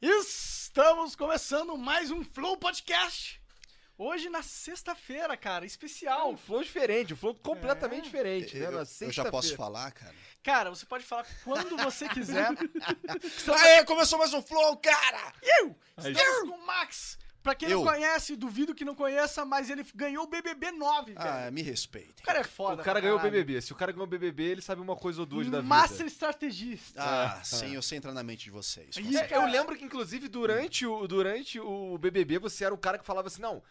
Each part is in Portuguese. Estamos começando mais um Flow Podcast. Hoje na sexta-feira, cara, especial. um flow diferente, um flow completamente diferente, né? Eu, Na eu já sexta-feira. posso falar, cara. Cara, você pode falar quando você quiser. Aê, começou mais um Flow, cara! Estamos com o Max. Pra quem não Eu. conhece, duvido que não conheça, mas ele ganhou o BBB 9, velho. Ah, me respeitem. O cara é foda. O cara ganhou o caralho. BBB. Se o cara ganhou o BBB, ele sabe uma coisa ou duas da vida. Master estrategista. Ah, sim, eu sei entrar na mente de vocês. com Ih, certeza. É, Eu lembro que, inclusive, durante o, durante o BBB, você era o cara que falava assim, não,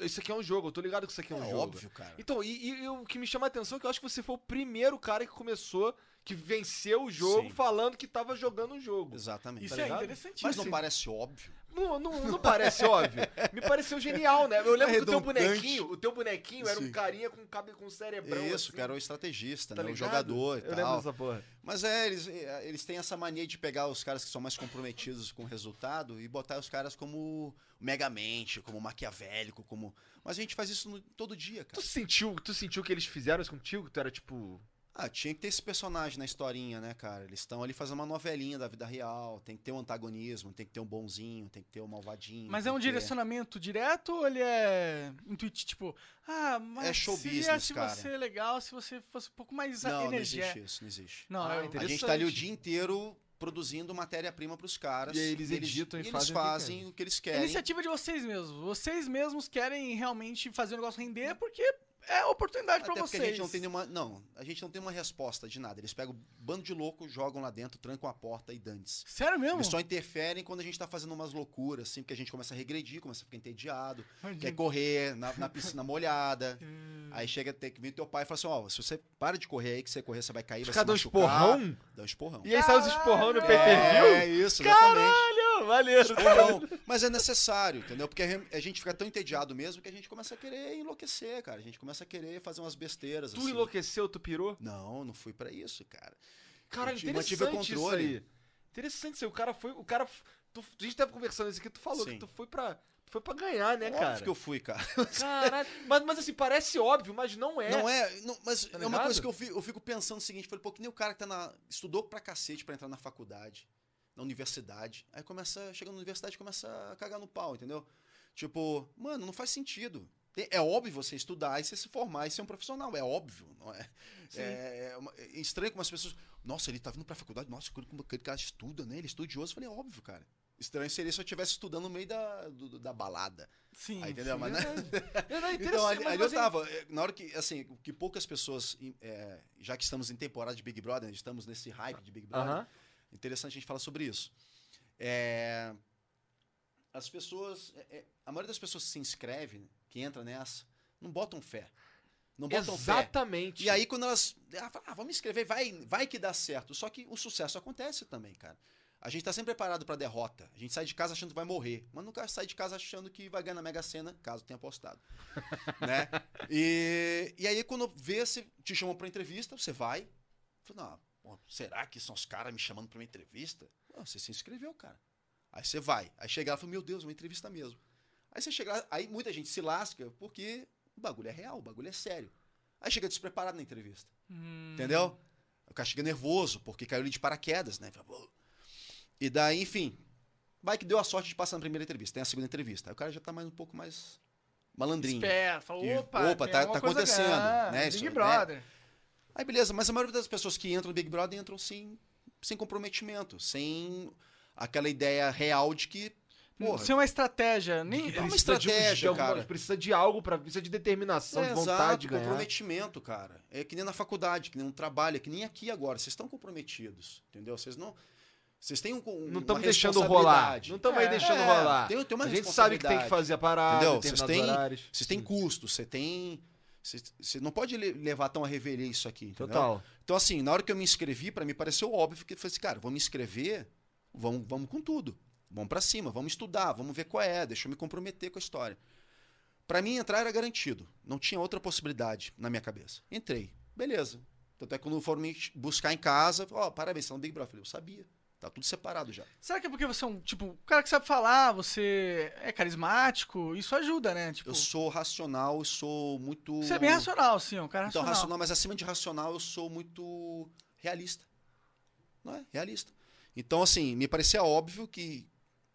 isso aqui é um jogo, eu tô ligado que isso aqui é um É jogo. óbvio, cara. Então, e, e- e o que me chama a atenção é que eu acho que você foi o primeiro cara que começou, que venceu o jogo, Sim. falando que tava jogando um jogo. Exatamente. Isso Tá é ligado? interessantíssimo. Mas não parece óbvio. Não, não, não parece óbvio. Me pareceu genial, né? Eu lembro que o teu Arredondante. bonequinho, o teu bonequinho era um Sim. carinha com, cabe- com um cerebrão. Isso, assim, cara, é um estrategista, tá né? Um ligado? jogador e Eu lembro tal. dessa porra. Mas é, eles, é, eles têm essa mania de pegar os caras que são mais comprometidos com o resultado e botar os caras como megamente, como maquiavélico, como. Mas a gente faz isso no- todo dia, Tu cara. sentiu, tu sentiu que eles fizeram isso contigo? Tu era tipo. Ah, tinha que ter esse personagem na historinha, né, cara? Eles estão ali fazendo uma novelinha da vida real. Tem que ter um antagonismo, tem que ter um bonzinho, tem que ter um malvadinho. Mas é tem um que ter- direcionamento direto ou ele é intuitivo? Tipo, ah, mas É show seria business, se cara. você é legal, se você fosse um pouco mais Não, não existe energético. isso, não existe. Não, é um Ah, eu- entendi. A gente tá ali o dia inteiro produzindo matéria-prima pros caras. E aí eles editam e eles fazem o que fazem o que eles é querem. iniciativa de vocês mesmos. Vocês mesmos querem realmente fazer o negócio render porque é oportunidade Até pra porque vocês. a gente não tem nenhuma. Não, a gente não tem uma resposta de nada. Eles pegam um bando de louco, jogam lá dentro, trancam a porta e dane-se. Sério mesmo? Eles só interferem quando a gente tá fazendo umas loucuras, assim, porque a gente começa a regredir, começa a ficar entediado, quer correr na, na piscina molhada. Hum. Aí chega a ter que vir teu pai e fala assim: ó, se você para de correr aí, que você correr, você vai cair, vai Cada um se machucar. esporrão? Dá um esporrão. E aí saiu os esporrão no PPV? É isso, exatamente. Valeu! Ou não, mas é necessário, entendeu? Porque a re- a gente fica tão entediado mesmo que a gente começa a querer enlouquecer, cara. A gente começa a querer fazer umas besteiras. Tu assim. enlouqueceu, tu pirou? Não, não fui pra isso, cara. Caralho, Eu te- mantive o interessante isso controle. aí. Interessante isso aí. O cara foi. O cara. f- tu- a gente tava conversando isso aqui, tu falou que Sim. tu foi pra. tu foi pra ganhar, né, Óbvio cara? que eu fui, cara. Caralho. Mas, mas assim, parece óbvio, mas não é. Não é, não, mas é uma ligado? coisa que eu fi- eu fico, pensando o seguinte, falei, pô, que nem o cara que tá na estudou pra cacete pra entrar na faculdade, na universidade. Aí começa, chega na universidade, e começa a cagar no pau, entendeu? Tipo, mano, não faz sentido. Tem- É óbvio você estudar e você se formar e ser um profissional, é óbvio, não é? Sim. É, é uma- é estranho como as pessoas. Nossa, ele tá vindo pra faculdade, nossa, como como aquele cara estuda, né? Ele é estudioso. Eu falei, é óbvio, cara. Estranho seria se eu estivesse estudando no meio da, do- do- da balada. Sim. aí, entendeu? Mas, né? Não, não é interessante. Então, ali, mas, ali eu mas, assim, tava. eh, Na hora que, assim, o que poucas pessoas. em- eh, já que estamos em temporada de Big Brother, né, estamos nesse hype de Big Brother. Aham. Interessante a gente falar sobre isso. Eh, as pessoas. eh, eh, a maioria das pessoas que se inscreve, né, que entra nessa, não botam fé. Não botam fé. Exatamente. E aí, quando elas. Ah, fala, ah, vamos inscrever, vai, vai que dá certo. Só que o sucesso acontece também, cara. A gente tá sempre preparado pra derrota. A gente sai de casa achando que vai morrer. Mas nunca sai de casa achando que vai ganhar na Mega Sena, caso tenha apostado. né? E, e aí, quando vê, se te chamam pra entrevista, você vai. Fala, não, pô, será que são os caras me chamando pra uma entrevista? Não, você se inscreveu, cara. Aí você vai. Aí chega lá e fala, meu Deus, uma entrevista mesmo. Aí você chega lá, aí muita gente se lasca porque o bagulho é real, o bagulho é sério. Aí chega despreparado na entrevista. Hum. Entendeu? O cara chega nervoso, porque caiu ali de paraquedas, né? Fala, "Pô". E daí, enfim. Vai que deu a sorte de passar na primeira entrevista, tem a segunda entrevista. Aí o cara já tá mais um pouco mais malandrinho. Espera, fala, E, opa, opa, tem tá- alguma tá coisa acontecendo, ganhando. né, Big isso, né? Brother. Aí beleza, mas a maioria das pessoas que entram no Big Brother entram sem, sem comprometimento, sem aquela ideia real de que. Porra, Isso é uma estratégia. Nem... É uma Precisa de um- estratégia, de alguma- cara. É, Precisa de algo, pra, precisa de determinação, de vontade de ganhar. comprometimento, cara. É que nem na faculdade, que nem no trabalho, é que nem aqui agora. Vocês estão comprometidos, entendeu? Vocês não. Vocês têm um. um Não uma estamos deixando rolar. responsabilidade. Não estamos aí É. deixando É, rolar. Tem, tem uma a gente sabe que tem que responsabilidade. fazer a parada, Entendeu? determinados Vocês têm- horários. Vocês têm custo, você tem. Você você não pode le- levar tão a revelia isso aqui, entendeu? Total. Então, assim, na hora que eu me inscrevi, pra mim pareceu óbvio, porque eu falei assim, cara, vou me inscrever, vamos, vamos com tudo. Vamos pra cima, vamos estudar, vamos ver qual é, deixa eu me comprometer com a história. Pra mim entrar era garantido, não tinha outra possibilidade na minha cabeça. Entrei, beleza. Tanto é que quando foram me buscar em casa, ó, parabéns, você é um Big Brother. Eu falei, eu sabia, tá tudo separado já. Será que é porque você é um, tipo, um cara que sabe falar, você é carismático? Isso ajuda, né? Tipo, Eu sou racional, eu sou muito. você é bem racional, sim, é um cara Então, racional. racional, mas acima de racional, eu sou muito realista. Não é? Realista. Então, assim, me parecia óbvio que,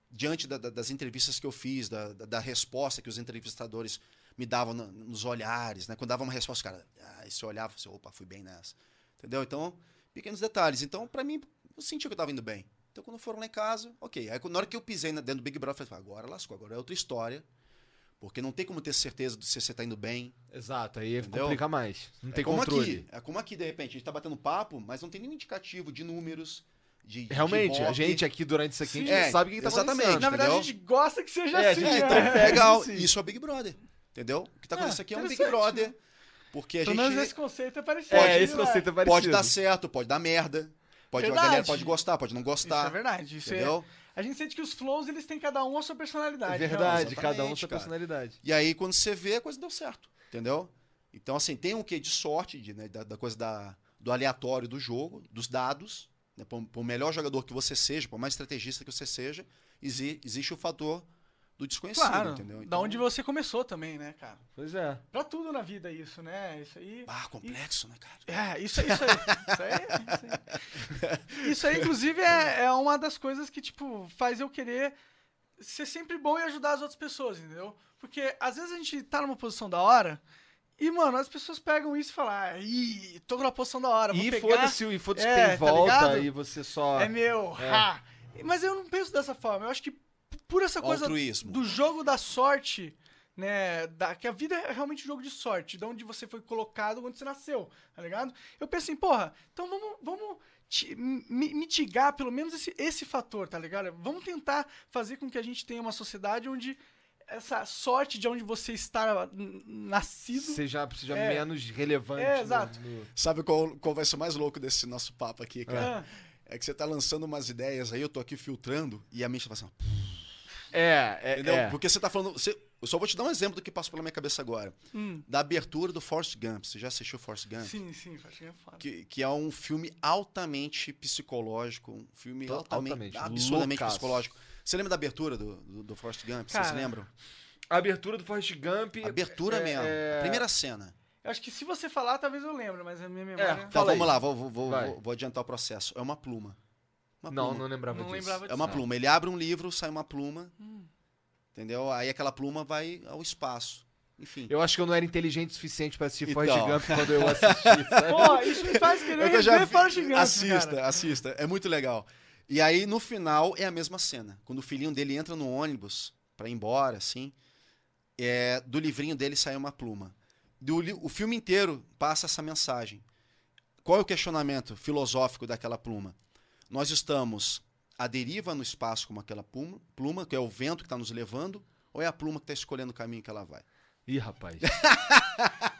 diante da- da- das entrevistas que eu fiz, da, da, da resposta que os entrevistadores me davam na- nos olhares, né? Quando dava uma resposta, o cara, ah, e você olhava, você, opa, fui bem nessa. Entendeu? Então, pequenos detalhes. Então, pra mim, eu senti que eu tava indo bem. Então, quando foram lá em casa, ok. Aí, quando- na hora que eu pisei na- dentro do Big Brother, eu falei, agora lascou, agora é outra história. Porque não tem como ter certeza de se você tá indo bem, Exato, aí Entendeu? complica mais. Não tem é como controle. aqui. É como aqui, de repente, a gente tá batendo papo, mas não tem nenhum indicativo de números, de. de Realmente, a ibope. gente aqui durante isso aqui, a gente Sim. não sabe o que, que tá Exatamente. acontecendo. Na verdade, entendeu? a gente gosta que seja É, a assim, gente É, né? então, É, legal. assim. Isso é o Big Brother. Entendeu? O que tá Ah, acontecendo aqui é um Big interessante, Brother. Porque a Pelo gente menos esse conceito é parecido. É, esse né? conceito é parecido. pode dar certo, pode dar merda. Pode, a Verdade. galera pode gostar, pode não Isso é gostar. verdade. Isso é... entendeu? A gente sente que os flows, eles têm cada um a sua personalidade. É realmente. verdade, cada um Exatamente, sua cara. personalidade. E aí, quando você vê, a coisa deu certo. Entendeu? Então, assim, tem um quê de sorte, de, né, da, da coisa da, do aleatório do jogo, dos dados. Né, por, por melhor jogador que você seja, por mais estrategista que você seja, exi- existe o fator do desconhecido, Claro, entendeu? da Então, onde você começou também, né, cara? Pois é. Pra tudo na vida isso, né? Isso aí... Ah, complexo, né, cara? É, isso, isso aí. Isso aí, isso aí. Isso aí, inclusive, é, é uma das coisas que, tipo, faz eu querer ser sempre bom e ajudar as outras pessoas, entendeu? Porque às vezes a gente tá numa posição da hora e, mano, as pessoas pegam isso e falam, "Ah, ih, tô numa posição da hora, vou E pegar, foda-se e foda-se É, quem tá volta ligado? e você só. é meu, É. ha." Mas eu não penso dessa forma, eu acho que por essa coisa Altruísmo. do jogo da sorte, né? Da, que a vida é realmente um jogo de sorte, de onde você foi colocado, onde você nasceu, tá ligado? Eu pensei, porra, então vamos, vamos ti- mi- mitigar pelo menos esse, esse fator, tá ligado? Vamos tentar fazer com que a gente tenha uma sociedade onde essa sorte de onde você está n- nascido. Seja, seja É. menos relevante. É, no- exato. no- Sabe qual, qual vai ser o mais louco desse nosso papo aqui, cara? Ah, É. que você tá lançando umas ideias aí, eu tô aqui filtrando, e a mente tá assim, ó, É, é. entendeu? é. Porque você tá falando. você- eu só vou te dar um exemplo do que passou pela minha cabeça agora. hum, Da abertura do Forrest Gump. Você já assistiu Forrest Gump? sim, sim, acho que é foda. que, que é um filme altamente psicológico, um filme Tô- altamente, altamente, absurdamente loucaço. psicológico. Você lembra da abertura do, do, do Forrest Gump? Vocês Cara, lembram? A abertura do Forrest Gump. Abertura é- mesmo. é- A primeira cena. Eu acho que se você falar, talvez eu lembro, mas a minha memória. Então Fala vamos aí. lá, vou, vou- vou- Vai. vou- vou adiantar o processo. É uma pluma. é Uma Não, pluma. não lembrava Não disso. lembrava É uma Não. pluma. Ele abre um livro, sai uma pluma, Hum. entendeu? Aí aquela pluma vai ao espaço. Enfim. Eu acho que eu não era inteligente o suficiente pra assistir Forrest Então. Gump quando eu assisti, sabe? Porra, isso me faz É querer que eu ver já vi- Forrest Gump, assista, cara. assista. É muito legal. E aí, no final, é a mesma cena. Quando o filhinho dele entra no ônibus pra ir embora, assim, é, do livrinho dele sai uma pluma. Do li- o filme inteiro passa essa mensagem. Qual é o questionamento filosófico daquela pluma? Nós estamos à deriva no espaço como aquela pluma, pluma que é o vento que está nos levando, ou é a pluma que está escolhendo o caminho que ela vai? Ih, rapaz.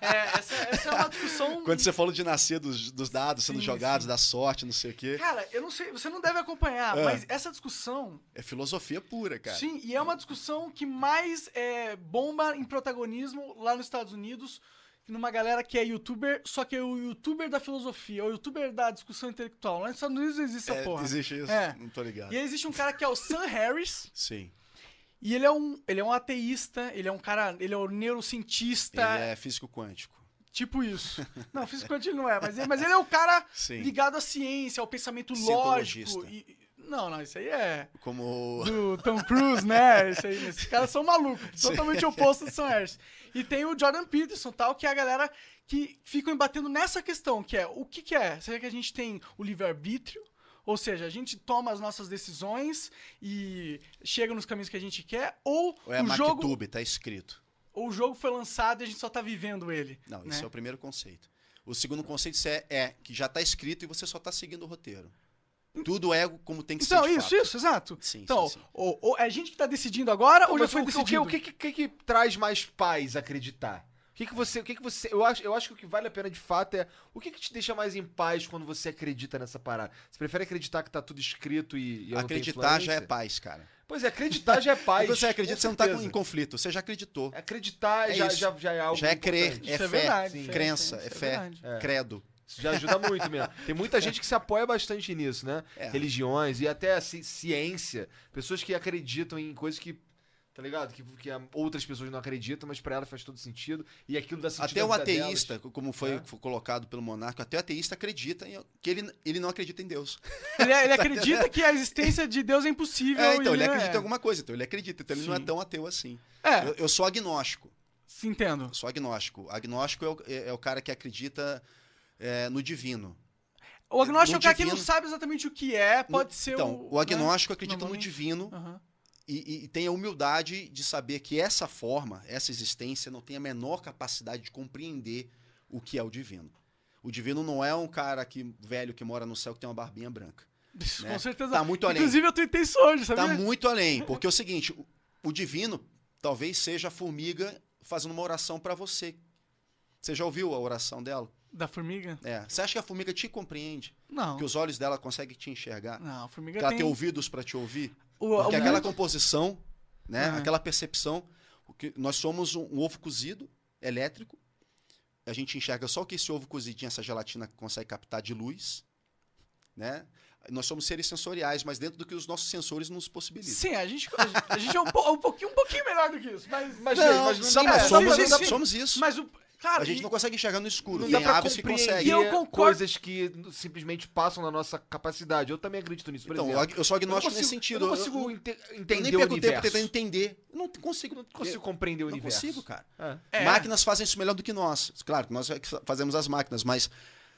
É, essa, essa é uma discussão. Quando você falou de nascer dos, dos dados sendo Sim, jogados, da sorte, não sei o quê, Cara, eu não sei, você não deve acompanhar, Ah. mas essa discussão, é filosofia pura, cara. sim, e é uma discussão que mais é, bomba em protagonismo lá nos Estados Unidos, numa galera que é youtuber, só que é o youtuber da filosofia, é o youtuber da discussão intelectual. Lá nos Estados Unidos não existe essa É, porra. Existe isso? É. Não tô ligado. E aí existe um cara que é o Sam Harris, Sim. e ele é um, ele é um ateísta, ele é um cara, ele é um neurocientista, Ele é físico quântico. tipo isso. Não, físico quântico ele não é, mas ele, mas ele é o cara Sim. ligado à ciência, ao pensamento lógico. Cientologista. e- e- não, não, isso aí é Como. do Tom Cruise, né? Isso aí, esses caras são malucos, totalmente oposto do Sam Harris. E tem o Jordan Peterson, tal, que é a galera que ficam batendo nessa questão, que é o que, que é? Será que a gente tem o livre-arbítrio? Ou seja, a gente toma as nossas decisões e chega nos caminhos que a gente quer, ou, Ou é o, jogo, MacTube, tá escrito. ou o jogo foi lançado e a gente só tá vivendo ele. Não, né? esse é o primeiro conceito. O segundo conceito é, é que já tá escrito e você só tá seguindo o roteiro. Tudo é como tem que Então, ser. de isso, fato. isso, exato. Sim, então, sim, sim. Ou, ou é a gente que tá decidindo agora, ou já Mas foi o que- o que, decidido? um o que, que- que- que traz mais paz acreditar? O que, que você. O que, que você. Eu acho, eu acho que o que vale a pena de fato é. O que, que te deixa mais em paz quando você acredita nessa parada? Você prefere acreditar que tá tudo escrito e. e eu não tenho Acreditar já é influência? paz, cara. Pois é, acreditar já é paz. Quando você acredita, com você não tá com- certeza. em conflito, você já acreditou. Acreditar É já, isso. já, já é algo já é crer, importante. é Isso é fé, verdade, sim. crença, Sim, isso é é fé, verdade. É. credo. Isso já ajuda muito mesmo. Tem muita gente que se apoia bastante nisso, né? É. Religiões e até ci- ciência. Pessoas que acreditam em coisas que. Tá ligado? Que, que a- outras pessoas não acreditam, mas pra elas faz todo sentido. E aquilo dá sentido Até à o vida ateísta, como foi, É. foi colocado pelo monarca, até o ateísta acredita em- que ele, ele não acredita em Deus. Ele, é, ele acredita que a existência de Deus é impossível. É, então, e ele não é- acredita em alguma coisa, então ele acredita, então ele não é Sim. tão ateu assim. É, Eu, eu sou agnóstico, se entendo. eu sou agnóstico. Agnóstico é o, é- é o cara que acredita é, no divino. O agnóstico é o No cara que não divino. sabe exatamente o que é, pode No- ser então, o. o agnóstico acredita no Normalmente. divino Né? Aham. e, e- e tem a humildade de saber que essa forma, essa existência, não tem a menor capacidade de compreender o que é o divino. O divino não é um cara que, velho que mora no céu que tem uma barbinha branca. Isso, Né? Com certeza. Tá muito além. Inclusive, eu tuitei isso hoje, sabia? Tá muito além, porque é o seguinte, o, o divino talvez seja a formiga fazendo uma oração pra você. Você já ouviu a oração dela? Da formiga? É. Você acha que a formiga te compreende? Não. Que os olhos dela conseguem te enxergar? Não, a formiga Que ela tem. tem ouvidos pra te ouvir? o- Porque o é aquela mundo- composição, né? Aham. Aquela percepção, o que nós somos um, um ovo cozido elétrico. A gente enxerga só o que esse ovo cozidinho, essa gelatina consegue captar de luz, né? Nós somos seres sensoriais, mas dentro do que os nossos sensores nos possibilitam. Sim, a gente, a gente- a gente é um, po- um pouquinho, um pouquinho melhor do que isso. Mas, mas, Não, mas não sabe, dá mas pra- somos, sim, sim, somos- sim. somos isso. Mas o. Cara, a gente e- não consegue enxergar no escuro. Não dá Tem pra aves que compreender conseguem. E eu concordo- coisas que simplesmente passam na nossa capacidade. Eu também acredito nisso, por Então, exemplo. eu- eu sou Eu não agnóstico consigo- nesse sentido. Eu não eu- consigo eu- ente- eu entender nem o perco tempo universo. tentando entender. Eu não consigo. Não consigo compreender o não universo. consigo, cara. É. É. Máquinas fazem isso melhor do que nós. Claro que nós é que fazemos as máquinas, mas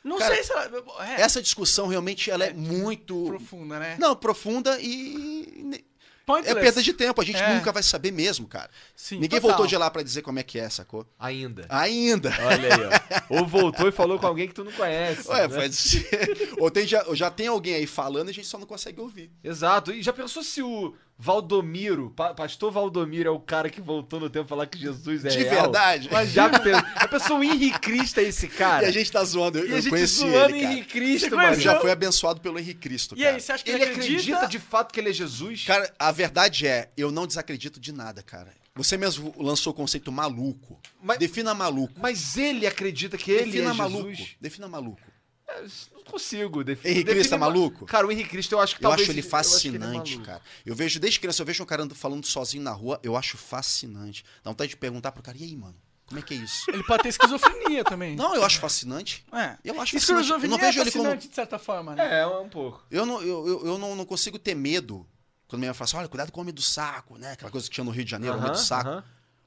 Não Cara, sei se ela. É, essa discussão realmente ela é, muito profunda, é. né? não profunda e é Pointless. perda de tempo. A gente É. nunca vai saber mesmo, cara. Sim, Ninguém total. voltou de lá pra dizer como é que é, sacou? Ainda. Ainda. Olha aí, ó. Ou voltou e falou com alguém que tu não conhece. Ué, né? pode ser. Ou tem já, ou já tem alguém aí falando e a gente só não consegue ouvir. Exato. E já pensou se o Valdomiro, pa- pastor Valdomiro, é o cara que voltou no tempo falar que Jesus é de real? verdade. Mas já pensou. A pessoa o Henrique Cristo é esse cara. E a gente tá zoando. Eu, E a eu gente conheci zoando ele, cara. Henrique Cristo, Você mano. Eu já Então- fui abençoado pelo Henrique Cristo, E cara. aí, você acha que Ele acredita de fato que ele é Jesus? Cara, a verdade é, eu não desacredito de nada, cara. Você mesmo lançou o conceito maluco. Mas- Defina maluco. Mas ele acredita que ele Defina é maluco. Jesus? Defina maluco. É, Não consigo. defi- Henrique definir Cristo é uma- maluco? Cara, o Henrique Cristo eu acho que Eu talvez... acho ele eu acho que ele é fascinante, maluco. cara. Eu vejo desde criança, eu vejo um cara andando- falando sozinho na rua, eu acho fascinante. Dá vontade de perguntar pro cara, e aí, mano, como é que é isso? Ele pode ter esquizofrenia também. não, eu acho fascinante. É. Eu acho fascinante. Eu Esquizofrenia não é vejo ele como. fascinante, de certa forma, né? É, um pouco. Eu não, eu, eu, eu não, não consigo ter medo. Quando minha mãe fala assim, olha, cuidado com o homem do saco, né? Aquela coisa que tinha no Rio de Janeiro, homem do Aham, saco. aham.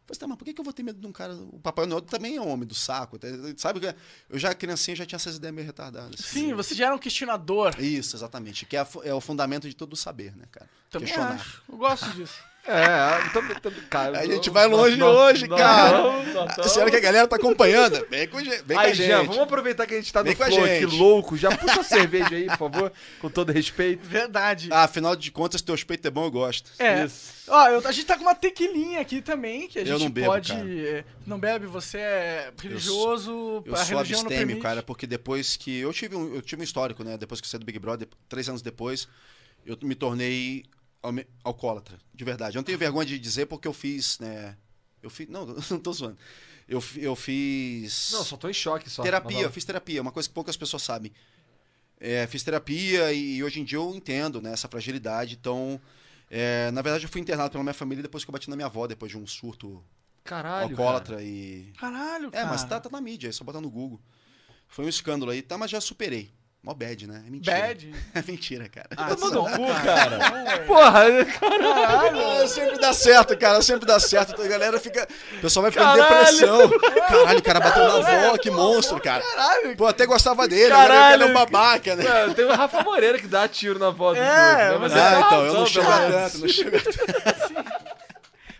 Pois tá, mas por que que eu vou ter medo de um cara. O Papai Noel também é um homem do saco. tá? Sabe? o que é? Eu já, criancinha, já tinha essas ideias meio retardadas. Sim, você já era um questionador. Isso, exatamente. Que é, a fu- é o fundamento de todo o saber, né, cara? Também Questionar. acho. Eu gosto disso. É, também, também, cara. A eu- gente vai longe nós- hoje, nós- cara. nós- nós- nós- Será que a galera tá acompanhando? Vem com, ge- vem com a Aí, gente. Jean, vamos aproveitar que a gente tá no Vem com a flow aqui, gente. louco. Já puxa a cerveja aí, por favor, com todo respeito. Verdade. Ah, afinal de contas, teu peito é bom, eu gosto. é. Isso. Ó, eu- a gente tá com uma tequilinha aqui também, que a Eu gente não bebo, pode. cara. é, Não bebe, você é religioso, Eu a sou religião não abstêmio, permite. cara, porque depois que. Eu tive, um, eu tive um histórico, né? Depois que eu saí do Big Brother, três anos depois, eu me tornei alme- alcoólatra, de verdade. Eu não tenho vergonha de dizer porque eu fiz, né? Eu fiz. Não, não tô zoando. Eu, fi- eu fiz. Não, só um- tô em choque só. terapia, eu Mas, fiz terapia, uma coisa que poucas pessoas sabem. É, fiz terapia e hoje em dia eu entendo né, essa fragilidade. Então, é, na verdade, eu fui internado pela minha família depois que eu bati na minha avó, depois de um surto Caralho, alcoólatra e Caralho, cara. é, mas tá, tá na mídia, é só botar no Google. Foi um escândalo aí, tá, mas já superei. Mó bad, né? É mentira. Bad. É mentira, cara. Cara. Toma isso no não, cu, cara. cara. Não, é. Porra, cara, Ah, sempre dá certo, cara, sempre dá certo. Então, A galera fica. O pessoal vai ficando em Caralho. depressão. Caralho, o cara bateu na avó, que monstro, cara. Caralho. Pô, até gostava dele, agora Caralho. ele é um babaca, né? mano, tem o Rafa Moreira que dá tiro na voz dos É, outros, né? mas Mas Ah, tem então, eu não razão, chego a cara. tanto, não chego a tanto.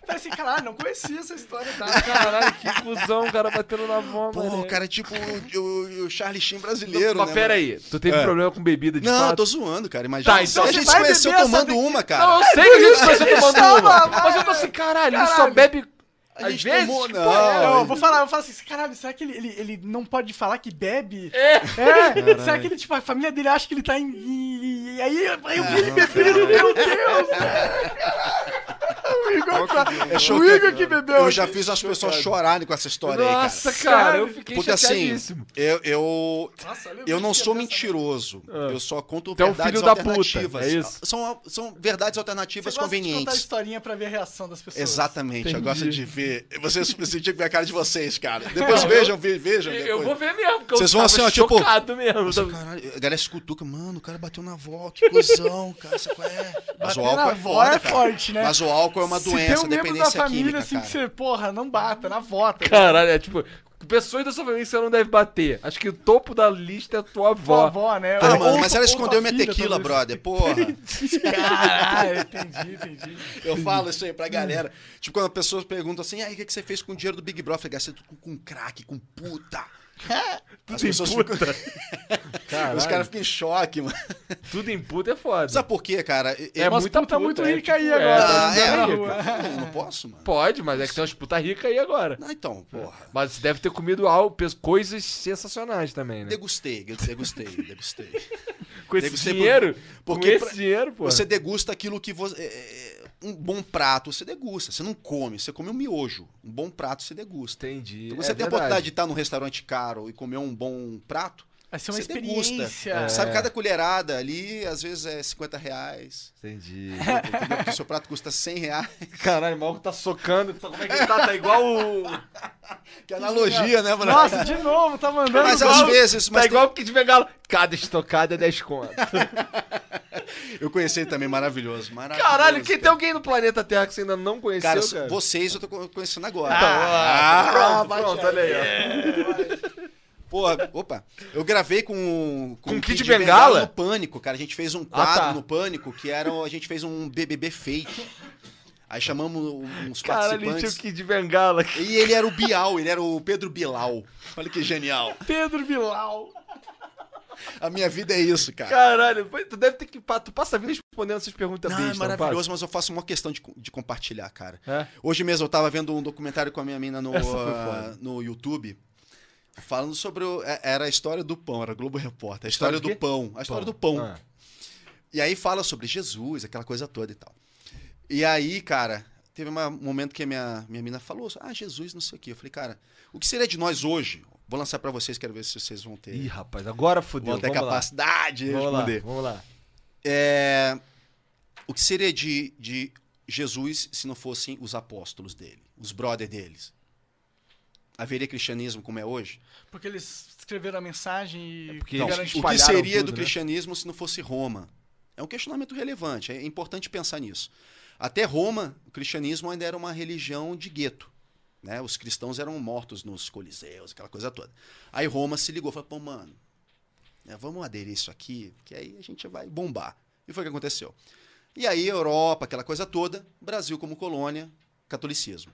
Falei assim, caralho, não conhecia essa história, tá? Caralho, que cuzão, o cara batendo na voz, mano. Pô, o cara é tipo o, o, o Charlie Sheen brasileiro, Mas né? pera mano? aí, tu teve É. problema com bebida de Não, eu fato? tô zoando, cara. Imagina. Tá, então a você gente vai se conheceu beber essa tomando tequila. uma, cara. Não, eu sei que isso, mas eu tô Toma, tomando uma. vai. Mas eu tô assim, caralho, ele só Caralho. bebe... A gente às vezes, tomou, que não. porra é? Não, eu ele- vou falar, eu vou falar assim, caralho, será que ele, ele, ele não pode falar que bebe? É. É, será que ele, tipo, a família dele acha que ele tá em. E aí, aí eu vi ele bebendo, meu Deus! Igor tá- É o Igor que bebeu. Eu já fiz as pessoas chorarem com essa história Nossa, aí, cara, eu Sabe? fiquei Porque assim, chateadíssimo. cara. Eu, eu, Nossa, olha, eu não esqueci sou dessa- mentiroso. Ah. Eu só conto Então, verdades filho da puta, alternativas. é isso? São, são verdades Você alternativas gosta de contar convenientes. historinha pra ver a reação das pessoas. Exatamente, eu Entendi. gosto de ver. Vocês precisam de ver a cara de vocês, cara. Depois vejam, ve- vejam. Eu depois. vou ver mesmo, porque Vocês eu vão assim, tava ó, tipo, chocado mesmo. Nossa, caralho, a galera se cutuca, mano, o cara bateu na avó, que cuzão, cara, sabe qual é? Mas o Bater na álcool é avó foda, é cara. forte, né? Mas o álcool é uma Se doença, tem um membro da dependência família química, assim cara. que você, porra, não bata, na tá vota. Caralho, é tipo, pessoas da sua família que você não deve bater. Acho que o topo da lista é a tua Tua avó. avó, né? Ah, Ou- mano, ou- mas ela ou tua escondeu minha filha, tequila, talvez. brother, porra. Caralho, entendi, entendi. Eu falo isso aí pra galera. Tipo, quando a pessoa pergunta assim, aí, o que, que você fez com o dinheiro do Big Brother? Eu falei, gastei tudo com, com crack, com puta. As pessoas ficam... Os caras ficam em choque, mano. Tudo em puta é foda. Sabe por quê, cara? Eu- É Nossa, muita puta, tá muito puta, é rica aí tipo, é, agora. Ah, tá é, andando na não, rua. eu não posso, mano. Pode, mas é que tem umas puta rica aí agora. Não, então, porra. Mas você deve ter comido algo, pe- coisas sensacionais também, né? Degustei, degustei, degustei. Com esse degustei por- dinheiro, porque com esse pra- dinheiro, pô. Você degusta aquilo que você. é, é, Um bom prato você degusta. Você não come, você come um miojo. Um bom prato você degusta. Entendi. Então, você é tem a verdade. oportunidade de estar num restaurante caro e comer um bom prato, Vai é ser uma Você degusta. É. experiência. sabe? Cada colherada ali, às vezes é 50 reais. Entendi. entendeu? Porque o seu prato custa 100 reais. Caralho, o maluco tá socando. tá- Como é que ele tá? Tá igual o. Que analogia, né, mano? Nossa, de novo, tá mandando. mas mal. às vezes. tá Mas igual o Kid Bengala. Cada estocada é 10 conto. tem- Eu conheci ele também, maravilhoso. maravilhoso Caralho, que tem cara. alguém no planeta Terra que você ainda não conheceu, Cara, tá cara? so- vocês eu tô co- conhecendo agora. Ah, Ah, pronto, pronto, olha aí, ó. É, Porra, opa. Eu gravei com um Com Kid Bengala? no Pânico, cara. A gente fez um Ah, quadro tá. no Pânico que era a gente fez um BBB fake. Aí chamamos uns Caralho, tinha o participantes. Kid Bengala. E ele era o Bial, ele era o Pedro Bilal. Olha que genial. Pedro Bilal. A minha vida é isso, cara. Caralho, foi- tu deve ter que. pa- Tu passa a vida respondendo essas perguntas Não, bestas. é não passa? maravilhoso, mas eu faço uma questão de, co- de compartilhar, cara. É? Hoje mesmo eu tava vendo um documentário com a minha mina no, Essa foi ah, foda. no YouTube. Falando sobre. o- é- era a história do pão, era Globo Repórter. A história História do do pão. A história do pão. Ah. E aí fala sobre Jesus, aquela coisa toda e tal. E aí, cara, teve uma- um momento que a minha, minha mina falou, ah, Jesus, não sei o quê. Eu falei, cara, o que seria de nós hoje? Vou lançar pra vocês, quero ver se vocês vão ter, Ih, rapaz, agora fodeu. vão ter Vamos lá. capacidade de Vamos lá, responder. vamos lá. É, o que seria de, de Jesus se não fossem os apóstolos dele, os brother deles? Haveria cristianismo como é hoje? Porque eles escreveram a mensagem e. porque Então, eles garantiu- o que espalharam seria tudo, do né? cristianismo se não fosse Roma? É um questionamento relevante, é importante pensar nisso. Até Roma, o cristianismo ainda era uma religião de gueto. Né? Os cristãos eram mortos nos coliseus, aquela coisa toda. Aí Roma se ligou, falou, pô, mano, né, vamos aderir isso aqui, que aí a gente vai bombar. E foi o que aconteceu. E aí Europa, aquela coisa toda, Brasil como colônia, catolicismo.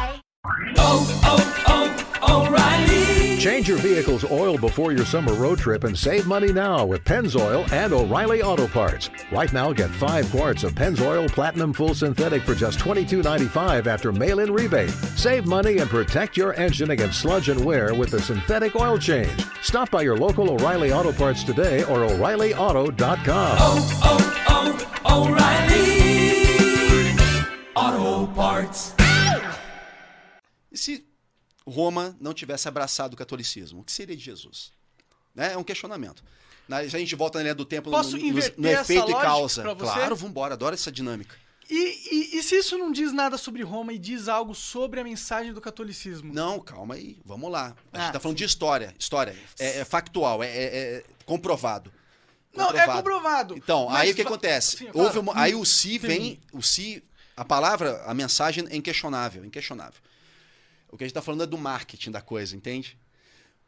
oh, oh, O'Reilly. Change your vehicle's oil before your summer road trip and save money now with Pennzoil and O'Reilly Auto Parts. Right now, get five quarts of Pennzoil Platinum Full Synthetic for just $22.95 after mail-in rebate. Save money and protect your engine against sludge and wear with the synthetic oil change. Stop by your local O'Reilly Auto Parts today or O'ReillyAuto.com. oh, oh, O'Reilly Auto Parts. E se Roma não tivesse abraçado o catolicismo, o que seria de Jesus? Né? É um questionamento. Na, já a gente volta na linha do tempo no- Posso no, inverter no essa efeito e lógica causa. pra você? Claro, vambora, adoro essa dinâmica. E, e- e se isso não diz nada sobre Roma e diz algo sobre a mensagem do catolicismo? Não, calma aí, vamos lá. A gente Ah, tá falando de história. História é, é factual, é, é- é comprovado. Não, é comprovado. Então, Mas aí o que va- acontece? Sim, claro. Houve uma- aí o si vem, Entendi. o si, a palavra, a mensagem é inquestionável, inquestionável. O que a gente está falando é do marketing da coisa, entende?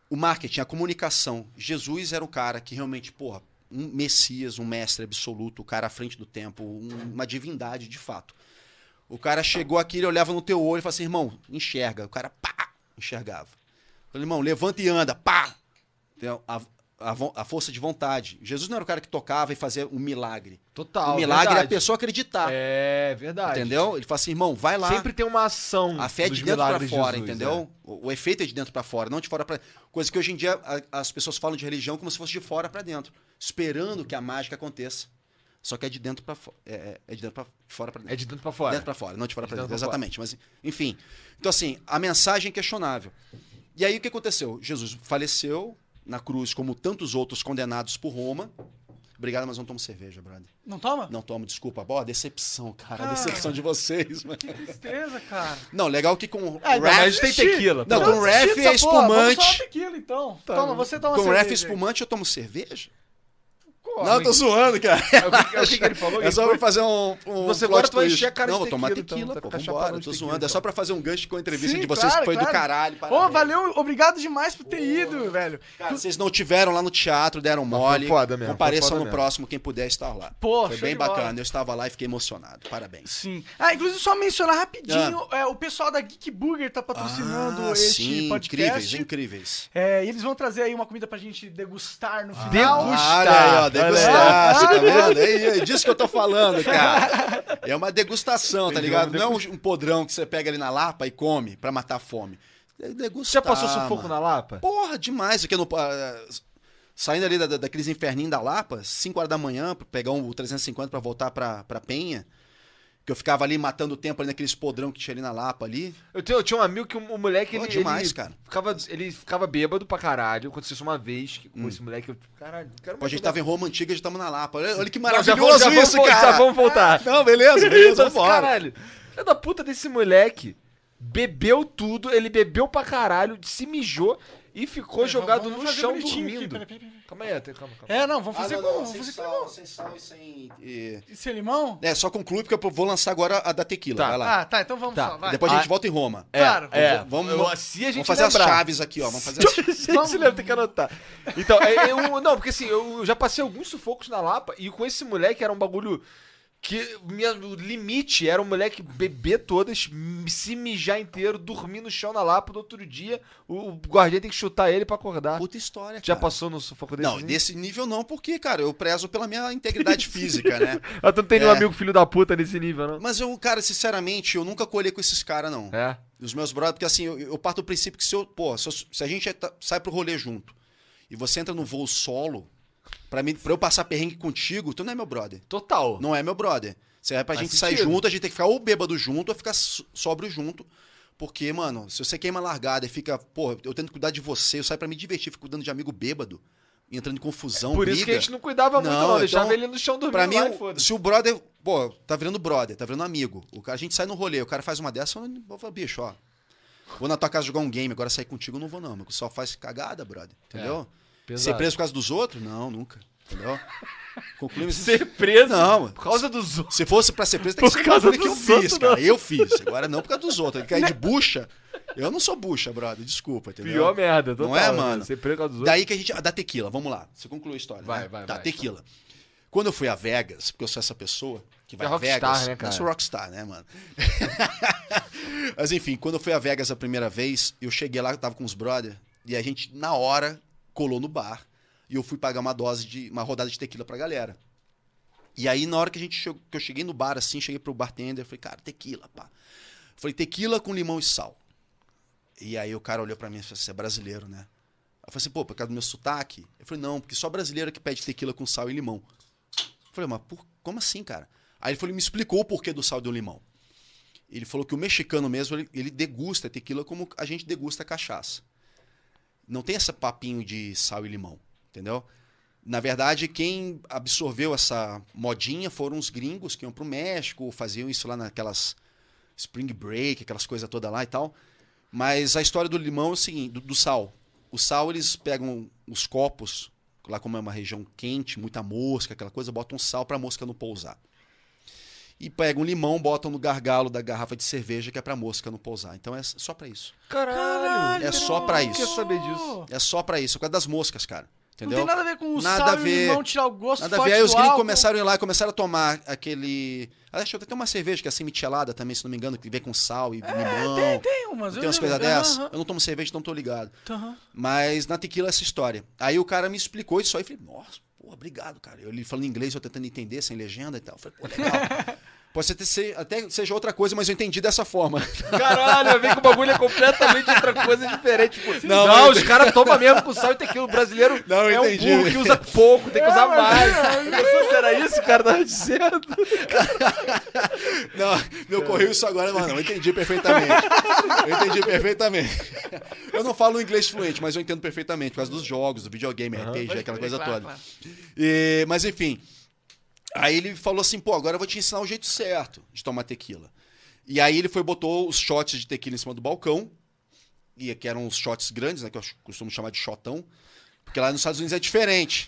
O marketing, a comunicação. Jesus era um cara que realmente, porra, um messias, um mestre absoluto, o cara à frente do tempo, um- uma divindade de fato. O O cara chegou aqui, ele olhava no teu olho e falava assim, irmão, enxerga. O cara, pá, enxergava. Falei, irmão, levanta e anda, pá. Então, a, a vo- a força de vontade. Jesus não era o cara que tocava e fazia um milagre. Total. o milagre era a verdade. pessoa acreditar, É, verdade. entendeu? Ele fala assim, irmão, vai lá. Sempre tem uma ação. A fé é dos de dentro pra milagres de fora, Jesus, entendeu? O, o efeito é de dentro pra fora, não de fora pra. Coisa que hoje em dia a- as pessoas falam de religião como se fosse de fora pra dentro, esperando que a mágica aconteça. Só que é de dentro para fora, é, é- é de dentro para fora pra É. dentro. É de dentro pra fora. Dentro pra fora, não de fora De pra dentro dentro, pra fora. exatamente, mas enfim. Então assim, a mensagem é questionável. E aí o que aconteceu? Jesus faleceu na cruz como tantos outros condenados por Roma. Obrigado, mas não tomo cerveja, brother. Não toma? Não tomo, desculpa. Ó, decepção, cara. Ah. Decepção de vocês. mas- Que tristeza, cara. Não, legal que com Ah, ainda rap- Mas tem tequila. Não, pô. com ref Assiste é essa porra, Vamos tomar uma espumante. Tá. tequila, então. Toma, você toma Com ref é cerveja aí. espumante eu tomo cerveja? Pô, não, eu tô zoando, cara. É o que, é o que que ele falou? É só pra fazer um. um Você plot agora tu vai twist. encher a cara Não, de vou tomar tequila, tequila, então, pô. vai ficar Vambora, chapadão eu de tô tequila, zoando. É então. só pra fazer um gancho com a entrevista Sim, de vocês claro, que foi claro. do caralho. Ô, parabéns. valeu, obrigado demais por ter ido, velho. Cara, vocês não tiveram lá no teatro, deram foi mole. foda mesmo, foi foda Compareçam no mesmo. próximo, quem puder estar lá. Pô, foi show bem de bola. bacana. Eu estava lá e fiquei emocionado. Parabéns. Sim. Ah, inclusive, só mencionar rapidinho, é, o pessoal da Geek Burger tá patrocinando Ah, este sim, podcast. incríveis, incríveis. É, e eles vão trazer aí uma comida pra gente degustar Ah. no final. Olha aí, ó, degustar, Olha aí. você tá vendo? É, é disso que eu tô falando, cara. É uma degustação, tá ligado? Não um podrão que você pega ali na lapa e come pra matar a fome. É Já degustar. passou sufoco na Lapa? Porra, demais. Aqui no, ah, saindo ali da, da- daqueles inferninhos da Lapa, 5 horas da manhã, pra pegar um, o 350 pra voltar pra, pra Penha. Que eu ficava ali matando o tempo ali naqueles podrão que tinha ali na Lapa ali. Eu, tenho- eu tinha um amigo que o moleque. Pô, ele, demais, ele cara. Ficava, ele ficava bêbado pra caralho. Aconteceu isso uma vez que- com esse moleque. Eu, caralho, não quero Hum. Pô, a gente jogar- tava em Roma Antiga, a gente tava na Lapa. Olha, olha que Não, já maravilhoso vamos- já isso, vamos, cara. Já vamos voltar. Não, beleza, beleza, vambora. Caralho. É da puta desse moleque. Bebeu tudo, ele bebeu pra caralho, se mijou e ficou Vamos- jogado vamos no fazer chão bonitinho aqui, dormindo. peraí, peraí, peraí. Calma aí, tem- calma, calma. É, não, vamos Ah, fazer não, com. não, Vamos sem fazer com sal, limão. sem sal e sem. e- E Sem limão? É, só conclui porque eu vou lançar agora a da tequila. Vai lá. Ah, tá, então vamos Tá, só, vai. Depois a gente volta em Roma. É, claro. é. Vamos, Eu- se a gente vamos fazer lembrar. as chaves aqui, ó. Vamos fazer as chaves. Se a gente lembra, tem que anotar. Então, é, eu, não, porque assim, eu já passei alguns sufocos na Lapa e com esse moleque era um bagulho que minha, o limite era um moleque beber todas, m- se mijar inteiro, dormir no chão na Lapa. No outro dia, o, o guardião tem que chutar ele pra acordar. Puta história, já cara. passou no sufoco desse? Não, nesse nível não, porque, cara, eu prezo pela minha integridade física, né? Eu Ah, não É. tenho nenhum amigo filho da puta nesse nível, não. Mas eu, cara, sinceramente, eu nunca colhei com esses caras, não. É. Os meus brothers, porque assim, eu, eu parto do princípio que se eu, pô, se, eu- se a gente é ta- sai pro rolê junto e você entra no voo solo, pra, mim, pra eu passar perrengue contigo, tu não é meu brother. Total. Não é meu brother. Se é pra Faz gente sair sentido. junto, a gente tem que ficar ou bêbado junto ou ficar só- sóbrio junto. Porque, mano, se você queima a largada e fica, porra, eu tento cuidar de você, eu saio pra me divertir, fico cuidando de amigo bêbado, entrando em confusão, É Por briga. isso que a gente não cuidava muito, Não, não. então, Deixava ele no chão dormindo Pra mim, um lá e o- foda-se. se o brother, pô, tá virando brother, tá virando amigo. O cara, a gente sai no rolê, o cara faz uma dessa, eu não- eu falo, bicho, ó. Vou na tua casa jogar um game, agora sair contigo eu não vou não, mas só faz cagada, brother, entendeu? Ser É, pesado. preso por causa dos outros? Não, nunca, entendeu? Concluímos Ser preso Não. por causa dos outros. se fosse pra ser preso, tem que Por ser por causa causa que eu dos fiz, outros, cara. não. Eu fiz. Agora não por causa dos outros. Cair de bucha. Eu não sou bucha, brother. Desculpa, entendeu? Pior merda, total. Não é, né? mano? Ser preso por causa dos outros. Daí que a gente. ah, Da tequila, vamos lá. Você conclui a história. Vai, né? vai, Tá, vai. tequila. Quando eu fui a Vegas, porque eu sou essa pessoa que vai É a rockstar, Vegas. né, cara? Eu sou rockstar, né, mano? Mas enfim, quando eu fui a Vegas a primeira vez, eu cheguei lá, eu tava com os brother, e a gente, na hora, colou no bar. E eu fui pagar uma dose de. uma rodada de tequila pra galera. E aí, na hora que a gente chegou, que eu cheguei no bar, assim, cheguei pro bartender, eu falei, cara, tequila, pá. Eu falei, tequila com limão e sal. E aí o cara olhou pra mim e falou, você é brasileiro, né? Eu falei assim, pô, por causa do meu sotaque? Eu falei, não, porque só brasileiro que pede tequila com sal e limão. Eu falei, mas por- como assim, cara? Aí ele falou, ele me explicou o porquê do sal e do limão. Ele falou que o mexicano mesmo, ele, ele degusta tequila como a gente degusta cachaça. Não tem esse papinho de sal e limão, entendeu? Na verdade, quem absorveu essa modinha foram os gringos que iam pro México, faziam isso lá naquelas spring break, aquelas coisas toda lá e tal. Mas a história do limão é o seguinte, do, do sal. O sal, eles pegam os copos, lá como é uma região quente, muita mosca, aquela coisa, botam sal pra mosca não pousar. E pegam limão, botam no gargalo da garrafa de cerveja, que é pra mosca não pousar. Então é só pra isso. Caralho. É só pra isso. Quer saber disso? É só pra isso, é por causa das moscas, cara. Entendeu? Não tem nada a ver com o Nada sal a e o ver. limão tirar o gosto Nada a forte ver. Aí do os gringos álcool. começaram a ir lá e começaram a tomar aquele. Aliás, Deixa eu até uma cerveja que é assim michelada também, se não me engano, que vem com sal e limão. É, Tem, tem umas. Tem umas eu- aham, coisas dessas. aham, Eu não tomo cerveja, então tô ligado. aham. Mas na tequila é essa história. Aí o cara me explicou isso aí. Eu falei, nossa, pô, obrigado, cara. Eu, ele falando inglês, eu tentando entender, sem legenda e tal. Eu falei, pô, legal. Pode ser, ter- ser- até seja outra coisa, mas eu entendi dessa forma. Caralho, vem que o bagulho é completamente outra coisa diferente. Tipo, Não, não, eu os caras tomam mesmo com sal e tequila. O brasileiro Não, eu é um entendi. burro que usa pouco, tem que usar mais. Pensou que era isso que o cara tava dizendo? É, Não, me ocorreu isso agora, mas não, eu entendi perfeitamente. Eu entendi perfeitamente. Eu não falo inglês fluente, mas eu entendo perfeitamente, por causa dos jogos, do videogame, RPG, aquela coisa Claro, toda. claro. E- mas enfim. Aí ele falou assim, pô, agora eu vou te ensinar o jeito certo de tomar tequila. E aí ele foi e botou os shots de tequila em cima do balcão, e que eram os shots grandes, né, que eu costumo chamar de shotão, porque lá nos Estados Unidos é diferente.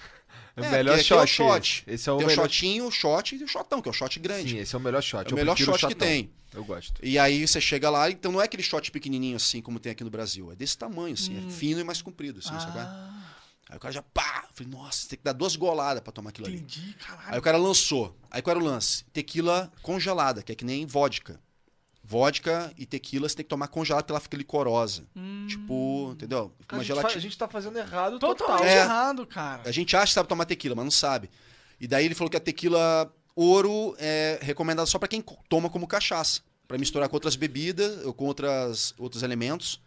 É o melhor porque aqui é shot. Esse é o Tem o melhor. shotinho, o shot e o shotão, que é o shot grande. Sim, esse é o melhor shot. É o Eu melhor prefiro shot que shotão. tem. Eu gosto. E aí você chega lá, então não é aquele shot pequenininho assim como tem aqui no Brasil. É desse tamanho, assim. Hum. É fino e mais comprido, assim, sabe? qual é? Ah, Aí o cara já pá! Falei, nossa, você tem que dar duas goladas pra tomar aquilo ali. entendi, Aí caralho. o cara lançou. Aí qual era o lance? Tequila congelada, que é que nem vodka. Vodka e tequila você tem que tomar congelada porque ela fica licorosa. Tipo, entendeu? Fica Hum. A uma gente, fa- gelatina. a gente tá fazendo errado total. Totalmente É. errado, cara. A gente acha que sabe tomar tequila, mas não sabe. E daí ele falou que a tequila ouro é recomendada só pra quem co- toma como cachaça, Pra misturar com outras bebidas ou com outras, outros elementos,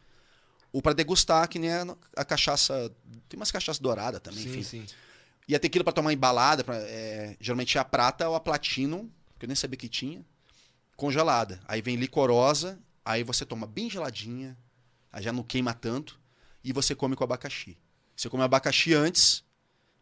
ou pra degustar, que nem a, a cachaça, tem umas cachaças douradas também, enfim. Sim, sim. E a tequila pra tomar embalada, pra, é, geralmente é a prata ou a platinum, que eu nem sabia que tinha, congelada. Aí vem licorosa, aí você toma bem geladinha, aí já não queima tanto, e você come com abacaxi. Você come abacaxi antes,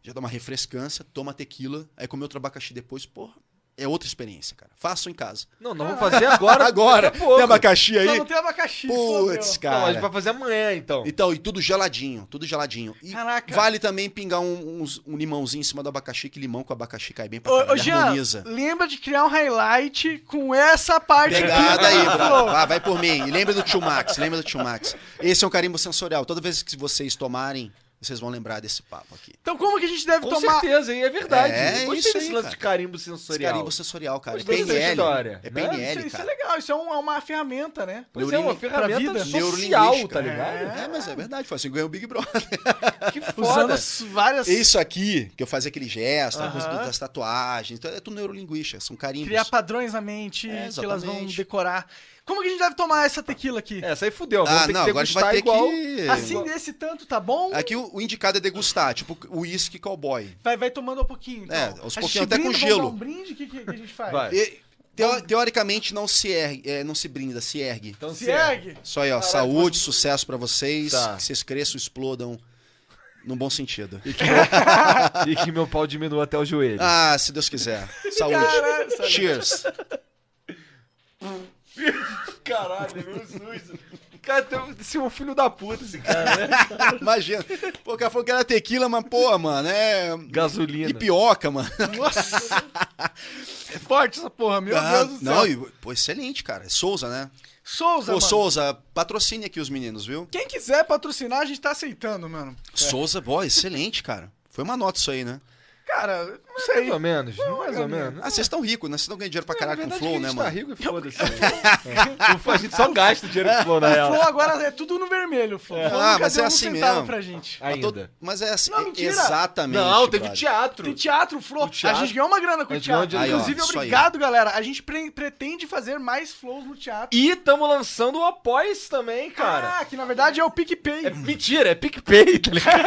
já dá uma refrescância, toma tequila, aí come outro abacaxi depois, porra, é outra experiência, cara. Façam em casa. Não, nós vamos fazer agora. Agora, daqui a pouco. tem abacaxi Só aí? não tem abacaxi. Putz, fodeu. Não, a gente cara. vai fazer amanhã, então. Então, e tudo geladinho, tudo geladinho. E Caraca. vale também pingar um, uns- um limãozinho em cima do abacaxi, que limão com abacaxi cai bem pra Ô, caralho, ô Jean, harmoniza. lembra de criar um highlight com essa parte aqui. Pegada aí, do brother. flow. Vá, vai por mim. E lembra do tio Max, lembra do tio Max. Esse é um carimbo sensorial. Toda vez que vocês tomarem, vocês vão lembrar desse papo aqui. Então como que a gente deve Com tomar... certeza, e é verdade. É, Gostei isso desse aí, lance cara. de carimbo Esse sensorial. carimbo sensorial, cara. É Gostei dessa PNL. história, É né? Isso, PNL, isso é cara. legal, isso é, um- é uma ferramenta, né? Pois é, Neurolingu- uma pra ferramenta vida. social, tá né? Neurolinguística. ligado? É, mas é verdade, foi assim, que ganhou o Big Brother. Que Usando foda. as várias... Isso aqui, que eu fazia aquele gesto, a coisa Aham. das tatuagens, então é tudo neurolinguística, são carimbos. Criar padrões na mente É, que elas vão exatamente. decorar. Como que a gente deve tomar essa tequila aqui? Essa aí fudeu. Vamos Ah, ter não, que agora a gente vai degustar ter igual. que... Assim desse tanto, tá bom? Aqui o, o indicado é degustar, tipo o uísque cowboy. Vai, vai tomando um pouquinho. Então. É, A aos gente pouquinhos, até com brinda, gelo. Vamos dar um brinde? O que, que- que a gente faz? Vai. E, teo- teoricamente não se ergue, é, não se brinda, se ergue. Então, Se se é. ergue. Isso aí, ó. saúde, sucesso pra vocês. Tá. Que vocês cresçam, explodam. Num bom sentido. E que meu pau diminua até o joelho. Ah, se Deus quiser. Saúde. Cheers. Cara, tem- esse é um filho da puta, esse cara. Imagina. Pô, o cara falou que era tequila, mas, pô, mano, é. Gasolina. Ipioca, mano. É forte essa porra, meu Ah, Deus do céu. não, e- pô, excelente, cara. É Souza, né? Souza, Ô, mano. Souza, patrocine aqui os meninos, viu? Quem quiser patrocinar, a gente tá aceitando, mano. Souza, pô, excelente, cara. Foi uma nota isso aí, né? Cara, não Mais sei. ou menos, mais ou menos. Ah, vocês estão ricos, né? Vocês estão ganhando dinheiro pra caralho com Na o Flow, verdade, que a né, gente mano? Tá rico e foda-se. É. A gente só gasta dinheiro com o Flow, né, na O Flow real. agora é tudo no vermelho, Flow. O Flow Ah, nunca mas deu é um assim centavo mesmo. pra gente. Mas tô- Ainda. Mas é assim. Não, mentira. exatamente. Não, teve o brother. teatro. Tem teatro, É Flow. O teatro. A gente ganhou uma grana com A o gente ganhou teatro. dinheiro. Inclusive, Aí, ó, isso aí. obrigado, galera. A gente pre- pretende fazer mais flows no teatro. E estamos lançando o Apoia-se também, cara. Ah, que na verdade é o PicPay. É mentira, é PicPay, tá ligado?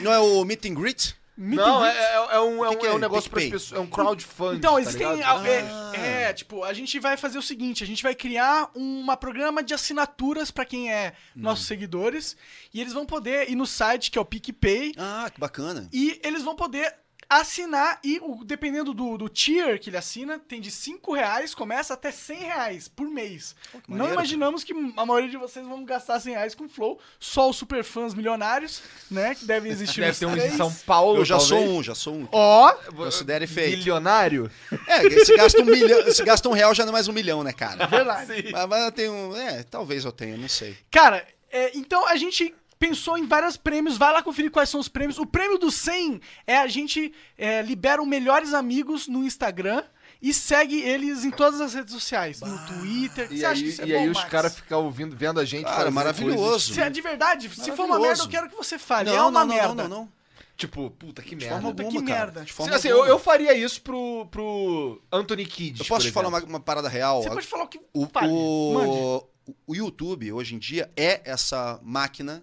Não é o meet and greet? Não, é, é- é um, é O que um, que é é um negócio para PicPay? pessoas. É um crowdfunding. Então, tá existem. ligado? é, é, tipo, a gente vai fazer o seguinte: a gente vai criar um programa de assinaturas pra quem é nossos seguidores. E eles vão poder ir no site, que é o PicPay, Ah, que bacana. e eles vão poder assinar. E o- dependendo do, do tier que ele assina, tem de 5 reais, começa até 100 reais por mês. Não maneiro, imaginamos que a maioria de vocês vão gastar 100 reais com Flow, só os superfãs milionários, né? Que devem existir Deve uns ter uns três. em São Paulo. Eu já talvez. sou um, já sou um. Ó, Considere feito. Milionário? É, se gasta um milhão, se gasta um real já não é mais um milhão, né, cara? verdade. Mas, mas eu tenho. É, talvez eu tenha, não sei. Cara, é, então a gente pensou em vários prêmios, vai lá conferir quais são os prêmios. O prêmio do 100 é a gente é, libera os melhores amigos no Instagram e segue eles em todas as redes sociais, no Twitter. E Você acha que aí, isso é e bom, aí os Max? caras ficam ouvindo, vendo a gente. Cara, fazendo maravilhoso. Se é de verdade, se for uma Maravilhoso. merda, eu quero que você fale. é uma não, merda. não, não, não. coisas- Tipo, puta que merda. forma Puta que alguma, cara. merda. De Sim, forma assim, eu, alguma. eu faria isso pro, pro Anthony Kidd. Eu posso te falar uma, uma parada real? Você pode falar o que O, vale. Mande. o, o YouTube, hoje em dia, é essa máquina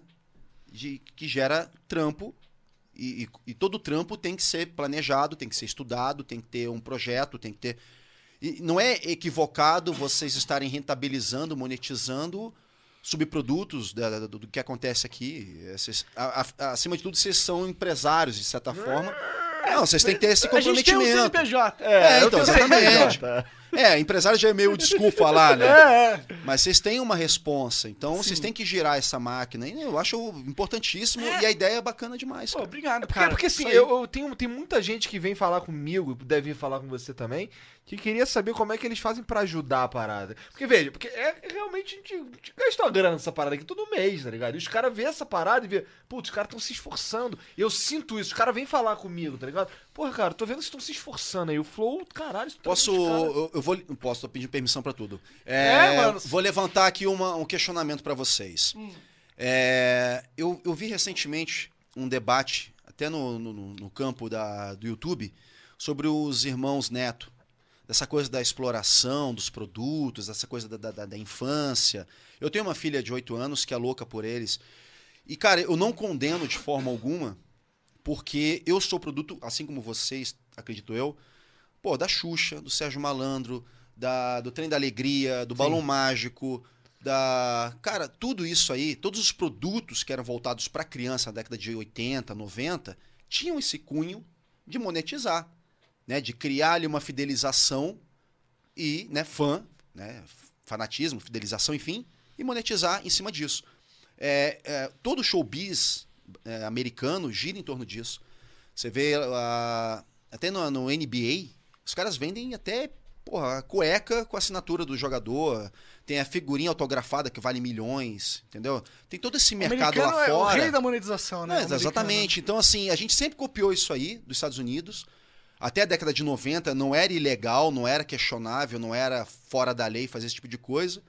de, que gera trampo. E, e- e todo trampo tem que ser planejado, tem que ser estudado, tem que ter um projeto, tem que ter. E não é equivocado vocês estarem rentabilizando, monetizando subprodutos da- da- do, do que acontece aqui. É, vocês- a- a- acima de tudo, vocês são empresários, de certa forma. Não, vocês têm que ter esse A gente tem um comprometimento. CNPJ. É, então, exatamente. É, empresário já é meio desculpa lá, né? Mas vocês têm uma responsa, então vocês têm que girar essa máquina. E eu acho importantíssimo e a ideia é bacana demais. Pô, Cara. obrigado, Porque, cara. porque assim, Isso aí. eu, eu tenho, tem muita gente que vem falar comigo, deve vir falar com você também, que queria saber como é que eles fazem pra ajudar a parada. Porque, veja, porque é realmente a gente, a gente gasta uma grana nessa parada aqui todo mês, tá ligado? E os caras vê essa parada e vê, putz, os caras estão se esforçando. Eu sinto isso, os caras vêm falar comigo, tá ligado? Porra, cara, tô vendo que vocês estão se esforçando aí. O flow, caralho, isso tá Posso. vendo os caras- Eu, eu vou. Posso, tô pedindo permissão pra tudo. É, É, mano. Vou levantar aqui uma- um questionamento pra vocês. É, eu, eu vi recentemente um debate, até no, no- no- no campo da- do YouTube, sobre os irmãos Neto. Dessa coisa da exploração dos produtos, dessa coisa da- da- da- da infância. Eu tenho uma filha de 8 anos que é louca por eles. E, cara, eu não condeno de forma alguma, porque eu sou produto, assim como vocês, acredito eu, pô, da Xuxa, do Sérgio Malandro, da, do Trem da Alegria, do Balão Mágico, da. Cara, tudo isso aí, todos os produtos que eram voltados pra criança na década de 80, 90, tinham esse cunho de monetizar, né? De criar ali uma fidelização e, né, fã, né? Fanatismo, fidelização, enfim, e monetizar em cima disso. É, é, todo showbiz é, americano gira em torno disso. Você vê ah, até no, no NBA, os caras vendem até porra, a cueca com a assinatura do jogador, tem a figurinha autografada que vale milhões, entendeu? Tem todo esse mercado Americano lá é o fora. rei da monetização, né? Não, O americano. exatamente. Então, assim, a gente sempre copiou isso aí dos Estados Unidos. Até a década de 90 não era ilegal, não era questionável, não era fora da lei fazer esse tipo de coisa.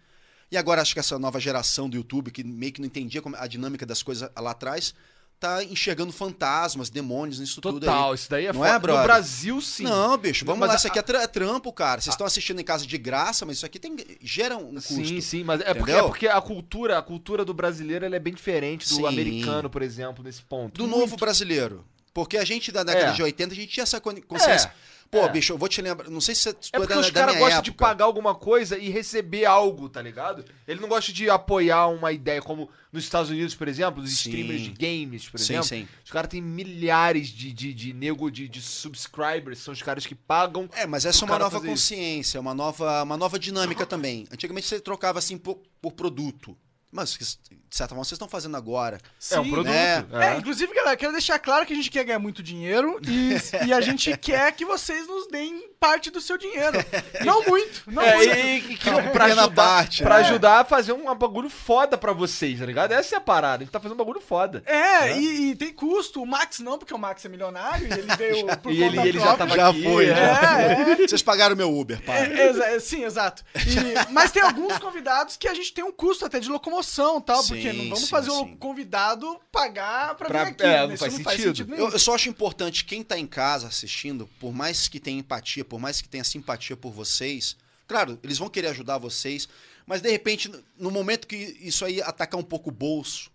E agora acho que essa nova geração do YouTube, que meio que não entendia como- a dinâmica das coisas lá atrás, tá enxergando fantasmas, demônios nisso tudo aí. Total, isso daí é Não foda. é, no brother? Brasil, sim. Não, bicho, vamos Mas lá, a- isso aqui é, tra- é trampo, cara. Vocês estão assistindo em casa de graça, mas isso aqui tem, gera um custo. Sim, sim, mas é porque, é Entendeu? porque a cultura, a cultura do brasileiro ela é bem diferente do Sim. americano, por exemplo, nesse ponto. do novo brasileiro. Porque a gente da década É. de 80, a gente tinha essa con- consciência. Pô, é. bicho, eu vou te lembrar. Não sei se você tu É é porque da- os da caras minha gostam de época. pagar alguma coisa e receber algo, tá ligado? Ele não gosta de apoiar uma ideia, como nos Estados Unidos, por exemplo, os Sim. streamers de games, por Sim, exemplo. sim. Os caras têm milhares de, de, de nego de, de subscribers, são os caras que pagam. É, mas essa pro é uma cara nova fazer isso. consciência, uma nova, uma nova dinâmica também. Antigamente você trocava assim por, por produto. Mas, de certa forma, vocês estão fazendo agora. é um Sim, produto. né? É, inclusive, galera, quero deixar claro que a gente quer ganhar muito dinheiro e, e a gente quer que vocês nos deem parte do seu dinheiro. Não muito, não É, muito. e, e- e que, É uma pra, pequena ajudar, parte, pra né? ajudar a fazer um bagulho foda pra vocês, tá ligado? Essa é a parada. A gente tá fazendo um bagulho foda. É, E, e tem custo. O Max não, porque o Max é milionário e ele veio por E ele, conta ele já própria. tava Já aqui. foi, é. já. É, é. Vocês pagaram meu Uber, pai. É, exa- sim, exato. E- mas tem alguns convidados que a gente tem um custo até de locomoção e tal, Sim, porque não vamos sim, fazer o sim. convidado pagar pra, Pra- vir aqui. é, né? não Isso faz sentido. nenhum. Eu, eu só acho importante quem tá em casa assistindo, por mais que tenha empatia, por mais que tenha simpatia por vocês, claro, eles vão querer ajudar vocês, mas de repente, no- no momento que isso aí atacar um pouco o bolso.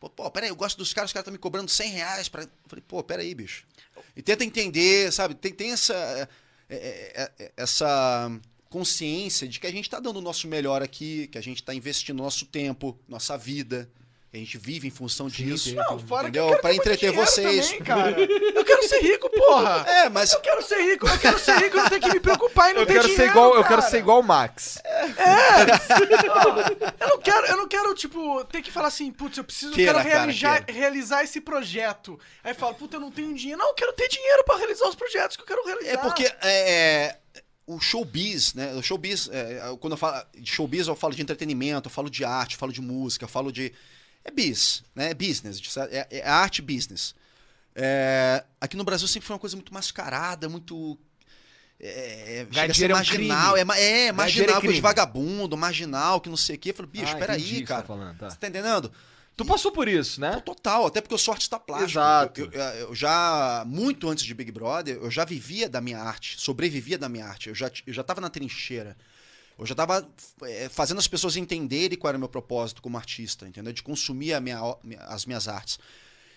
Pô, pô peraí, eu gosto dos caras, os caras estão me cobrando 100 reais. Pra... Eu Falei, pô, peraí, bicho. E tenta entender, sabe? Tem, tem essa, é, é, é, é, essa consciência de que a gente está dando o nosso melhor aqui, que a gente está investindo nosso tempo, nossa vida, que a gente vive em função disso. Não, fora Entendeu? que eu quero Pra ter muito entreter dinheiro vocês. também, cara. Eu quero ser rico, porra. É, mas Eu quero ser rico, eu quero ser rico, eu tenho que me preocupar e não Eu ter quero, dinheiro, ser igual, eu cara. quero ser igual o Max. Eu não quero, eu não quero, tipo, ter que falar assim, putz, eu preciso, eu Queira, quero cara, realizar, queira. realizar esse projeto. Aí fala, puta, eu não tenho dinheiro. Não, eu quero ter dinheiro pra realizar os projetos que eu quero realizar. é Tá. porque é, é, o showbiz, né? O showbiz, é, é, quando eu falo de showbiz, eu falo de entretenimento, eu falo de arte, eu falo de música, eu falo de. é bis, né? É business, é, é arte business. É, aqui no Brasil sempre foi uma coisa muito mascarada, muito. É, é, chega a ser dinheiro é um marginal, crime. é, ma- é, dinheiro é marginal, coisa de crime. vagabundo, marginal, que não sei o quê. Eu falo, bicho, Ah, entendi o peraí, que você tá cara. falando, tá. Você tá entendendo? Tu passou por isso, né? Total, até porque eu sou artista plástico. Exato. Eu, eu- eu já, muito antes de Big Brother, eu já vivia da minha arte, sobrevivia da minha arte. Eu já, eu já tava na trincheira. Eu já tava eh, fazendo as pessoas entenderem qual era o meu propósito como artista, entendeu? De consumir a minha o- minha- as minhas artes.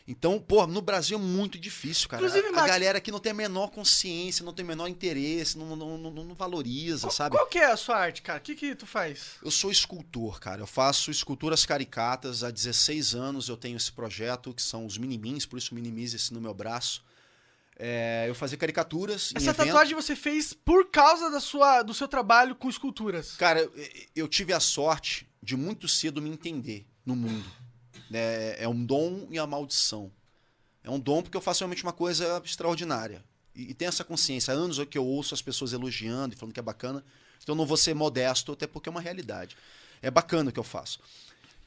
Então, pô, no Brasil é muito difícil, cara. Inclusive, a, a Max- galera que não tem a menor consciência, não tem o menor interesse, não, não, não, não valoriza, Qual, sabe? qual que é a sua arte, cara? O que, que tu faz? Eu sou escultor, cara. Eu faço esculturas caricatas. Há 16 anos eu tenho esse projeto, que são os minimins, por isso minimize esse no meu braço. É, eu fazia caricaturas em Essa evento. tatuagem você fez por causa da sua, do seu trabalho com esculturas. Cara, eu, eu tive a sorte de muito cedo me entender no mundo. né? É, um dom e a maldição. É um dom porque eu faço realmente uma coisa extraordinária. E, e tenho essa consciência. Há anos é que eu ouço as pessoas elogiando e falando que é bacana. Então eu não vou ser modesto, até porque é uma realidade. É bacana o que eu faço.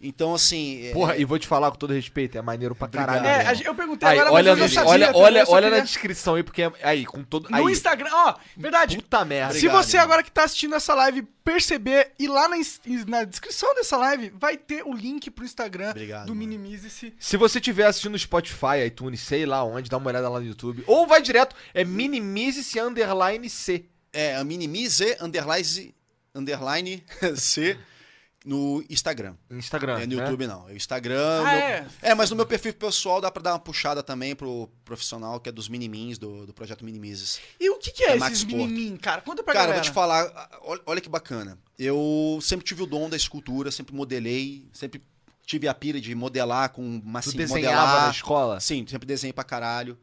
Então, assim. é- Porra, e vou te falar com todo respeito, é maneiro pra Obrigado. caralho. É, irmão. a gente- eu perguntei Aí, agora, mas olha, eu não no- sabia. olha, também, olha, eu só olha na queria- descrição aí, porque é, aí, com todo. No aí, Instagram, ó, verdade. Puta merda. Se você agora que tá assistindo essa live perceber e lá na, ins- na descrição dessa live vai ter o link pro Instagram Obrigado, do mano. Minimize-se. Se você estiver assistindo no Spotify, iTunes, sei lá onde, dá uma olhada lá no YouTube. Ou vai direto, é minimize-se underline C. É, a minimize underline, underline C no Instagram. no Instagram. Não é no né? YouTube, não. É o Instagram. Ah, meu- é? mas no meu perfil pessoal dá pra dar uma puxada também pro profissional, que é dos minimins, do, do projeto Minimizes. E o que, que é, É Max esses Porto. minimin, cara? Conta pra Cara, eu galera. vou te falar, olha, olha que bacana. Eu sempre tive o dom da escultura, sempre modelei, sempre tive a pira de modelar com Tu assim, massinha, desenhava na modelar. escola? Sim, sempre desenhei pra caralho.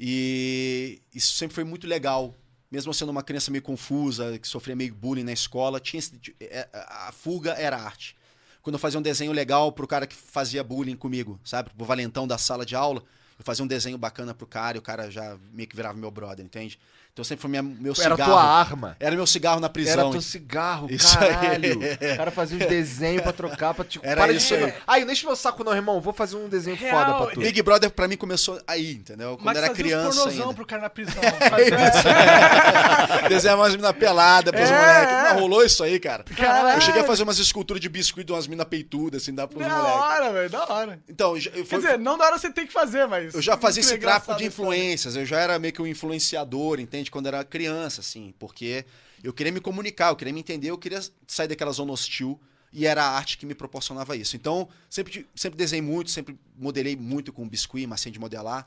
E isso sempre foi muito legal. Mesmo eu sendo uma criança meio confusa, que sofria meio bullying na escola, tinha esse- é, a fuga era arte. Quando eu fazia um desenho legal pro cara que fazia bullying comigo, sabe? Pro valentão da sala de aula, eu fazia um desenho bacana pro cara e o cara já meio que virava meu brother, entende? Então sempre foi minha, meu Era cigarro. tua arma. Era meu cigarro na Era prisão. teu cigarro, Isso aí. caralho. O cara fazia uns desenhos pra trocar, pra te... Era Para de isso ser- aí. Ai, não enche meu saco não, irmão. Vou fazer um desenho Real, foda pra tu. Big Brother pra mim começou aí, entendeu? Quando Max era fazia uns criança pornozão ainda. É, pro cara na prisão. Fazia- Desenhava umas minas peladas pros É, moleques. é. Não, rolou isso aí, cara. Caralho. Eu cheguei a fazer umas esculturas de biscoito de umas minas peitudas, assim, dá pros da moleques. hora, velho, da hora. Então, eu já- eu, Quer fui- dizer, não da hora você tem que fazer, mas... eu já fazia que esse legal, tráfico sabe, de influências. Eu já era meio que um influenciador, entende? Quando era criança, assim. Porque eu queria me comunicar, eu queria me entender, eu queria sair daquela zona hostil. E era a arte que me proporcionava isso. Então, sempre, de- sempre desenhei muito, sempre modelei muito com biscuit, massinha de modelar.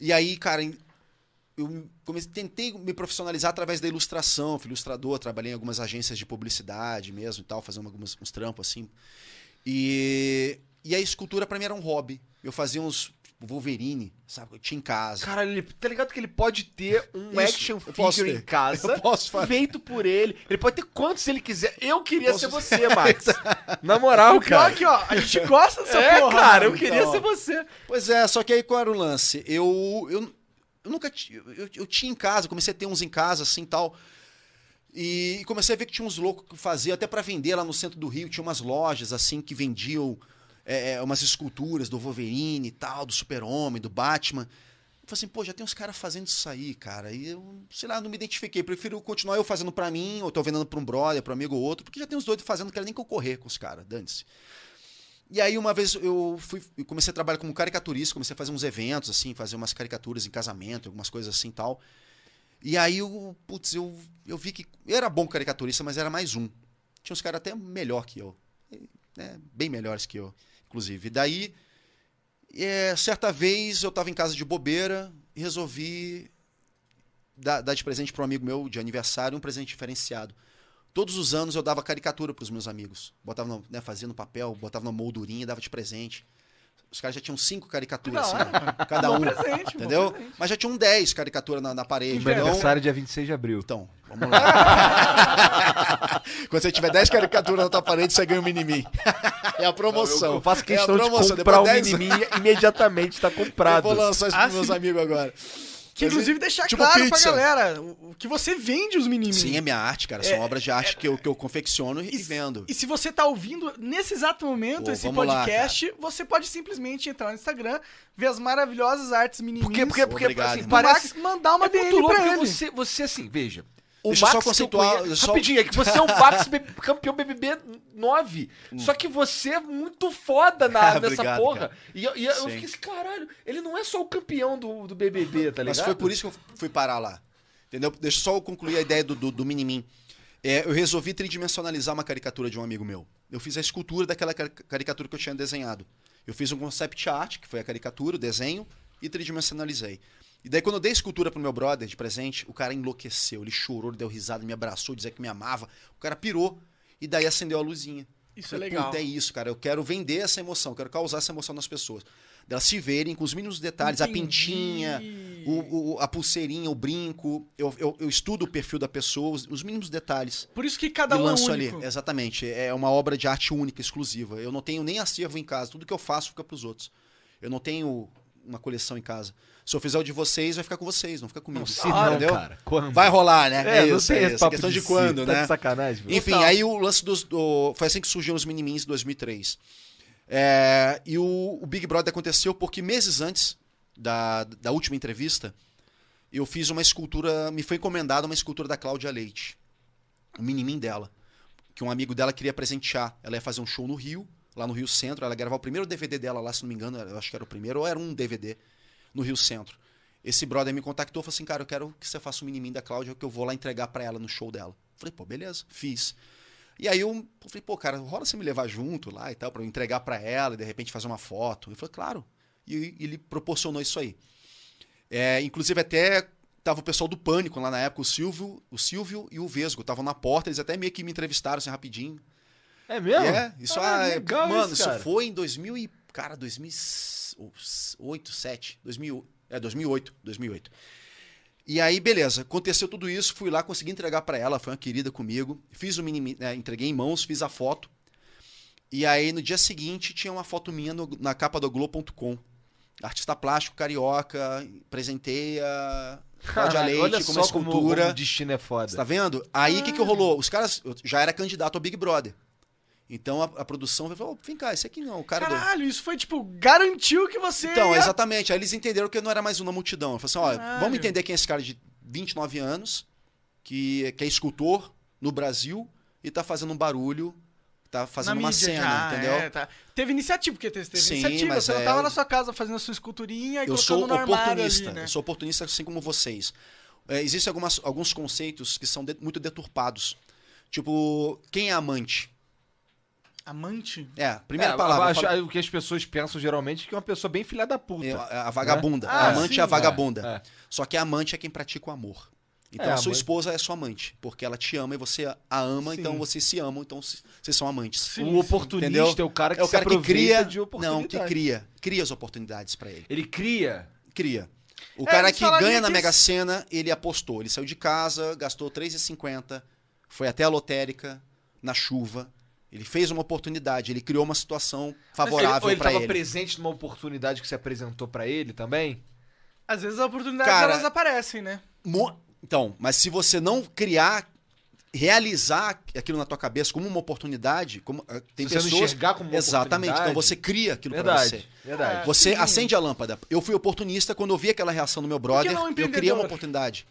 E aí, cara, em- eu comecei, tentei me profissionalizar através da ilustração, fui ilustrador, trabalhei em algumas agências de publicidade mesmo e tal, fazendo alguns uns trampos assim. E, e a escultura pra mim era um hobby. Eu fazia uns Wolverine, sabe? Eu tinha em casa. Caralho, ele, tá ligado que ele pode ter um Isso, action eu posso figure ter. em casa Eu posso fazer. feito por ele. Ele pode ter quantos ele quiser. Eu queria Posso- ser você, Max. Na moral, Pior é cara. que, ó, a gente gosta dessa É, porra. cara, eu mano. queria então. ser você. Pois é, só que aí qual era o lance? Eu, eu, eu nunca ti- eu, eu, eu tinha em casa, comecei a ter uns em casa assim tal. E comecei a ver que tinha uns loucos que faziam, até pra vender lá no centro do Rio, tinha umas lojas assim que vendiam é, é, umas esculturas do Wolverine e tal, do Super-Homem, do Batman. Eu falei assim, pô, já tem uns caras fazendo isso aí, cara. E eu, sei lá, não me identifiquei. Prefiro continuar eu fazendo pra mim, ou tô vendendo pra um brother, pra um amigo ou outro, porque já tem uns doidos fazendo, não quero nem concorrer com os caras, dane-se. E aí uma vez eu fui, eu comecei a trabalhar como caricaturista, comecei a fazer uns eventos assim, fazer umas caricaturas em casamento, algumas coisas assim, e tal. E aí eu, putz, eu, eu vi que eu era bom caricaturista, mas era mais um. Tinha uns caras até melhor que eu, né, bem melhores que eu, inclusive. E daí é, certa vez eu tava em casa de bobeira e resolvi dar, dar de presente para um amigo meu de aniversário um presente diferenciado. Todos os anos eu dava caricatura pros meus amigos. Botava, no, né, fazia no papel, botava na moldurinha, e dava de presente. Os caras já tinham cinco caricaturas, Que da assim, hora, cada Bom um. presente, bom entendeu? presente. Mas já tinham dez caricaturas na, na parede. Meu então- Um Aniversário dia 26 de abril. então, vamos lá. Quando você tiver 10 caricaturas na tua parede, você ganha um mini-mim. É a promoção. Eu, eu faço é questão a de promoção. comprar o Depois de 10 mini-mim imediatamente, tá eu comprado. vou lançar isso pros Ah, meus sim. amigos agora. Que inclusive deixar Tipo claro pra pizza. galera o o que você vende os meninos. Sim, é minha arte, cara. São obras é, de arte que, eu, que eu confecciono e, E, e vendo. e se você tá ouvindo nesse exato momento Pô, esse vamos lá, podcast, você pode simplesmente entrar no Instagram, ver as maravilhosas artes menininhas. Porque, porque, porque Obrigado, assim, irmão. parece. Max mandar uma é muito DM louco pra que ele. Você, você, assim, veja. O Deixa eu só Max que eu conceituar, conheço- só- Rapidinho, é que você é o Max B- campeão BBB 9. Só que você é muito foda na, nessa Hum. Obrigado, porra. cara. E, eu- e eu Sim. fiquei assim, caralho, ele não é só o campeão do, do BBB, tá ligado? Mas foi por isso que eu fui parar lá. Entendeu? Deixa só eu concluir a ideia do, do, do Minimin. É, eu resolvi tridimensionalizar uma caricatura de um amigo meu. Eu fiz a escultura daquela car- caricatura que eu tinha desenhado. Eu fiz um concept art, que foi a caricatura, o desenho, e tridimensionalizei. E daí, quando eu dei a escultura pro meu brother de presente, o cara enlouqueceu. Ele chorou, ele deu risada, me abraçou, dizia que me amava. O cara pirou. E daí acendeu a luzinha. Isso Falei, é legal. "Puta, é isso, cara. Eu quero vender essa emoção, eu quero causar essa emoção nas pessoas. Delas se verem com os mínimos detalhes, a Entendi. pintinha, o- o- a pulseirinha, o brinco. Eu, eu- eu estudo o perfil da pessoa, os, os mínimos detalhes. Por isso que cada e um é lanço único. ali. Exatamente. É uma obra de arte única, exclusiva. Eu não tenho nem acervo em casa. Tudo que eu faço fica pros outros. Eu não tenho uma coleção em casa. Se eu fizer o de vocês, vai ficar com vocês, não fica comigo. se não, cara. Quando? Vai rolar, né? É, não tem esse isso. É papo questão de si, quando, Tá né? de sacanagem, velho. Enfim, aí o lance dos. do- foi assim que surgiram os Minimins em 2003. É, e o, o Big Brother aconteceu porque meses antes da, da última entrevista, eu fiz uma escultura. Me foi encomendada uma escultura da Cláudia Leite. O Minimin dela. Que um amigo dela queria presentear. Ela ia fazer um show no Rio, lá no Rio Centro. Ela ia gravar o primeiro DVD dela lá, se não me engano. Eu acho que era o primeiro, ou era um DVD no Rio Centro. Esse brother me contactou e falou assim: Cara, eu quero que você faça o minimin da Cláudia que eu vou lá entregar pra ela no show dela. Falei, pô, beleza, fiz. E aí eu falei, pô, cara, rola você me levar junto lá e tal, pra eu entregar pra ela e de repente fazer uma foto. Ele falou, claro. E ele proporcionou isso aí. É, inclusive até tava o pessoal do Pânico lá na época, o Silvio, o Silvio e o Vesgo estavam na porta, eles até meio que me entrevistaram assim rapidinho. É mesmo? E é, isso Caralho, ah, é- legal mano, isso, isso, cara. foi em 2000 e, cara, 2008, 7, 2000, é 2008, 2008. E aí, beleza, aconteceu tudo isso, fui lá, consegui entregar pra ela, foi uma querida comigo, fiz o mini, né, entreguei em mãos, fiz a foto. E aí no dia seguinte tinha uma foto minha no- na capa do Globo.com. Artista plástico carioca, presenteia Cláudia Caralho, olha Leite como só como, como escultura. o destino é foda. Você tá vendo? Aí o Ah. que, que rolou? Os caras eu já era candidato ao Big Brother. Então a, a produção falou: "Ô, vem cá, esse aqui não, o cara do. Caralho, isso foi tipo, garantiu que você. Então, ia- exatamente. Aí eles entenderam que eu não era mais um na multidão. Eu falei assim: ó, Caralho. vamos entender quem é esse cara de 29 anos, que, que é escultor no Brasil e tá fazendo um barulho, tá fazendo na uma mídia cena, já, entendeu? é, tá. Teve iniciativa, porque teve, teve Sim, iniciativa. mas Você não é- tava na sua casa fazendo a sua esculturinha e eu colocando sou no armário oportunista. ali, né? Eu sou oportunista assim como vocês. É, existem algumas, alguns conceitos que são de- muito deturpados. Tipo, quem é amante? Amante? É, primeira É, palavra. eu acho- O que as pessoas pensam geralmente é que é uma pessoa bem filha da puta. É, a, a vagabunda. Né? A Ah, amante sim. é a vagabunda. É, é. Só que a amante é quem pratica o amor. Então É, a a sua amante- esposa é sua amante, porque ela te ama e você a ama, Sim. então vocês se amam, então c- vocês são amantes. Sim, o oportunista Entendeu? é o cara que é o se cara que aproveita cria, de oportunidade. não, que cria, cria as oportunidades pra ele. Ele cria. Cria. O É, cara eles que falariam ganha na que Mega esse- Sena, ele apostou, ele saiu de casa, gastou 3,50, foi até a lotérica na chuva. Ele fez uma oportunidade, ele criou uma situação ou favorável ele pra tava ele. presente numa oportunidade que se apresentou pra ele também? Às vezes as oportunidades Cara, elas aparecem, né? Mo- Então, mas se você não criar, realizar aquilo na tua cabeça como uma oportunidade, como ah, tem Se você não pessoas enxergar como uma exatamente, então oportunidade. você cria aquilo pra você. Verdade, verdade. É. Você Sim. acende a lâmpada. Eu fui oportunista quando eu vi aquela reação do meu que brother, não um eu criei uma empreendedor? oportunidade.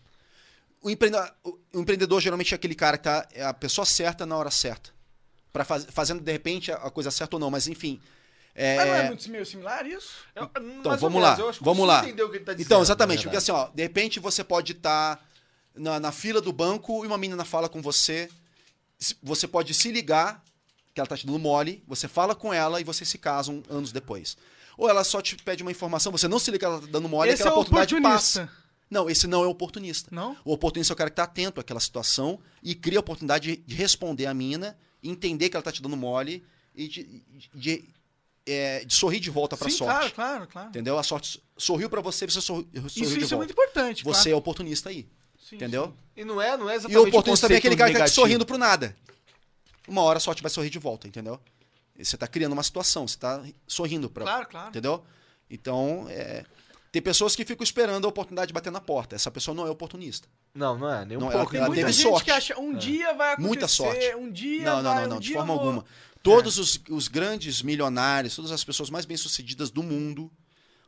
O, empreende- o- o empreendedor geralmente é aquele cara que tá é a pessoa certa na hora certa. Para fazendo de repente a- a coisa certa ou não, mas enfim. É, Mas não é muito meio similar isso? É, Eu- então, mais ou vamos menos, lá. eu acho que vamos você lá. entendeu o que ele tá então, dizendo, né? exatamente, na porque verdade. assim, ó, de repente você pode estar na, na fila do banco e uma menina fala com você. Se- Você pode se ligar, que ela tá te dando mole, você fala com ela e vocês se casam anos depois. Ou ela só te pede uma informação, você não se liga, ela tá dando mole, Esse é aquela o oportunidade oportunista. passa. Não, esse não é o oportunista. Não? O oportunista é o cara que tá atento àquela situação e cria a oportunidade de- de responder a mina, entender que ela tá te dando mole e de, de- de- é, de sorrir de volta pra Sim, sorte. claro, claro, claro. Entendeu? A sorte sorriu pra você, você sorri, sorriu Isso, de isso é volta. muito importante, você claro. é oportunista aí, Sim, entendeu? sim. E não é, não é E exatamente o oportunista também é aquele cara que tá te negativo. sorrindo pro nada. Uma hora a sorte vai sorrir de volta, entendeu? E Você tá criando uma situação, você tá sorrindo pra... Claro, claro. Entendeu? Então, é... Tem pessoas que ficam esperando a oportunidade de bater na porta. Essa pessoa não é oportunista. Não, não é. Nem um Não, pouco. ela Tem né? muita teve gente sorte. É. que acha um dia vai acontecer, Muita sorte. um dia Não, não, vai, não, um não, de dia É. eu forma vou- alguma. Todos os, os grandes milionários, todas as pessoas mais bem-sucedidas do mundo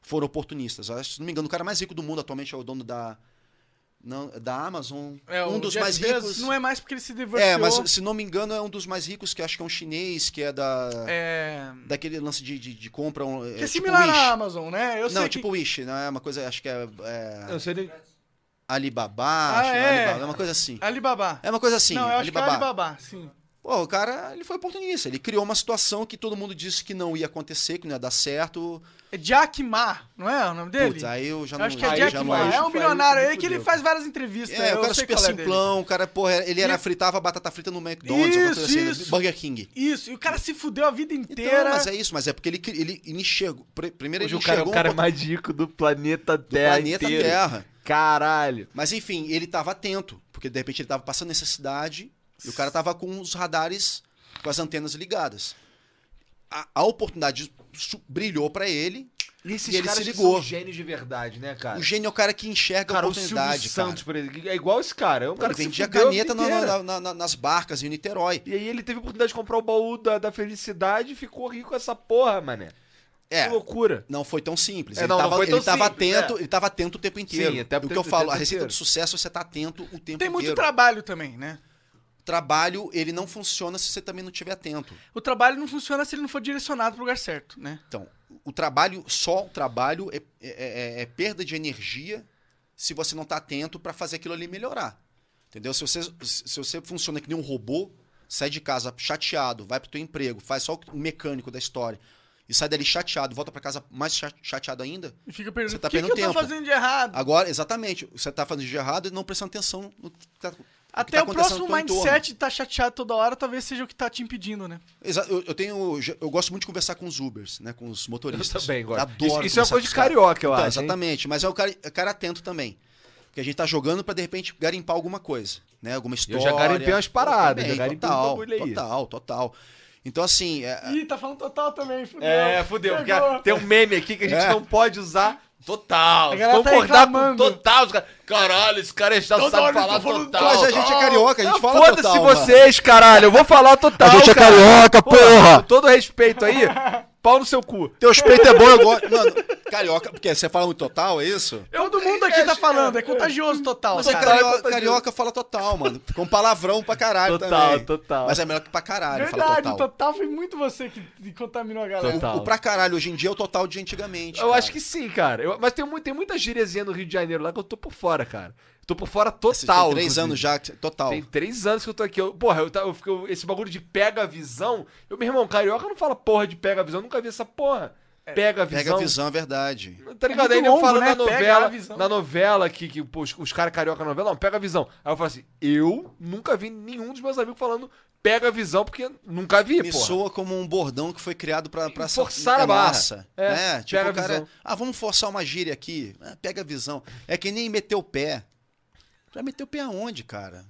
foram oportunistas. Acho- Se não me engano, o cara mais rico do mundo atualmente é o dono da, não, da Amazon. É, um o dos Jeff mais Bezos ricos. Não é mais porque ele se divorciou. É, mas se não me engano, é um dos mais ricos, que acho que é um chinês, que é da. É, Daquele lance de, de, de compra. Um, é, que é tipo similar Wish. à Amazon, né? Eu não, sei tipo que... Wish, não é uma coisa, acho que é, é Eu sei nem- Alibaba, Ah, acho, não é. Alibaba, é uma coisa assim. Alibaba. É uma coisa assim, não, eu acho Alibaba. que é Alibaba, sim. Pô, o cara, ele foi oportunista, ele criou uma situação que todo mundo disse que não ia acontecer, que não ia dar certo. É Jack Ma, não é o nome dele? Putz, aí eu já Eu não acho que é aí aí Jack já não Ma. é. É um Aí bilionário aí fudeu. que ele faz várias entrevistas. É, eu o cara sei super qual é dele. simplão, o cara, porra, ele era E- fritava batata frita no McDonald's, Isso, alguma coisa assim, isso. Burger King. Isso, e o cara se fudeu a vida Então, inteira. mas é isso, mas é porque ele, cri- ele enxergou. pr- Primeiro Hoje ele o cara é enxergou o um cara pot- mais rico do planeta do Terra. planeta inteiro. Terra. Caralho. Mas enfim, ele tava atento, porque de repente ele tava passando necessidade e o cara tava com os radares, com as antenas ligadas. A, a oportunidade su- brilhou pra ele. E esses E ele caras se que ligou. são gênios de verdade, né, cara? O gênio é o cara que enxerga Cara, a o Silvio oportunidade, cara. Santos, por exemplo, que é igual esse cara. É um cara ele que se vendia fudeu a caneta vida na- inteira. na- na- na- nas barcas em Niterói. E aí ele teve a oportunidade de comprar o baú da, da felicidade e ficou rico essa porra, mané. É, Que loucura. não foi tão simples. É, ele não, não tava, foi tão ele tava simples, atento, é. ele tava atento o tempo inteiro. Sim, o até o que eu tempo- falo, tempo a receita inteiro. do sucesso é você tá atento o tempo Tem muito inteiro. trabalho também, né? Trabalho, ele não funciona se você também não tiver atento. O trabalho não funciona se ele não for direcionado pro lugar certo, né? Então, o trabalho, só o trabalho é, é- é- é perda de energia se você não está atento para fazer aquilo ali melhorar. Entendeu? Se você, se você funciona que nem um robô, sai de casa chateado, vai pro teu emprego, faz só o mecânico da história e sai dali chateado, volta para casa mais cha- chateado ainda. E fica perguntando, Você tá o que, que perdendo eu tô tempo. fazendo de errado? Agora, exatamente, você tá fazendo de errado e não prestando atenção no que tá, no que Até tá o acontecendo próximo no teu entorno. mindset de tá chateado toda hora, talvez seja o que tá te impedindo, né? Exa- Eu, eu tenho, eu gosto muito de conversar com os Ubers, né, com os motoristas. Eu também gosto. Adoro. Isso- isso é uma conversar coisa com de os caras. carioca, eu Então, acho, hein? Exatamente, mas é o cara, é cara atento também. Porque a gente tá jogando pra de repente garimpar alguma coisa, né? Alguma já história. garimpei umas paradas, já garimpei uns total, bagulho aí. Total, total. Então assim, é- Ih, tá falando total também, fudeu. É, fudeu. Porque tem um meme aqui que a gente É. não pode usar total. A galera tá Concordar com reclamando. total. Os caras, caralho, esse cara já Toda sabe hora ele falar tá falando total. mas a gente é carioca, a gente Não, fala total. Foda-se mano. vocês, caralho. Eu vou falar total. A gente é cara. carioca, porra. Com todo respeito aí, pau no seu cu. Teus peitos é bom, eu gosto. Mano, carioca, porque você fala muito total, é isso? Todo mundo aqui tá falando, é contagioso total, Mas é cara. carioca, carioca fala total, mano. Ficou um palavrão pra caralho Total, também. total. Mas é melhor que pra caralho fala Verdade, o total. total foi muito você que que contaminou a galera. Total. O pra caralho hoje em dia é o total de antigamente. Eu cara. acho que sim, cara. Eu- mas tem, mu- tem muita gíriazinha no Rio de Janeiro lá que eu tô por fora, cara. Tô por fora Assim, total. tem três inclusive. anos já, que- total. é Tem três anos que eu tô aqui. Eu- porra, eu, tá- eu fico- esse bagulho de pega-visão. Eu, meu irmão, carioca não fala porra de pega-visão. eu Nunca vi essa porra. Pega-visão. Pega a visão, é verdade. Tá ligado? É Aí muito eu longo, falo né? Pega na a novela, visão. na novela que, que pô, os, os caras carioca na novela, não, pega a visão. Aí eu falo assim, eu nunca vi nenhum dos meus amigos falando pega a visão, porque nunca vi, Me porra. soa como um bordão que foi criado pra, pra Forçar é a barra. massa, É, né? Tipo, pega o a cara. visão. Ah, vamos forçar uma gíria aqui. Ah, pega a visão. É que nem meter o pé. Já meteu o pé aonde, cara?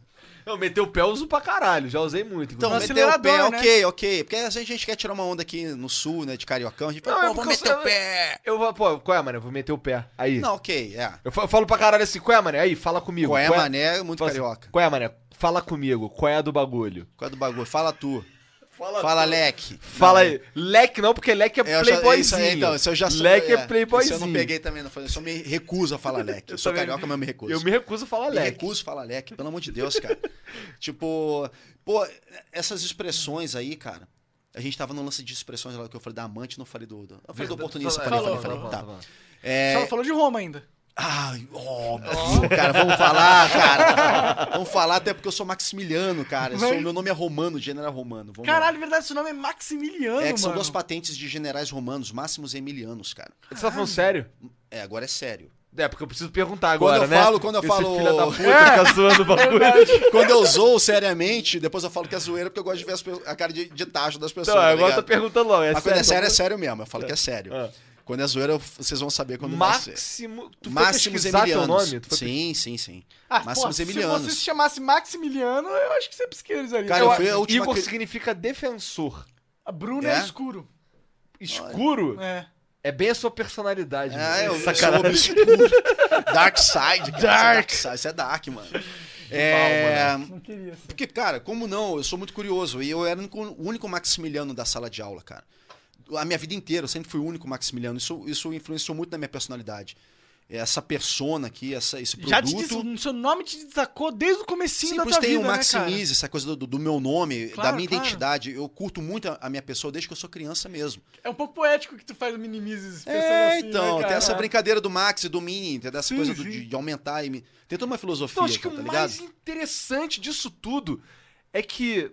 Eu meter o pé eu uso pra caralho, já usei muito. Então, inclusive. mas- meter o pé, acelerador, né? ok, ok. Porque às vezes a gente quer tirar uma onda aqui no sul, né, de cariocão. A gente fala, Não, é pô, vamos porque meter eu- o pé. eu vou, pô, qual é, mano? Eu vou meter o pé. Aí. Não, ok, é. Eu fa- eu falo pra caralho assim, qual é, mané? Aí, fala comigo. Qual é, mané? Muito Fala assim, carioca. Qual é, mané? Fala comigo. Qual é a do bagulho? Qual é do bagulho? Fala tu. Fala, Fala leque. Fala aí. Leque não, porque leque é É, eu já- playboyzinho. isso aí, então, isso eu já sou- Leque é, Isso playboyzinho. eu não peguei também, não. Eu só me recuso a falar leque. Eu sou também- carioca, mas eu me recuso. Eu me recuso a falar Me leque. recuso a falar leque, pelo amor de Deus, cara. tipo, pô, essas expressões aí, cara. A gente tava no lance de expressões lá que eu falei da amante, não falei do. do eu falei do oportunista, falei, falei, falei. Falou, tá. falou, falou. Só falou de Roma ainda. Ai, óbvio, cara, vamos falar, cara. Vamos falar, até porque eu sou Maximiliano, cara. Eu sou- Mas- meu nome é Romano, general Romano. Vamos lá. Caralho, verdade, seu nome é Maximiliano, É que são mano. duas patentes de generais romanos, máximos e emilianos, cara. Você tá falando sério? É, agora é sério. É, porque eu preciso perguntar Quando agora, eu né? falo- quando eu Esse falo- É, filho da puta fica zoando o bagulho. Quando eu zoo seriamente, depois eu falo que é zoeira, porque eu gosto de ver as pe- a cara de, de tacho das pessoas. Então, tá agora ligado? tá perguntando logo. É Mas quando é sério, é então- sério mesmo. Eu falo que é sério. É. Quando é zoeira, eu- vocês vão saber quando vai ser. Máximo. Tu foi Máximos pesquisar teu Emilianos. nome? Tu foi Sim, sim, sim. Ah, pô, Máximos se você Emilianos. se chamasse Maximiliano, eu acho que você é pesquisaria. Cara, eu fui a pesquisar- última... Igor que- significa defensor. A né? Bruna É? é escuro. Escuro É. é, É bem a sua personalidade. mano. É, eu, eu sou obscuro. Dark Side, cara. Dark. Side, isso é Dark, mano. É, Não queria ser. porque, cara, como não? Eu sou muito curioso. E eu era o único- o único Maximiliano da sala de aula, cara. A minha vida inteira, eu sempre fui o único Maximiliano. Isso, isso influenciou muito na minha personalidade. Essa persona aqui, essa, esse produto. Já te disse, o seu nome te destacou desde o comecinho Sim, da por tua isso tem vida, o né, cara? Maximize, essa coisa do, do meu nome, Claro, da minha claro. identidade. Eu curto muito a, a minha pessoa desde que eu sou criança mesmo. É um pouco poético que tu faz o Minimizes pensando É, assim, então, né, cara? tem essa brincadeira do Max e do Mini, entendeu? Dessa Sim, coisa do- sim. de, de aumentar e me... Tem toda uma filosofia, Então, acho que cara, o tá ligado? mais interessante disso tudo é que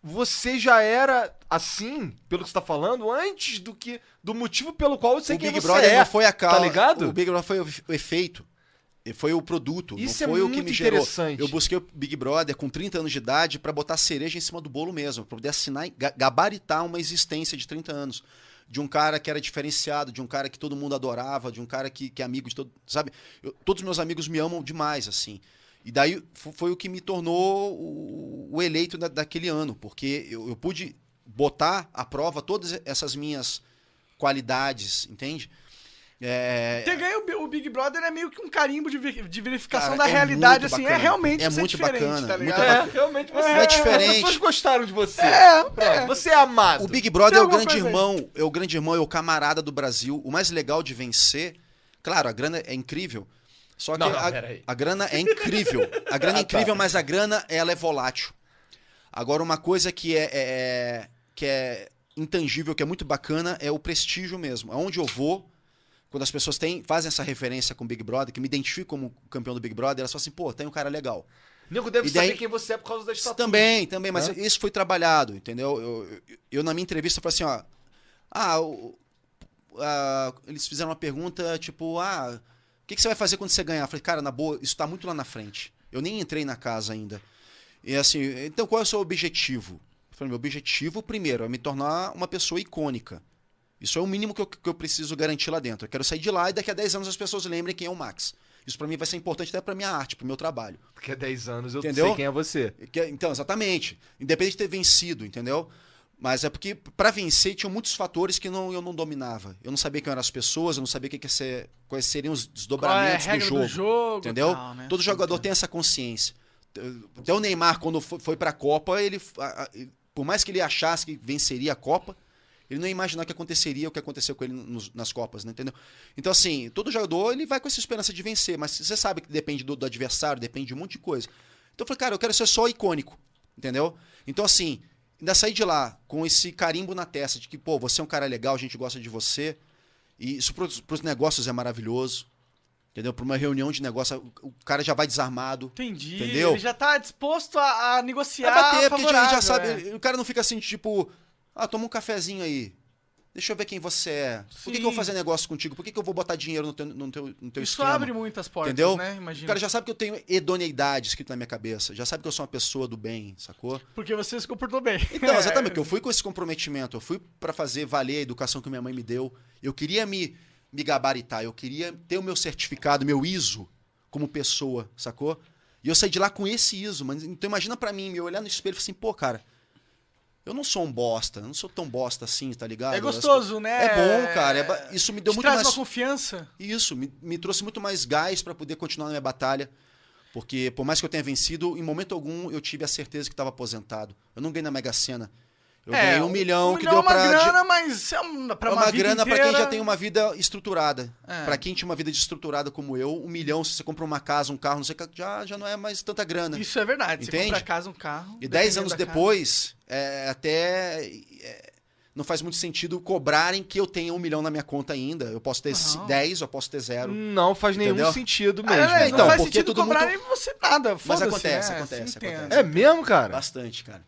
você já era assim, pelo que você tá falando, antes do que do motivo pelo qual eu sei o quem Big você Brother é. não foi a causa. tá ligado? O Big Brother foi o efe- o efeito. E Foi o produto. Isso é não foi o que muito me gerou. interessante. Eu busquei o Big Brother com 30 anos de idade pra botar cereja em cima do bolo mesmo, pra poder assinar, e ga- gabaritar uma existência de 30 anos. De um cara que era diferenciado, de um cara que todo mundo adorava, de um cara que, que é amigo de todo. Sabe? Eu- todos meus amigos me amam demais, assim. E daí fo- foi o que me tornou o, o eleito da- daquele ano, porque eu, eu pude botar à prova todas essas minhas qualidades, entende? É, Ter ganho o Bi- o Big Brother é meio que um carimbo de, ver- de verificação Cara, da é realidade, muito assim. É bacana. realmente É você muito diferente, bacana, tá muito ligado? É, realmente você É diferente. As pessoas gostaram de você. É, Pronto, você é amado. O Big Tem Brother é o alguma grande coisa aí. irmão, é o grande irmão, é o camarada do Brasil. O mais legal de vencer, claro, a grana é incrível. Só que Não, não, a, peraí. Ah, tá. a grana é incrível. A grana é incrível, mas a grana ela é volátil. Agora, uma coisa que é, é- é- que é intangível, que é muito bacana, é o prestígio mesmo. Aonde eu vou, quando as pessoas têm, fazem essa referência com o Big Brother, que me identifico como campeão do Big Brother, elas falam assim, pô, tem um cara legal. Nego deve E daí- saber quem você é por causa da estatua. Também, também, mas isso foi trabalhado, entendeu? Eu, eu- eu, na minha entrevista, falei assim, ó... Ah, o- ah, eles fizeram uma pergunta, tipo, ah, o que, que você vai fazer quando você ganhar? Eu falei, cara, na boa, isso tá muito lá na frente. Eu nem entrei na casa ainda. E assim, então qual é o seu objetivo? Eu falei, meu objetivo, primeiro, é me tornar uma pessoa icônica. Isso é o mínimo que eu, que eu preciso garantir lá dentro. Eu quero sair de lá e daqui a 10 anos as pessoas lembrem quem é o Max. Isso pra mim vai ser importante até pra minha arte, pro meu trabalho. Porque há 10 anos eu Entendeu? sei quem é você. Que- Então, exatamente. Independente de ter vencido, entendeu? Mas é porque pra vencer tinham muitos fatores que não, eu não dominava. Eu não sabia quem eram as pessoas, eu não sabia o que que ia ser- quais seriam os Qual é a desdobramentos do regra jogo. do jogo, entendeu? tal, né? Todo jogador tem essa consciência. Até o Neymar, quando fo- foi pra Copa, ele, a- a- ele- por mais que ele achasse que venceria a Copa, ele não ia imaginar o que aconteceria, o que aconteceu com ele nos- nas Copas, né? entendeu? Então, assim, todo jogador ele vai com essa esperança de vencer, mas você sabe que depende do, do adversário, depende de um monte de coisa. Então eu falei, cara, eu quero ser só icônico, entendeu? Então, assim, ainda saí de lá com esse carimbo na testa de que, pô, você é um cara legal, a gente gosta de você. E isso pros, pros negócios é maravilhoso. Entendeu? Pra uma reunião de negócio, o o cara já vai desarmado. Entendi. Entendeu? Ele já tá disposto a, a negociar. Vai bater, porque favorável, a gente já sabe. é. O cara não fica assim, tipo, ah, toma um cafezinho aí. Deixa eu ver quem você é. Por que, que eu Sim. vou fazer negócio contigo? Por que, que eu vou botar dinheiro no teu, no teu, no teu Isso esquema? abre um muitas portas, Entendeu? né? O Imagina. cara já sabe que eu tenho idoneidade escrito na minha cabeça. Já sabe que eu sou uma pessoa do bem, sacou? Porque você se comportou bem. É Então, exatamente, porque eu fui com esse comprometimento, eu fui pra fazer valer a educação que minha mãe me deu. Eu queria me, me gabaritar, eu queria ter o meu certificado, meu ISO, como pessoa, sacou? E eu saí de lá com esse ISO, mano. Então imagina pra mim, me olhar no espelho e falar assim, pô, cara, eu não sou um bosta, eu não sou tão bosta assim, tá ligado? É gostoso, né? É bom, cara. é ba- Isso me deu Te muito traz mais. uma confiança. E Isso, me, me trouxe muito mais gás pra poder continuar na minha batalha. Porque, por mais que eu tenha vencido, em momento algum eu tive a certeza que estava aposentado. Eu não ganhei na Mega Sena. Eu ganhei um milhão que é deu uma pra. di- grana, mas é um- pra é uma, uma vida grana pra inteira. quem já tem um uma vida estruturada. É. Pra quem tinha uma vida desestruturada como eu, um milhão, se você compra uma casa, um carro, não sei o que, já, já não é mais tanta grana. Isso é verdade. Você Entende? compra casa, um carro. E 10 dependendo anos da casa. depois, é, até é, não faz muito sentido cobrarem que eu tenha um milhão na minha conta ainda. Eu posso ter Não. Hum. 10, eu posso ter zero. Não faz nenhum Entendeu? sentido Ah, mesmo. é, né? não Então, faz porque sentido todo mundo- cobrarem você nada. foda-se, acontece, né? acontece, Assim tem acontece. essa. É mesmo, cara? Bastante, cara.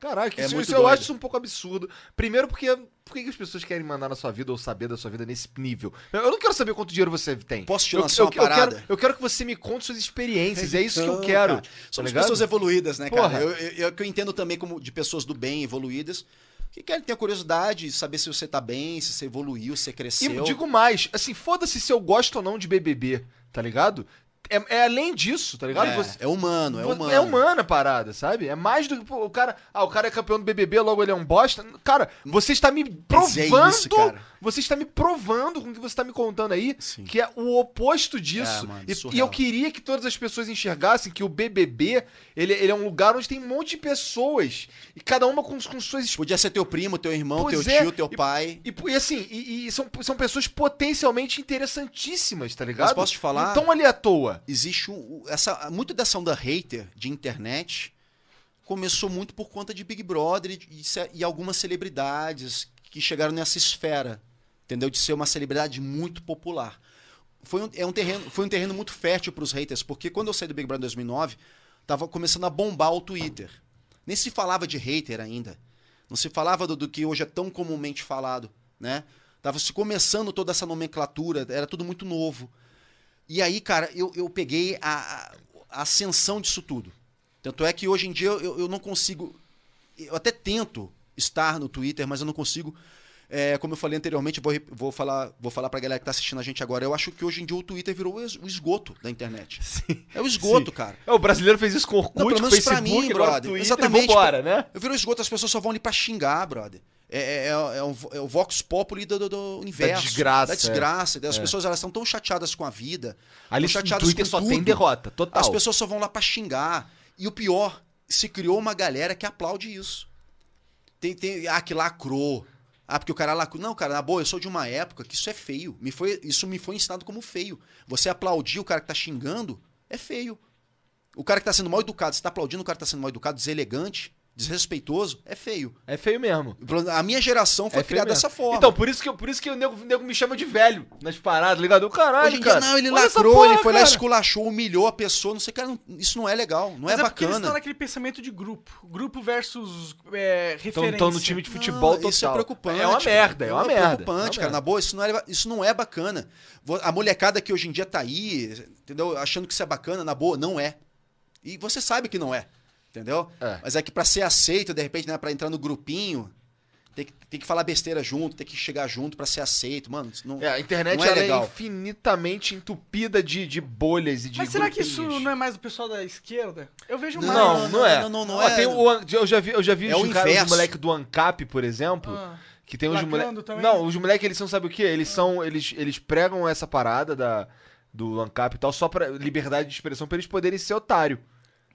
Caraca, É isso, muito isso eu doido. acho isso um pouco absurdo. Primeiro, porque por que que as pessoas querem mandar na sua vida ou saber da sua vida nesse nível? Eu eu não quero saber quanto dinheiro você tem. Posso te eu, lançar uma parada? Quero, eu quero que você me conte suas experiências, é isso Então, que eu quero. cara, Somos ligado? pessoas evoluídas, né, Porra. cara? Eu, eu, eu- que eu entendo também como de pessoas do bem evoluídas que querem ter curiosidade, saber se você tá bem, se você evoluiu, se você E cresceu. digo mais, assim, foda-se se eu gosto ou não de BBB, tá ligado? é, é além disso, tá ligado? Você- É, é humano, é humano. É humana a parada, sabe? É mais do que. pô, o cara. Ah, o cara é campeão do BBB, logo ele é um bosta. Cara, você está me Mas é provando. isso, cara. Você está me provando com o que você está me contando aí, Sim. que é o oposto disso. É, mano, E- e, surreal. eu queria que todas as pessoas enxergassem que o BBB, ele, ele é um lugar onde tem um monte de pessoas. E cada uma com, com suas experiências. Podia ser teu primo, teu irmão, Pois teu é, tio, teu e- pai. E, e assim, e, e são, são pessoas potencialmente interessantíssimas, tá ligado? posso te falar? Não tão ali à toa. Existe um, o- essa muito dessa onda hater de internet começou muito por conta de Big Brother e, de- e ce- e algumas celebridades que chegaram nessa esfera, entendeu? De ser uma celebridade muito popular. Foi um, é um terreno, foi um terreno muito fértil para os haters, porque quando eu saí do Big Brother em 2009, tava começando a bombar o Twitter. Nem se falava de hater ainda. Não se falava do, do que hoje é tão comumente falado, né? Tava se começando toda essa nomenclatura, era tudo muito novo. E aí, cara, eu, eu peguei a, a ascensão disso tudo. Tanto é que hoje em dia eu, eu não consigo. Eu até tento estar no Twitter, mas eu não consigo. É, como eu falei anteriormente, vou, rep- vou falar, vou falar pra galera que tá assistindo a gente agora. Eu acho que hoje em dia o Twitter virou o es- o esgoto da internet. É o esgoto, cara. É, O brasileiro fez isso com Orkut, Não, pelo menos pra Facebook, mim, agora brother. Twitter, Exatamente. Tá vambora, né? Eu viro o esgoto, as pessoas só vão ali pra xingar, brother. É, é, é, é um vo- é o Vox Populi do, do- do universo. desgraça, Da desgraça. As pessoas elas estão tão chateadas com a vida. Ali tão no chateadas Twitter com só tudo. tem derrota, total. As pessoas só vão lá pra xingar. E o pior, se criou uma galera que aplaude isso. Tem, tem, ah, que lacrou. Ah, porque o cara lacrou. Não, cara, na boa, eu sou de uma época que isso é feio. Me foi, isso me foi ensinado como feio. Você aplaudir o cara que tá xingando é feio. O cara que tá sendo mal educado, você tá aplaudindo o cara que tá sendo mal educado, deselegante, desrespeitoso, é feio. É feio mesmo. A minha geração foi é feio criada mesmo. dessa forma. Então, por isso que, eu- por isso que o, nego, o nego me chama de velho nas paradas, ligado? Caralho, Hoje em dia, cara. não, ele olha essa lacrou, porra, ele foi lá, cara. esculachou, humilhou a pessoa. Não sei, cara, não- isso não é legal, não é Mas é porque eles estão bacana. naquele pensamento de grupo. Grupo versus é, Tão- referência. tão no time de futebol Não, total. Isso é preocupante. É uma merda, é uma merda. É preocupante, É uma cara. merda. Na boa, isso não, é, isso não é bacana. Vo- A molecada que hoje em dia tá aí, entendeu? Achando que isso é bacana, na boa, não é. E você sabe que não é, entendeu? É. Mas é que pra ser aceito, de repente, né, pra entrar no grupinho, tem que, tem que falar besteira junto, tem que chegar junto pra ser aceito. Mano, isso não, É, a internet não é ela legal. é infinitamente entupida de, de bolhas e de Mas será que isso grupinhos. não é mais do pessoal da esquerda? Eu vejo mais. Não, não, é. não, não, não Ó, é. tem o An- eu já vi, eu já vi É os o caras, os inverso. moleque do Ancap, por exemplo, Ah. que tem os Lacrando moleque também? Não, os moleque eles são sabe o quê? Eles são eles eles pregam essa parada da do Ancap e tal só pra liberdade de expressão pra eles poderem ser otário.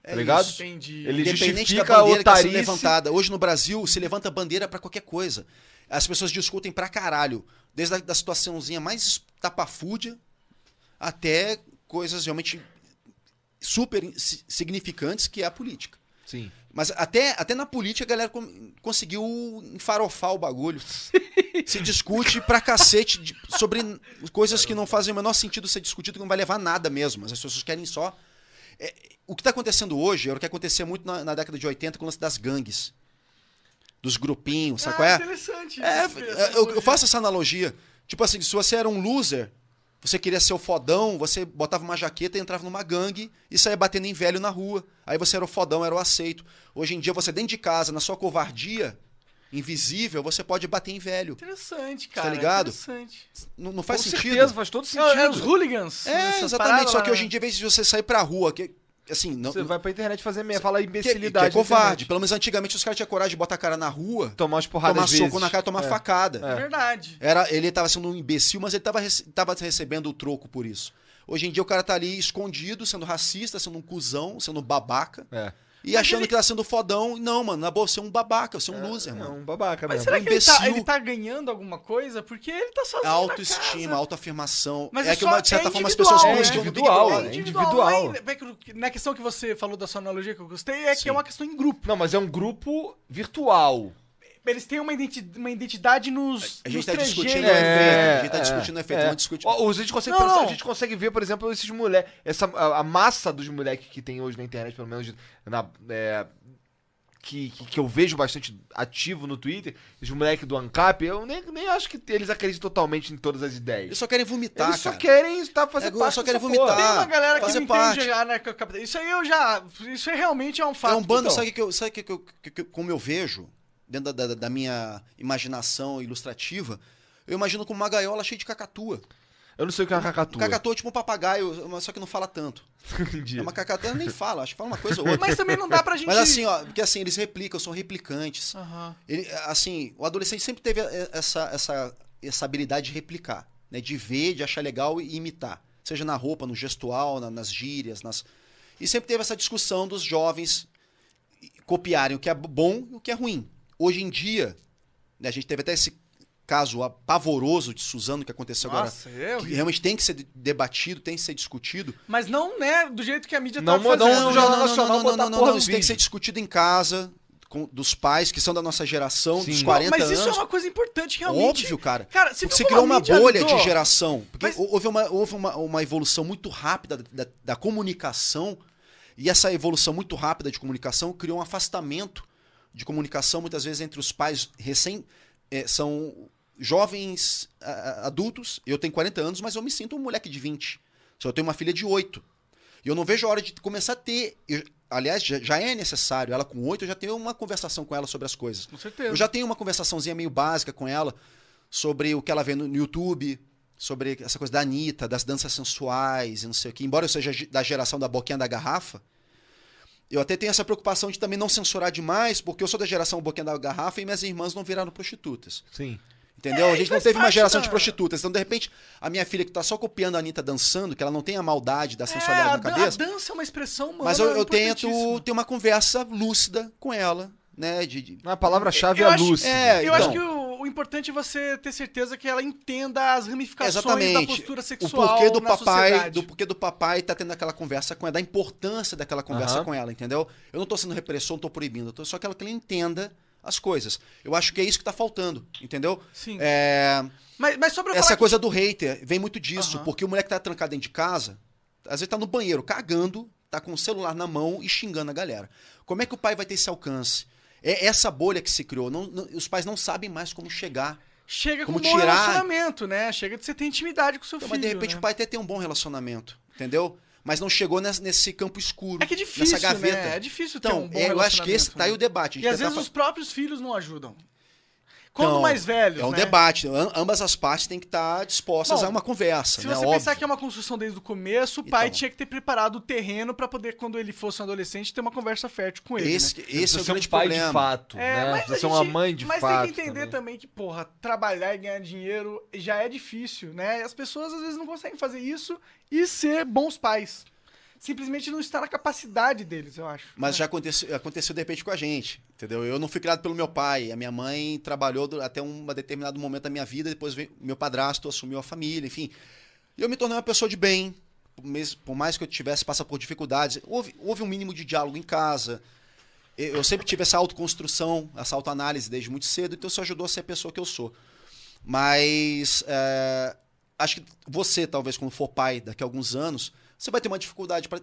Tá ligado? Entendi. Ele É Independente da justifica a bandeira que tá sendo otarice. levantada. Hoje no Brasil se levanta bandeira pra qualquer coisa. As pessoas discutem pra caralho. Desde a da situaçãozinha mais tapafúdia até coisas realmente super in- si- significantes que é a política. Sim. Ah, Mas até, até na política a galera com- conseguiu farofar o bagulho. Se discute pra cacete de- sobre coisas que não fazem o menor sentido ser discutido, que não vai levar a nada mesmo. As pessoas querem só. É, o que tá acontecendo hoje era o que acontecia muito na, na década de 80 com o lance das gangues. Dos grupinhos, sabe qual Ah, é? interessante. É, isso, é, essa eu, eu analogia. faço essa analogia. Tipo assim, se você era um loser, você queria ser o fodão, você botava uma jaqueta e entrava numa gangue e saía batendo em velho na rua. Aí você era o fodão, era o aceito. Hoje em dia, você dentro de casa, na sua covardia invisível, você pode bater em velho. Interessante, cara. tá ligado? Interessante. Não, não faz Com sentido. certeza, faz todo É, é os sentido. hooligans. É, essas exatamente. paradas Só lá, que né? hoje em dia, em vez de você sair pra rua, que, assim, não, Você vai pra internet fazer meia, falar que, que imbecilidade. é na covarde. internet. Pelo menos antigamente os caras tinham coragem de botar a cara na rua, Tomar umas porradas tomar às vezes. soco na cara, tomar É. facada. É verdade. Era, ele tava sendo um imbecil, mas ele tava, rece- tava recebendo o troco por isso. Hoje em dia o cara tá ali escondido, sendo racista, sendo um cuzão, sendo um babaca. É. E achando que tá sendo fodão. Não, mano, na boa, você é um babaca, você é um loser, É mano. um babaca Mas mesmo. será que ele tá, imbecil. ele tá ganhando alguma coisa? Porque ele tá sozinho. A na autoestima, a casa. autoafirmação. Mas é isso que, uma, é- de certa é forma, as individual, pessoas né? buscam É o Big individual, Brother. é não individual. é- Na questão que você falou da sua analogia que eu gostei, é que é uma questão em grupo. Não, mas é um grupo virtual. Eles têm uma identidade, uma identidade nos. A gente nos tá discutindo o trejeitos. efeito. A gente tá discutindo o efeito, não discutindo. Ó, os- a gente consegue Não, pensar- não. a gente consegue ver, por exemplo, esses moleques, essa a, a massa dos moleques que tem hoje na internet, pelo menos na é, que, que, que eu vejo bastante ativo no Twitter, os moleques do ANCAP, eu nem, nem acho que eles acreditam totalmente em todas as Eles ideias. Tá, só querem vomitar, eles só cara. querem estar fazendo É, eles parte só querem dessa vomitar. Tem porra. uma galera que Ah, fazer não parte. entende anarcocapitalismo. Isso aí eu já. Isso aí realmente é um fato. É um bando, então. sabe, que eu, sabe que, eu- que- que- como eu vejo, dentro da, da- da minha imaginação ilustrativa, eu imagino como uma gaiola cheia de cacatua. Eu não sei o que é uma Um cacatua. cacatu é tipo um papagaio, mas só que não fala tanto. É uma cacatua, ela nem fala, acho que fala uma coisa ou outra. Mas também não dá pra gente. Mas assim, ó, porque assim, eles replicam, são replicantes. Aham. Ele, assim, o adolescente sempre teve eh, essa, essa, essa habilidade de replicar, né? De ver, de achar legal e imitar. Seja na roupa, no gestual, na- nas gírias, nas. E sempre teve essa discussão dos jovens copiarem o que é bom e o que é ruim. Hoje em dia, né, a gente teve até esse caso apavoroso de Suzano que aconteceu Nossa, é agora, que horrível. realmente tem que ser debatido, tem que ser discutido. Mas não, né, do jeito que a mídia Não tá mandou fazendo. um Não, É jornal não, não, nacional não, não, botar não, não, porra não, do Isso tem que vídeo. ser discutido em casa, com- dos pais que são da nossa geração, dos Sim. 40 Mas anos. isso é uma coisa importante, realmente. Óbvio, cara. Cara, você viu Porque você como criou a uma mídia bolha ajudou? de geração. Porque Mas- houve, uma, houve uma, uma evolução muito rápida da, da comunicação, e essa evolução muito rápida de comunicação criou um afastamento de comunicação, muitas vezes, entre os pais recém. eh, são jovens ah, ah, adultos, eu tenho 40 anos, mas eu me sinto um moleque de 20. Só eu tenho uma filha de 8. E eu não vejo a hora de começar a ter. eu- aliás, já, já é necessário. Ela com 8, eu já tenho uma conversação com ela sobre as coisas. Com certeza. Eu já tenho uma conversaçãozinha meio básica com ela sobre o que ela vê no no YouTube, sobre essa coisa da Anitta, das danças sensuais e não sei o que. Embora eu seja ge- da geração da boquinha da garrafa, eu até tenho essa preocupação de também não censurar demais, porque eu sou da geração boquinha da garrafa e minhas irmãs não viraram prostitutas. Sim. Entendeu? a isso gente não É, faz teve uma parte geração da- de prostitutas. Então, de repente, a minha filha que tá só copiando a Anitta dançando, que ela não tem a maldade da sensualidade é, a na dan- cabeça. A dança é uma expressão humana. é Mas eu, eu tento importantíssima. ter uma conversa lúcida com ela, né? De, de- A palavra-chave Eu é acho- lúcido. É, Eu então, acho que o, o importante é você ter certeza que ela entenda as ramificações da postura sexual o porquê do na papai, sociedade. do porquê do papai tá tendo aquela conversa com ela, da importância daquela conversa Aham. com ela, entendeu? Eu não tô sendo repressor, não tô proibindo, eu tô só que ela que ela entenda as coisas. Eu acho que é isso que tá faltando, entendeu? Sim. É, Mas, mas só pra falar essa coisa do hater vem muito disso, Aham. porque o moleque tá trancado dentro de casa, às vezes tá no banheiro cagando, tá com o celular na mão e xingando a galera. Como é que o pai vai ter esse alcance? É essa bolha que se criou. não- não- os pais não sabem mais como chegar que chega com um como bom tirar- relacionamento, né? Chega de você ter intimidade com seu Então, filho. mas de repente né? o pai até tem um bom relacionamento, entendeu? Mas não chegou nes- nesse campo escuro. É que é difícil, nessa gaveta. né? É difícil ter Então, um bom é, eu acho que esse relacionamento, tá aí né? o debate. A gente E às tentar vezes fa- os próprios filhos não ajudam. Quando Então, mais velhos, É um né? debate. Am- Ambas as partes têm que estar dispostas Bom, a uma conversa. Se né? você Óbvio. pensar que é uma construção desde o começo, o pai Então. tinha que ter preparado o terreno pra poder, quando ele fosse um adolescente, ter uma conversa fértil com ele. né? Esse, esse é o Precisa ser grande um pai problema. de fato, É, né? mas Precisa a ser uma gente- mãe de mas fato. tem que entender também. também. que, porra, trabalhar e ganhar dinheiro já é difícil, né? E as pessoas às vezes não conseguem fazer isso e ser bons pais. Simplesmente não está na capacidade deles, eu acho. Né? Mas já aconteceu, aconteceu de repente com a gente, entendeu? Eu não fui criado pelo meu pai, a minha mãe trabalhou do- até um determinado momento da minha vida, depois veio, meu padrasto assumiu a família, enfim. E eu me tornei uma pessoa de bem, por mes- por mais que eu tivesse passado por dificuldades, houve, houve um mínimo de diálogo em casa. E- Eu sempre tive essa autoconstrução, essa autoanálise desde muito cedo, então isso ajudou a ser a pessoa que eu sou. Mas é, acho que você, talvez, quando for pai daqui a alguns anos, você vai ter uma dificuldade para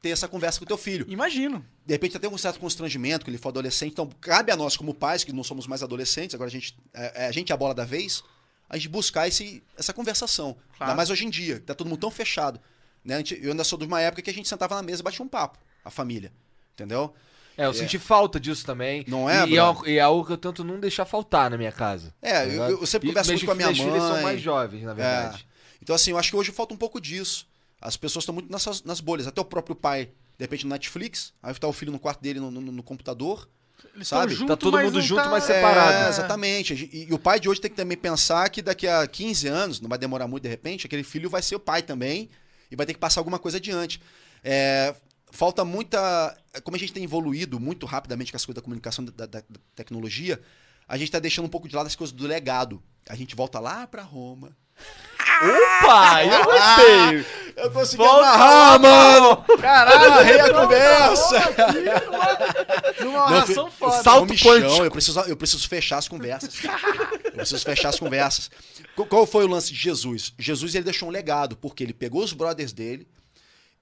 ter essa conversa com o teu filho Imagino. de repente até um certo constrangimento que ele for adolescente. Então, cabe a nós, como pais, que não somos mais adolescentes, agora a gente é, é- a gente é a bola da vez, a gente buscar esse, essa conversação. Claro. Ainda mais hoje em dia, que tá todo mundo tão fechado. Né? A gente- eu ainda sou de uma época que a gente sentava na mesa e batia um papo, a família. Entendeu? É, eu senti falta disso também. Não é, E, e é Bruno? algo- e é algo que eu tento não deixar faltar na minha casa. Tá É, eu- eu, eu sempre converso muito com a minha As filhas são mãe. mais jovens, na verdade. É. Então, assim, eu acho que hoje falta um pouco disso. As pessoas estão muito nessas, nas bolhas. Até o próprio pai, de repente, no Netflix, aí tá o filho no quarto dele no- no- no computador. Eles Sabe? estão junto, Tá todo mas mundo não junto, tá- mas separado. É, exatamente. E, e o pai de hoje tem que também pensar que daqui a 15 anos, não vai demorar muito de repente, aquele filho vai ser o pai também e vai ter que passar alguma coisa adiante. É, falta muita. Como a gente tem evoluído muito rapidamente com as coisas da comunicação, da, da- da tecnologia, a gente está deixando um pouco de lado as coisas do legado. A gente volta lá para Roma. Opa, Ah, eu gostei. Eu consegui Volta lá, mano. amarrei a conversa! Numa Não, oração eu- foda. Salto Não me chama, quântico. Eu preciso, eu preciso fechar as conversas. Eu preciso fechar as conversas. Qu- Qual foi o lance de Jesus? Jesus ele deixou um legado, porque ele pegou os brothers dele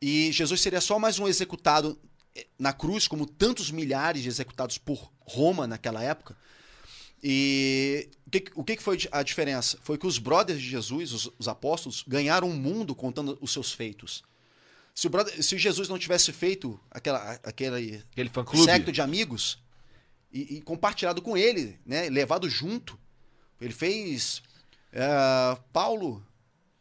e Jesus seria só mais um executado eh, na cruz, como tantos milhares de executados por Roma naquela época. E o que, que- o que que foi di- a diferença? Foi que os brothers de Jesus, os, os apóstolos, ganharam o mundo contando os seus feitos. Se, o brother- se Jesus não tivesse feito aquela, a- aquele Aquele fã-clube. secto de amigos e, e compartilhado com ele, né? Levado junto. Ele fez eh, é, Paulo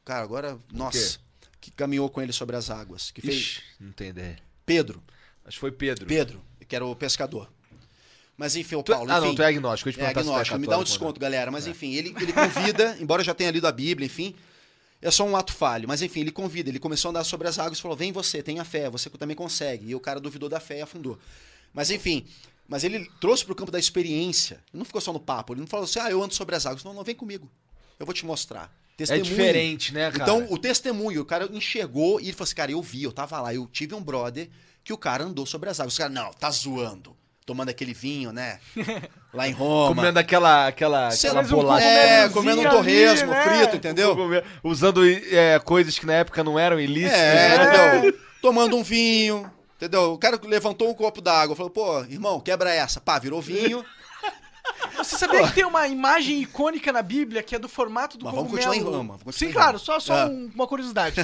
Cara, agora, nossa, que caminhou com ele sobre as águas. Que fez Ixi, não tem ideia. Pedro. Acho que foi Pedro. Pedro, que era o pescador. Mas enfim, o Tu é- Paulo. ah, enfim, não, tu é agnóstico. Eu ia te é perguntar se tu agnóstico. Me católico ou dá um não. É. desconto, galera. Mas enfim, ele, ele convida, embora eu já tenha lido a Bíblia, enfim. É só um ato falho. Mas enfim, ele convida. Ele começou a andar sobre as águas e falou: vem você, tenha fé, você também consegue. E o cara duvidou da fé e afundou. Mas enfim. Mas ele trouxe para o campo da experiência. Ele não ficou só no papo. Ele não falou assim: ah, eu ando sobre as águas. Não, não, vem comigo. Eu vou te mostrar. É Testemunho. diferente, É, né, cara? Então, o testemunho, o cara enxergou e ele falou assim: cara, eu vi, eu tava lá, eu tive um brother que o cara andou sobre as águas. O cara, não, tá zoando. Tomando aquele vinho, né? Lá em Roma. Comendo aquela, aquela, Sei aquela lá, bolacha. É, cogumelozinho comendo um ali, torresmo né? frito, um entendeu? Comer- Usando é, coisas que na época não eram ilícitas. É, né? entendeu? Tomando um vinho, entendeu? O cara levantou um copo d'água, falou, pô, irmão, quebra essa. Pá, virou vinho. Você sabia que tem uma imagem icônica na Bíblia que é do formato do Mas vamos cogumelo? continuar em Roma, vamos continuar Sim, em claro, Roma. só, só É. um- uma curiosidade.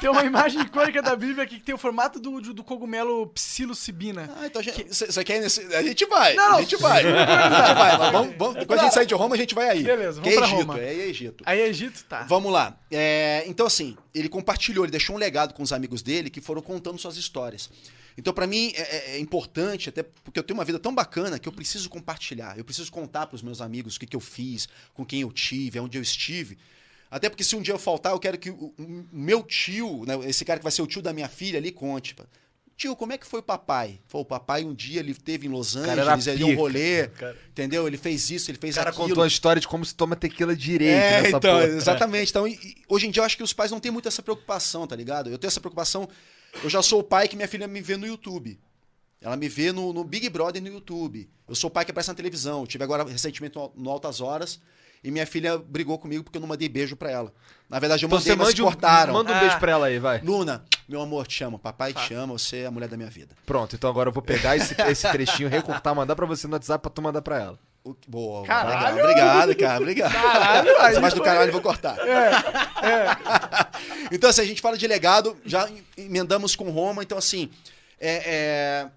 Tem uma imagem icônica da Bíblia aqui que tem o formato do, do, do cogumelo psilocibina. Ah, então a gente, cê- cê quer nesse- a gente vai, Não, não, a gente vai. A gente vai, mas vamos, vamos, quando a gente sair de Roma, a gente vai aí. Beleza, que vamos é pra Egito, Roma. é Egito. Aí Egito tá. Vamos lá. É, então, assim, ele compartilhou, ele deixou um legado com os amigos dele que foram contando suas histórias. Então, pra mim, é, é- é importante, até porque eu tenho uma vida tão bacana que eu preciso compartilhar. Eu preciso contar pros meus amigos o que, que eu fiz, com quem eu tive, onde eu estive. Até porque se um dia eu faltar, eu quero que o, o meu tio, né, esse cara que vai ser o tio da minha filha ali, conte. Tipo, Tio, como é que foi o papai? Foi o papai um dia ele teve em Los era Angeles, ele deu um pica. rolê, entendeu? Ele fez isso, ele fez O cara aquilo. contou a história de como se toma tequila direito É, nessa então, porra. exatamente. Então, e- e hoje em dia eu acho que os pais não têm muito essa preocupação, tá ligado? Eu tenho essa preocupação. Eu já sou o pai que minha filha me vê no YouTube. Ela me vê no, no Big Brother no YouTube. Eu sou o pai que aparece na televisão. Eu tive agora recentemente no, no Altas Horas e minha filha brigou comigo porque eu não mandei beijo pra ela. Na verdade, eu Então mandei, você mas manda um, cortaram. manda um Ah. beijo pra ela aí, vai. Luna, meu amor, te amo. Papai Tá. te ama, você é a mulher da minha vida. Pronto, então agora eu vou pegar esse, esse trechinho, recortar, mandar pra você no WhatsApp pra tu mandar pra ela. O que- Boa, Caralho! obrigado, obrigado, cara, obrigado. Caralho, aí Essa mais do foi- É. caralho eu vou cortar. Então, assim, a gente fala de legado, já em- emendamos com Roma, então assim. é- é,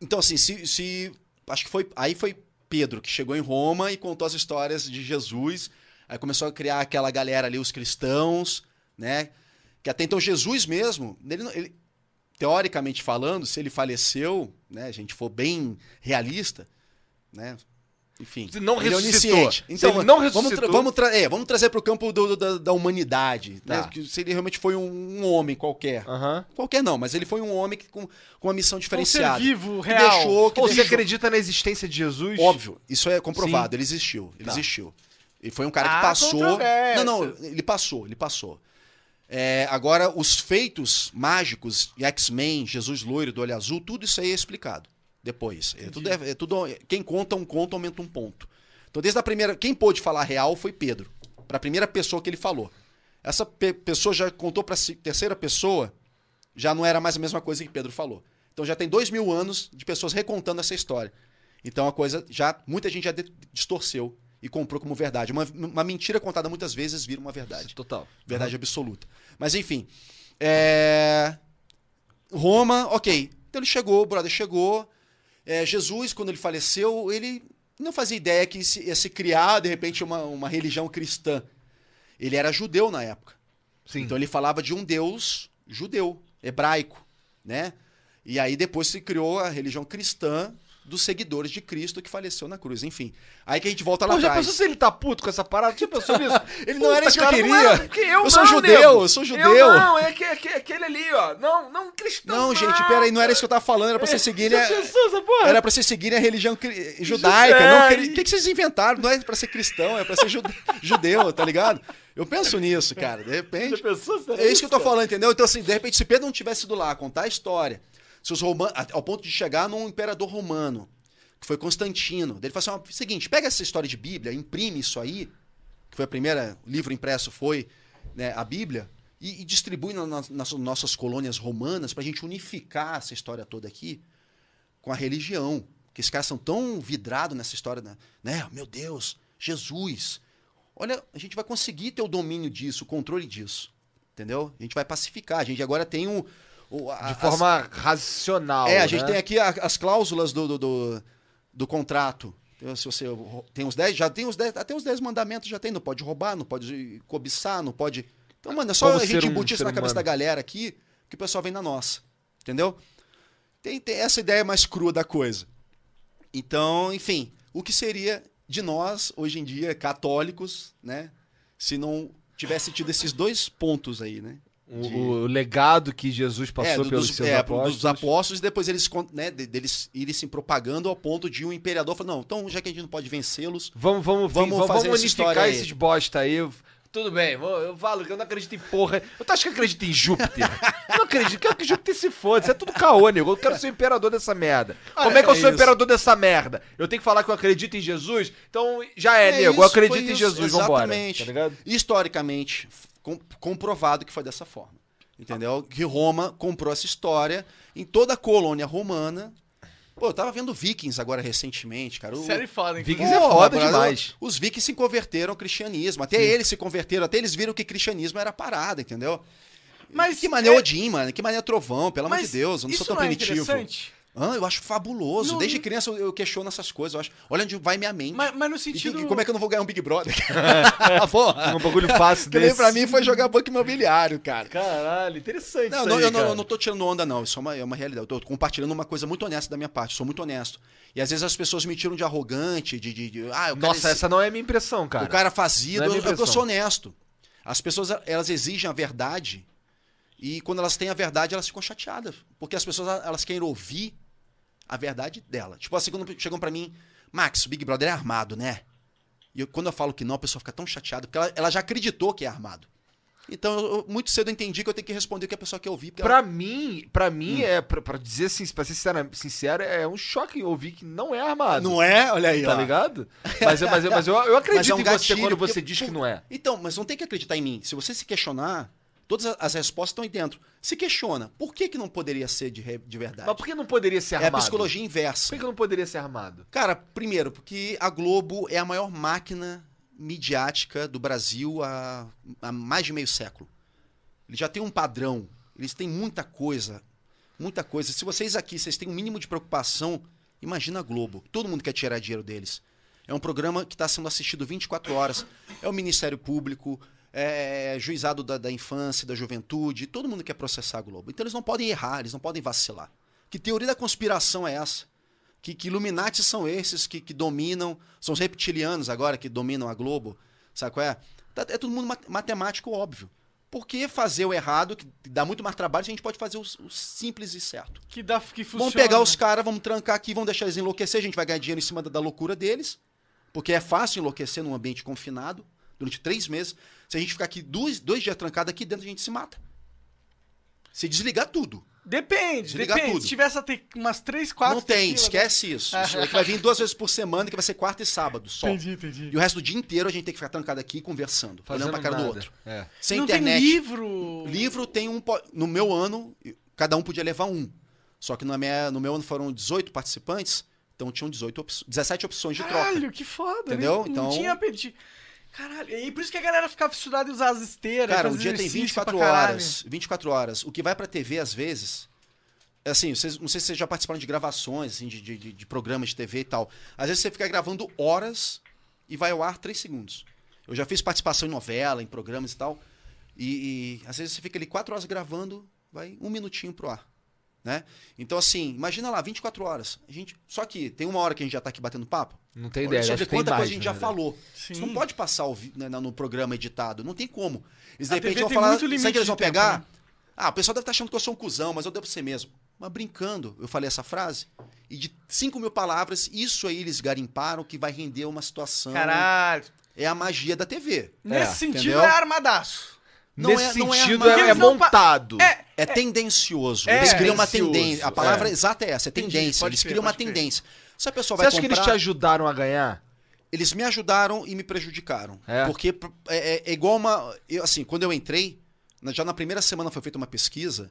Então, assim, se, se- Acho que foi. Aí foi Pedro que chegou em Roma e contou as histórias de Jesus. Aí começou a criar aquela galera ali, os cristãos, né? Que até então Jesus mesmo, ele não- ele- teoricamente falando, se ele faleceu, né? A gente for bem realista, né? Enfim. Se não ele é ressuscitou. onisciente. Se Então, ele não vamos, tra- ressuscitou- vamos, tra- é, vamos trazer para o campo do- do- da, da humanidade. Tá. Né? Que se ele realmente foi um, um homem qualquer. Aham. Qualquer não, mas ele foi um homem que, com, com uma missão Um ser diferenciada. vivo, que real. deixou, que Ou você deixou. acredita na existência de Jesus? Óbvio, isso é comprovado, ele existiu, ele existiu. E foi um cara que Há passou. controvérsias. Não, não, ele passou, ele passou. É, agora, os feitos mágicos, X-Men, Jesus Loiro do Olho Azul, tudo isso aí é explicado. Depois. É tudo, é- é tudo- quem conta um conto aumenta um ponto. Então, desde a primeira. Quem pôde falar real foi Pedro. Para a primeira pessoa que ele falou. Essa pe- pessoa já contou para a terceira pessoa, já não era mais a mesma coisa que Pedro falou. Então já tem dois mil anos de pessoas recontando essa história. Então a coisa já. Muita gente já de- distorceu e comprou como verdade. Uma, uma mentira contada muitas vezes vira uma verdade. Total. Verdade absoluta. Mas enfim. é, Roma, ok. Então ele chegou, o brother chegou. É, Jesus, quando ele faleceu, ele não fazia ideia que se- ia se criar, de repente, uma, uma religião cristã. Ele era judeu na época. Sim. Então ele falava de um deus judeu, hebraico, né? E aí depois se criou a religião cristã dos seguidores de Cristo que faleceu na cruz, enfim. Aí que a gente volta lá Pô, já atrás. pensou se ele tá puto com essa parada? Já pensou nisso? Ele não era isso que eu cara, não queria. era, porque eu Eu sou não, judeu, nego. eu sou Eu judeu. não, é que, é que- é aquele ali, ó. Não, não cristão. É, Não, gente, peraí, não era isso que eu tava falando, era pra vocês seguirem Já a... pensou essa porra? Era pra vocês seguirem a religião cri- judaica. É, não cri- e- O que, que vocês inventaram? Não é pra ser cristão, é pra ser jude- judeu, tá ligado? Eu penso nisso, cara. De repente. Já pensou se era É isso que eu tô falando, entendeu? Então, assim, de repente, se Pedro não tivesse ido lá contar a história, se os romanos, ao ponto de chegar num imperador romano, que foi Constantino, dele fala assim: ó, seguinte, pega essa história de Bíblia, imprime isso aí, que foi a primeira livro impresso, foi né, a Bíblia, e, e distribui na- nas, nas nossas colônias romanas pra gente unificar essa história toda aqui com a religião. Que esses caras são tão vidrados nessa história, né? né? Meu Deus, Jesus. Olha, a gente vai conseguir ter o domínio disso, o controle disso. Entendeu? A gente vai pacificar. A gente agora tem um. o- a- De as- forma racional. é, a gente né? tem aqui a- as cláusulas do, do, do, do contrato. Então, Se você ro- tem os 10, já tem os 10, até os 10 mandamentos já tem, não pode roubar, não pode cobiçar, não pode Então, mano, é só Como a gente ser um embutir isso ser na cabeça da humano. galera aqui, que o pessoal vem na nossa. Entendeu? Tem, tem essa ideia mais crua da coisa. Então, enfim, o que seria de nós, hoje em dia, católicos, né? Se não tivesse tido esses dois pontos aí, né? O, o legado que Jesus passou do- pelos dos, seus é, apóstolos. dos apóstolos e depois eles con- né, de- deles irem se propagando ao ponto de um imperador falar, não, então já que a gente não pode vencê-los, Vamos, Vamos vamos, vamos, vamos, fazer essa história unificar aí. esses bosta aí. Eu- Tudo bem, eu, eu falo que eu não acredito em porra. Eu acho que eu acredito em Júpiter. eu não acredito, eu quero que Júpiter se foda. Isso é tudo caô, nego. Eu quero ser o imperador dessa merda. Como é que eu é sou o isso. imperador dessa merda? Eu tenho que falar que eu acredito em Jesus? Então já é, nego. eu isso, acredito foi em isso, Jesus, vambora. Exatamente. Tá ligado? Historicamente, com- comprovado que foi dessa forma. Entendeu? Que Roma comprou essa história em toda a colônia romana. Pô, eu tava vendo Vikings agora recentemente, cara. O- Série foda, inclusive. Vikings é Porra, foda Brasil, demais. Os vikings se converteram ao cristianismo. Até eles se converteram, até eles viram que cristianismo era parada, entendeu? Mas que mané é- Odin, mano. Que mané Trovão, pelo amor de Mas Deus. Eu não isso sou tão não é primitivo. interessante? Hã? eu acho fabuloso. Não- Desde criança eu, eu questiono essas coisas. Eu acho, olha onde vai minha mente. Mas, mas no E que- sentido. como é que eu não vou ganhar um Big Brother? Ah, Porra! Um bagulho fácil Que nem desse. pra mim foi jogar banco imobiliário, cara. Caralho, interessante Não, isso não, aí, eu não, cara. eu não tô tirando onda, não. Isso é uma, é uma realidade. Eu tô compartilhando uma coisa muito honesta da minha parte. Sou muito honesto. E às vezes as pessoas me tiram de arrogante, de. de, de- ah, o cara, Nossa, é- essa não é a minha impressão, cara. O cara fazido. não é eu, minha é porque eu impressão. sou honesto. As pessoas, elas exigem a verdade. E quando elas têm a verdade, elas ficam chateadas. Porque as pessoas, elas querem ouvir a verdade dela. Tipo assim, quando chegam pra mim, Max, o Big Brother é armado, né? E eu- quando eu falo que não, a pessoa fica tão chateada, porque ela, ela já acreditou que é armado. Então, eu- eu- muito cedo eu entendi que eu tenho que responder o que a pessoa quer ouvir. Porque ela- Pra mim, pra mim Hum. é, pra, pra dizer assim, pra ser sincero, sincero, é um choque ouvir que não é armado. Não é? Olha aí, Tá ó. ligado? Mas, eu- mas, eu- mas eu, eu acredito Mas é um em gatilho, você quando porque, você diz que pô, não é. Então, mas não tem que acreditar em mim. Se você se questionar, todas a- as respostas estão aí dentro. Se questiona, por que, que não poderia ser de, re- de verdade? Mas por que não poderia ser É a armado? psicologia Por inversa. que não poderia ser armado? Cara, primeiro, porque a Globo é a maior máquina midiática do Brasil há, há mais de meio século. Ele já tem um padrão. Eles têm muita coisa. Muita coisa. Se vocês aqui, vocês têm um mínimo de preocupação, imagina a Globo. Todo mundo quer tirar dinheiro deles. É um programa que está sendo assistido 24 horas. É o Ministério Público, é juizado da, da infância, da juventude. Todo mundo quer processar a Globo. Então eles não podem errar, eles não podem vacilar. Que teoria da conspiração é essa? Que, que Illuminati são esses que, que dominam, são os reptilianos agora que dominam a Globo, sabe qual é? Tá- É todo mundo mat- matemático óbvio. Por que fazer o errado, que dá muito mais trabalho, se a gente pode fazer o, s- o simples e certo? que, dá, que funciona? né? Vamos pegar os caras, vamos trancar aqui, vamos deixar eles enlouquecer, a gente vai ganhar dinheiro em cima da, da loucura deles, porque é fácil enlouquecer num ambiente confinado durante três meses. Se a gente ficar aqui dois, dois dias trancado aqui dentro, a gente se mata. Se desligar tudo. Depende, Desligar depende. tudo. Se tivesse a ter umas três, quatro. né? não tem, tequilas- esquece isso. Isso aí que vai vir duas vezes por semana, que vai ser quarta e sábado só. Entendi, entendi. E o resto do dia inteiro a gente tem que ficar trancado aqui conversando, Fazendo olhando pra cara nada. do outro. É. Sem não internet. tem livro. Livro tem um. po- No meu ano, cada um podia levar um. Só que na minha- no meu ano foram 18 participantes, então tinham 18 opções, 17 opções de troca. Caralho, que foda. né? Entendeu? Não, Então- tinha apetite. Caralho, e por isso que a galera ficava estudada e usava as esteiras. Cara, o fazer dia tem exercício 24 pra caralho. horas. 24 horas. O que vai pra TV, às vezes. é Assim, vocês, não sei se vocês já participaram de gravações, assim, de, de- de- de programas de TV e tal. Às vezes você fica gravando horas e vai ao ar 3 segundos. Eu já fiz participação em novela, em programas e tal. E, e às vezes você fica ali 4 horas gravando, vai um minutinho pro ar. Né? Então, assim, imagina lá, 24 horas. A gente, só que tem uma hora que a gente já tá aqui batendo papo. Não tem Olha ideia. só acho de que tem quanta coisa mais, né? a gente já na verdade. falou. Sim. Isso não pode passar ao vi- né, no programa editado. Não tem como. Eles de A repente TV vão tem falar. muito Sabe o que limite eles vão de tempo, pegar? né? Ah, o pessoal deve estar achando que eu sou um cuzão, mas eu devo ser mesmo. Mas brincando, eu falei essa frase. E de 5 mil palavras, isso aí eles garimparam que vai render uma situação. Caralho. É a magia da TV. Nesse sentido entendeu? é armadaço. Não Nesse é- não é sentido, armado. é, é Eles não pa- montado. É, É tendencioso. É, eles criam uma tendencioso. tendência. A palavra É. exata é essa, é Entendi, tendência. pode Eles crer, criam uma pode crer. tendência. Se a pessoa Você vai acha que comprar... eles te ajudaram a ganhar? eles me ajudaram e me prejudicaram. É? Porque pr- é, é- é igual uma. eu, assim, quando eu entrei, na- já na primeira semana foi feita uma pesquisa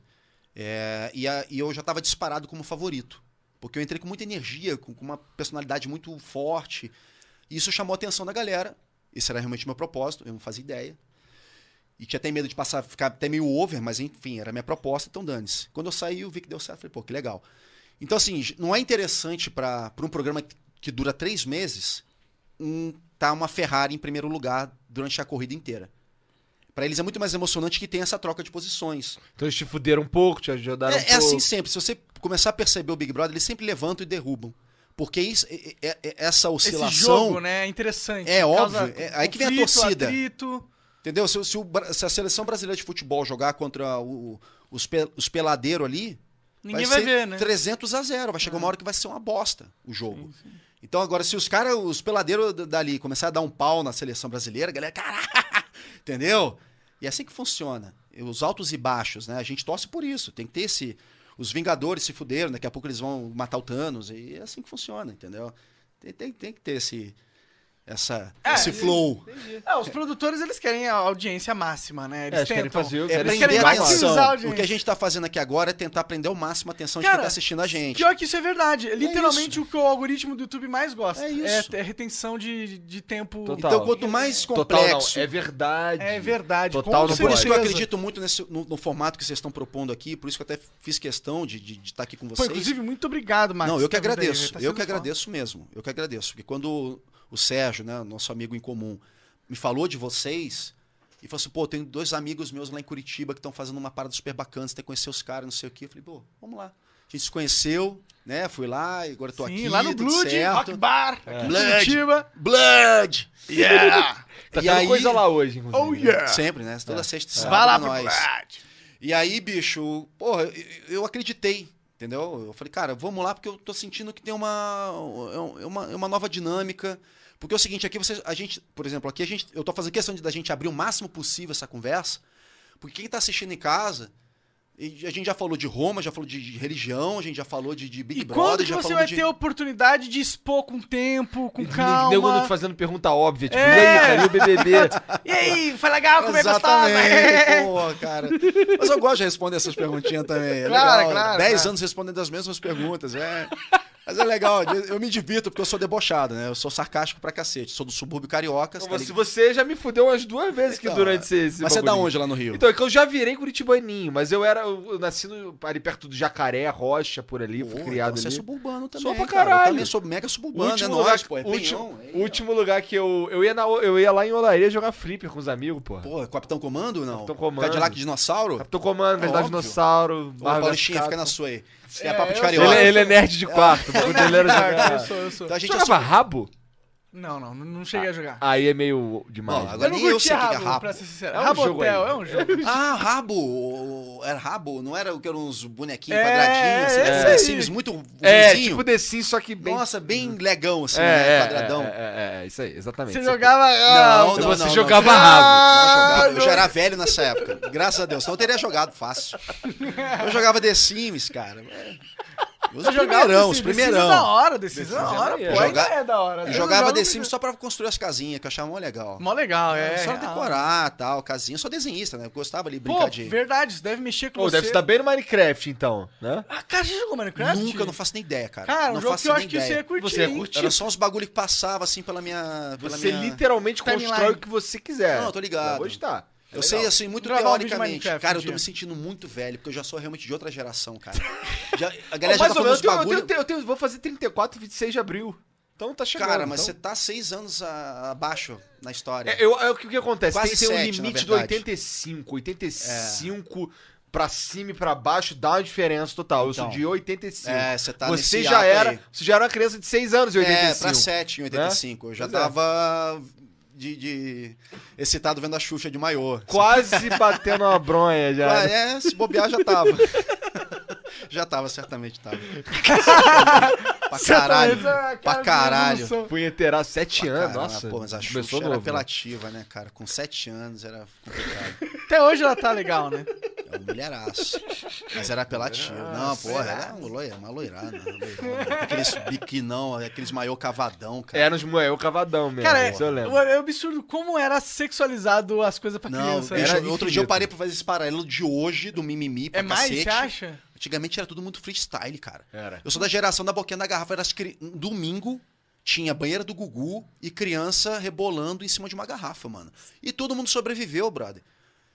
é, e, a- e eu já estava disparado como favorito. Porque eu entrei com muita energia, com, com uma personalidade muito forte. E isso chamou a atenção da galera. Esse era realmente o meu propósito, eu não fazia ideia. E tinha até medo de passar, ficar até meio over, mas enfim, era a minha proposta, então dane-se. Quando eu saí, eu vi que deu certo, falei, pô, que legal. Então, assim, j- não é interessante para um programa que- que dura três meses um, tá uma Ferrari em primeiro lugar durante a corrida inteira. Pra eles é muito mais emocionante que tem essa troca de posições. Então eles te fuderam um pouco, te ajudaram um É, é pouco. assim sempre. Se você começar a perceber o Big Brother, eles sempre levantam e derrubam. Porque isso- é- é- é- Esse essa oscilação. jogo, né? É interessante. É Causa óbvio, é- aí que vem a conflito, torcida. atrito. Entendeu? Se, o- se o Bra- se a seleção brasileira de futebol jogar contra o- os, pe- os peladeiros ali, Ninguém vai, ser ver, né? Ah. 300 a 0. Vai chegar uma hora que vai ser uma bosta o jogo. Então, agora, se os caras, os peladeiros d- dali, começar a dar um pau na seleção brasileira, a galera, caraca! Entendeu? E é assim que funciona. E Os altos e baixos, né? A gente torce por isso. Tem que ter esse. Os Vingadores se fuderam, daqui a pouco eles vão matar o Thanos. E é assim que funciona, entendeu? Tem, tem- tem que ter esse. Essa, É, esse e- flow. Ah, os produtores, eles querem a audiência máxima, né? Eles eles querem tentam. fazer o que É eles eles prender querem a maximizar a atenção. audiência. O que a gente tá fazendo aqui agora é tentar prender o máximo a atenção de Cara, quem tá assistindo a gente. Pior que isso é verdade. É Literalmente o que o algoritmo do YouTube mais gosta. É isso. É, é retenção de, de tempo. Total. Então, quanto mais Total não, complexo. é verdade. É verdade. Total com não Por isso que eu certeza. acredito muito nesse, no, no formato que vocês estão propondo aqui, por isso que eu até fiz questão de estar de, de tá aqui com Pô, vocês. inclusive, muito obrigado, Max. não, eu que por ter vindo aí, agradeço. tá eu sendo que foda. agradeço mesmo. Eu que agradeço. Porque quando o Sérgio, né, nosso amigo em comum, me falou de vocês e falou assim: pô, tem dois amigos meus lá em Curitiba que estão fazendo uma parada super bacana, você tem que conhecer os caras, não sei o quê. Eu falei, pô, vamos lá. A gente se conheceu, né? Fui lá e agora eu tô Sim, aqui. lá no tudo Blood, Rock certo. É. Bar, aqui em Blood. Curitiba. Blood! Yeah! Tá e tendo aí, coisa lá hoje, inclusive. Oh, né? yeah! Sempre, né? Toda sexta e sábado. Vai lá é pro nóis. Blood. E aí, bicho, porra, eu, eu acreditei, entendeu? Eu falei, cara, vamos lá, porque eu tô sentindo que tem uma, é uma, é uma nova dinâmica. Porque é o seguinte, aqui vocês, a gente, por exemplo, aqui a gente, eu tô fazendo questão de, da gente abrir o máximo possível essa conversa, porque quem tá assistindo em casa, e a gente já falou de Roma, já falou de, de religião, a gente já falou de, de Big E Brother, quando que já você falou vai de... ter a oportunidade de expor com tempo, com calma? Nego fazendo pergunta óbvia, tipo, É. e aí, cara, e o BBB? E aí, foi legal comer gostosa? Exatamente, Pô, cara. Mas eu gosto de responder essas perguntinhas também. É Claro, legal. claro, Dez claro. anos respondendo as mesmas perguntas, é. Mas é legal, eu me divirto porque eu sou debochado, né? Eu sou sarcástico pra cacete. Sou do subúrbio carioca. Então, tá Se ligado? você já me fudeu umas duas vezes que Então, durante esse, esse Mas você é da bagulho. onde lá no Rio? Então, é que eu já virei curitibaninho, mas eu era, eu nasci no- ali perto do Jacaré, Rocha, por ali, fui Pô, criado então Você é ali. suburbano também. Sou pra cara. Eu caralho. também sou mega O suburbano, é último, nóis, lugar, pô. É último, penhão, é. último lugar que eu. Eu ia, na, eu ia lá em Olaria jogar flipper com os amigos, pô. Pô, é Capitão Comando não? Capitão Comando. Cadillac Dinossauro? Capitão Comando, Verdade óbvio. Dinossauro, Ô, Marvel Paulistinha, Scout. fica na sua aí. Você é, papo de Ele, carioca. é- ele é nerd de quarto, o bagulho dele era Cara, eu jogar. sou, eu sou. Então a gente é Jogava rabo? Não, não, não- não cheguei a jogar. Aí é meio demais. Ó, né? agora nem eu sei o que que é rabo. pra ser sincero. É um jogo Rabotel, aí. é um jogo. Ah, rabo! o- o- Era rabo? Não era o que eram uns bonequinhos É, quadradinhos? assim, é, uns é. desenhos muito É, ruinzinho? tipo The Sims, só que bem. Nossa, Uhum. bem legão, assim, é, né? é, quadradão. É, é, é, é, isso aí, exatamente. Você Isso aí. jogava. ah, Não, não, você não, não. jogava Não rabo. jogava. Eu já era velho nessa época. Graças a Deus. Senão eu teria jogado fácil. Eu jogava The Sims, cara. Os eu jogava primeirão, os The Sims. The Sims é da primeirão. hora, The Sims é da hora, pô. maneiro. ainda Joga- É da hora. Eu Eu jogava jogo The The Sims só pra construir as casinhas, que eu achava mó legal. Mó legal, é. só real. decorar tal, casinha. Eu sou desenhista, né? Eu gostava ali, Pô, brincar de... verdade, isso deve mexer com Pô, você. deve estar bem no Minecraft, então, né? Ah, cara, você jogou Minecraft? Nunca, eu não faço nem ideia, cara. Cara, não um jogo faço que eu nem acho que ideia. você ia curtir. Você ia hein? curtir. Era só uns bagulho que passava assim pela minha. Pela Você minha... literalmente Timeline. constrói o que você quiser. Não, eu tô ligado. Eu vou estar. Eu sei assim, muito Gravar um vídeo de teoricamente. Minecraft Cara, um eu tô dia. me sentindo muito velho, porque eu já sou realmente de outra geração, cara. Já- a Mas galera já tá falando uns eu, tenho, eu, bagulho. tenho- eu tenho- vou fazer 34, 26 de abril. Então tá chegando. Cara, mas você então. tá seis anos a- abaixo na história. É, eu- é o que, o que acontece? Quase tem, tem sete, na um limite do verdade. É. 85. 85 pra cima e pra baixo dá uma diferença total. Eu sou Então. de 85. É, você tá você nesse já ato era, aí. você já era uma criança de 6 anos em 85. É, pra sete em 85. Eu já Pois é. tava de, de- excitado vendo a Xuxa de maiô. Quase batendo uma bronha já. Ah, né? é, se bobear já tava. já tava, certamente tava. pra caralho. ah, pra caralho. Punheteira, 7 Pra anos, caralho, é, nossa. Pô, mas a começou Xuxa era novo. apelativa, né, cara? Com sete anos era complicado. Até hoje ela tá legal, né? É um mulheraço. Mas era apelativo. Ah, Não, pô, era um loira- uma loirada. uma loirona. Aqueles biquinão, aqueles maiô cavadão, cara. É, Era uns moeu cavadão mesmo. Cara, é, isso eu lembro. é absurdo como era sexualizado as coisas pra Não, criança. bicho, era outro infinito. dia eu parei pra fazer esse paralelo de hoje, do mimimi pra É mais, cacete. você acha? É. Antigamente era tudo muito freestyle, cara. Era. Eu sou da geração da boquinha da garrafa. Era as cri... um Domingo tinha banheira do Gugu e criança rebolando em cima de uma garrafa, mano. E todo mundo sobreviveu, brother.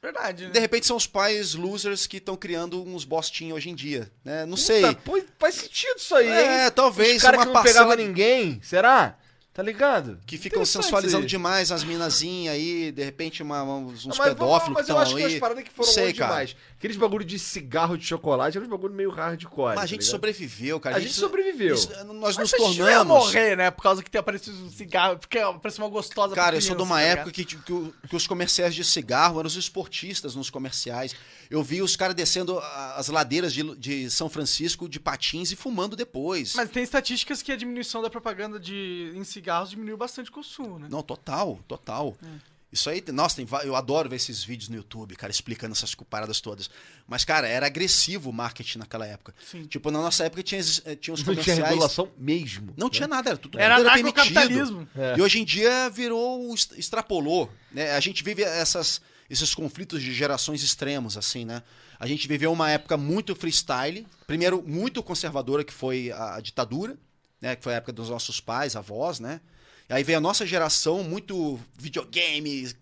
Verdade, né? De repente são os pais losers que estão criando uns bostinhos hoje em dia, né? Não sei. Puta, pô, faz sentido isso aí, hein? É, talvez Os caras uma que não parcela pegava ninguém, será? Tá ligado? Que ficam Interessante sensualizando isso aí. demais as minazinhas aí, de repente uma- uma- uns Ah, pedófilos que mas estão eu acho que aí. as paradas que foram Sei, longe cara. demais. Aqueles bagulho de cigarro de chocolate eram uns bagulho meio hardcore. Mas a tá gente ligado? sobreviveu, cara. A gente sobreviveu. isso- nós nos Mas vocês não iam tornamos. morrer, né? Por causa que tem aparecido um cigarro, porque apareceu uma gostosa. pra Cara, eu sou de criança, tá uma época ligado? que, que o- que os comerciais de cigarro eram os esportistas nos comerciais. Eu vi os caras descendo a- as ladeiras de, de São Francisco de patins e fumando depois. Mas tem estatísticas que a diminuição da propaganda de, em cigarros diminuiu bastante o consumo, né? Não, total, total. É. Isso aí, nossa, tem, va- eu adoro ver esses vídeos no YouTube, cara, explicando essas paradas todas. Mas, cara, era agressivo o marketing naquela época. Sim. Tipo, na nossa época tinha, esses- eh, tinha os Não tinha comerciais. regulação mesmo. Não tinha nada, era tudo Era tudo anarcocapitalismo. E hoje em dia virou, um est- extrapolou. Né? A gente vive essas, esses conflitos de gerações extremos, assim, né? A gente viveu uma época muito freestyle, primeiro muito conservadora, que foi a a ditadura, né? Que foi a época dos nossos pais, avós, né? E aí veio a nossa geração, muito videogame,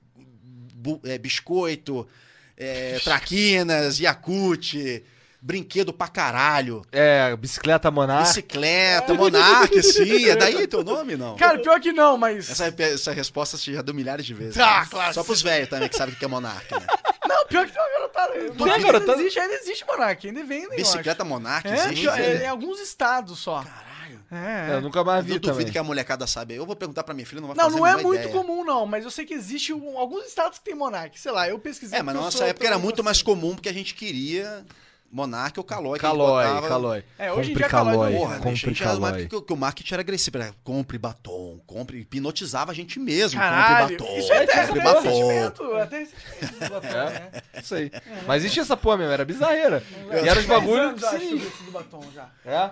bu- é, biscoito, é, traquinas, Yakut, brinquedo pra caralho, É, bicicleta monarca. bicicleta, monarca, sim. É daí teu nome, não? Ah. Cara, pior que não, mas. Essa, essa resposta você já deu milhares de vezes. Ah, né? claro. Só pros velhos também que sabem o que é monarca, né? Não, pior que tem uma garotada. Não, ainda, garotada? existe, ainda existe monarca, ainda vendem. eu acho. Bicicleta monarca é, existe? pior- é, né? em alguns estados só. Caralho. É. Eu nunca mais vi Eu duvido também. que a molecada sabe. Eu vou perguntar pra minha filha, não vai Não, fazer não é a menor muito ideia. comum, não, mas eu sei que existe um- alguns estados que tem monarca. Sei lá, eu pesquisei. É, mas na porque eu nossa sou- assim. época era eu muito gosto. mais comum porque a gente queria monarca ou calói. que a gente Calói, botava- calói. É, hoje Compre em dia calói calói, do- Porra, bicho, a compre é gente era uma época calói. que, o- que o marketing era agressivo. Era compre batom, compre. Hipnotizava a gente mesmo. assim. Caralho, compre batom, isso é até, compre até batom. É ressentimento. Até ressentimento. do batom, né? É, Isso aí. Mas existia essa porra mesmo, era bizarreira. E era os Dez bagulhos anos, eu acho, que eu vi sinistros. esse do batom já. É.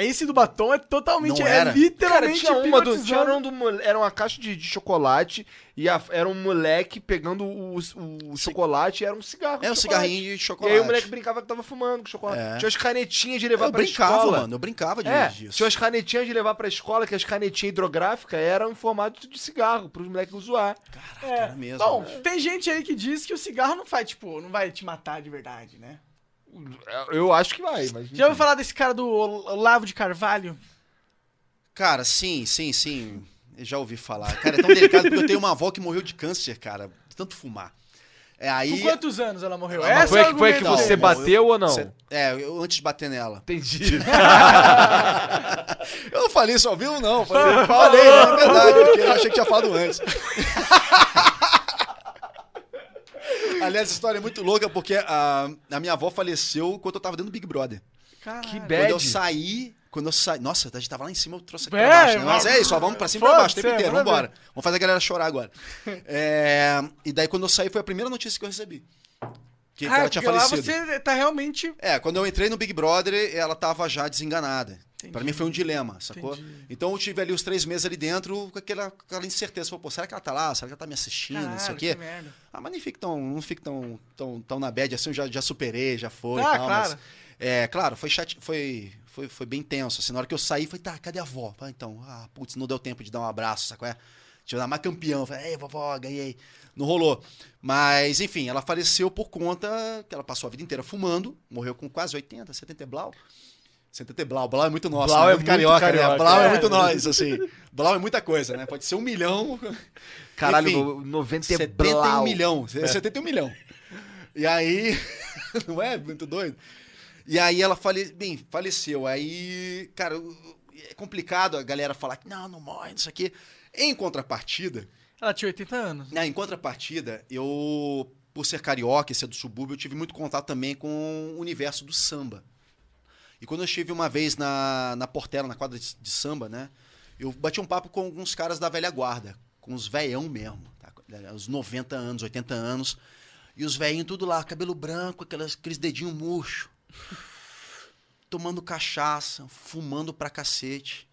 Esse do batom é totalmente. Não é era. literalmente. Cara, tinha uma do, tinha hipnotizando. um do mole- era uma caixa de, de chocolate e a- era um moleque pegando o, o- o chocolate e era um cigarro. É um tipo de cigarrinho de chocolate. E chocolate. aí o moleque brincava que tava fumando com chocolate. É. Tinha as canetinhas de levar Eu pra brincava, escola. mano. Eu brincava de É, disso. tinha as canetinhas de levar pra escola, que as canetinhas hidrográficas eram em formato de cigarro, pros moleques zoar. Caraca, era mesmo. Bom, né? tem gente aí que diz que o cigarro não faz, tipo, não vai te matar de verdade, né? É, Eu acho que vai, mas. Uhum. Já ouviu falar desse cara do Ol- Olavo de Carvalho? Cara, sim, sim, sim. Eu já ouvi falar. Cara, é tão delicado porque eu tenho uma avó que morreu de câncer, cara, de tanto fumar. É aí. Com quantos anos ela morreu? Ah, mas Essa Foi, é a que- foi a que argumento você dele. bateu ou não? Cê- É, eu antes de bater nela. Entendi. Eu não falei isso ao vivo, não. Eu Falei, eu falei não, é verdade, porque eu achei que tinha falado antes. Aliás, a história é muito louca porque a, a minha avó faleceu enquanto eu tava dentro do Big Brother. Caralho. que Quando eu bad. saí, quando eu saí. Nossa, a gente tava lá em cima, eu trouxe aqui É, pra baixo. Né? Mas vamos- é isso, ó, vamos pra cima e pra baixo o tempo Foda-se, é, inteiro, vambora. Vamos fazer a galera chorar agora. É, e daí quando eu saí, foi a primeira notícia que eu recebi. Que Ah, ela tinha porque lá falecido. você tá realmente. É, quando eu entrei no Big Brother, ela tava já desenganada. Entendi. Pra mim foi um dilema, sacou? Entendi. Então eu tive ali os três meses ali dentro com aquela, com aquela incerteza. Falei, pô, será que ela tá lá? Será que ela tá me assistindo? não sei Caralho, o que quê. merda. Ah, mas nem fico tão, não fico tão, tão, tão na bad assim, eu já, já superei, já foi e Ah, tal, claro. mas... É, claro, foi, chate... foi, foi, foi bem tenso, assim, na hora que eu saí, falei, tá, cadê a avó? Ah, então, ah, putz, não deu tempo de dar um abraço, sacou? É? Tinha dar mais campeão, falei, ei, vovó, ganhei. Não rolou. Mas, enfim, ela faleceu por conta que ela passou a vida inteira fumando, morreu com quase 80, 70 e blau. 70 e blau, blau é muito nosso, Blau né? é muito muito carioca, carioca, né? Blau é, é. muito nós, assim. Blau é muita coisa, né? Pode ser um milhão, Caralho, Enfim, no- 90 e 71 blau. milhão. 71 milhão. É. E aí. não é muito doido? E aí ela fale... Bem, faleceu. Aí, cara, o- é complicado a galera falar que não, não morre, não sei o quê. Em contrapartida, Ela tinha 80 anos. né, em contrapartida, eu, por ser carioca e ser do subúrbio, eu tive muito contato também com o universo do samba. E quando eu estive uma vez na, na Portela, na quadra de, de samba, né? Eu bati um papo com alguns caras da velha guarda, com os veião mesmo, tá? Os 90 anos, 80 anos. E os velhinhos tudo lá, cabelo branco, aquelas, aqueles dedinhos murcho. Tomando cachaça, fumando pra cacete.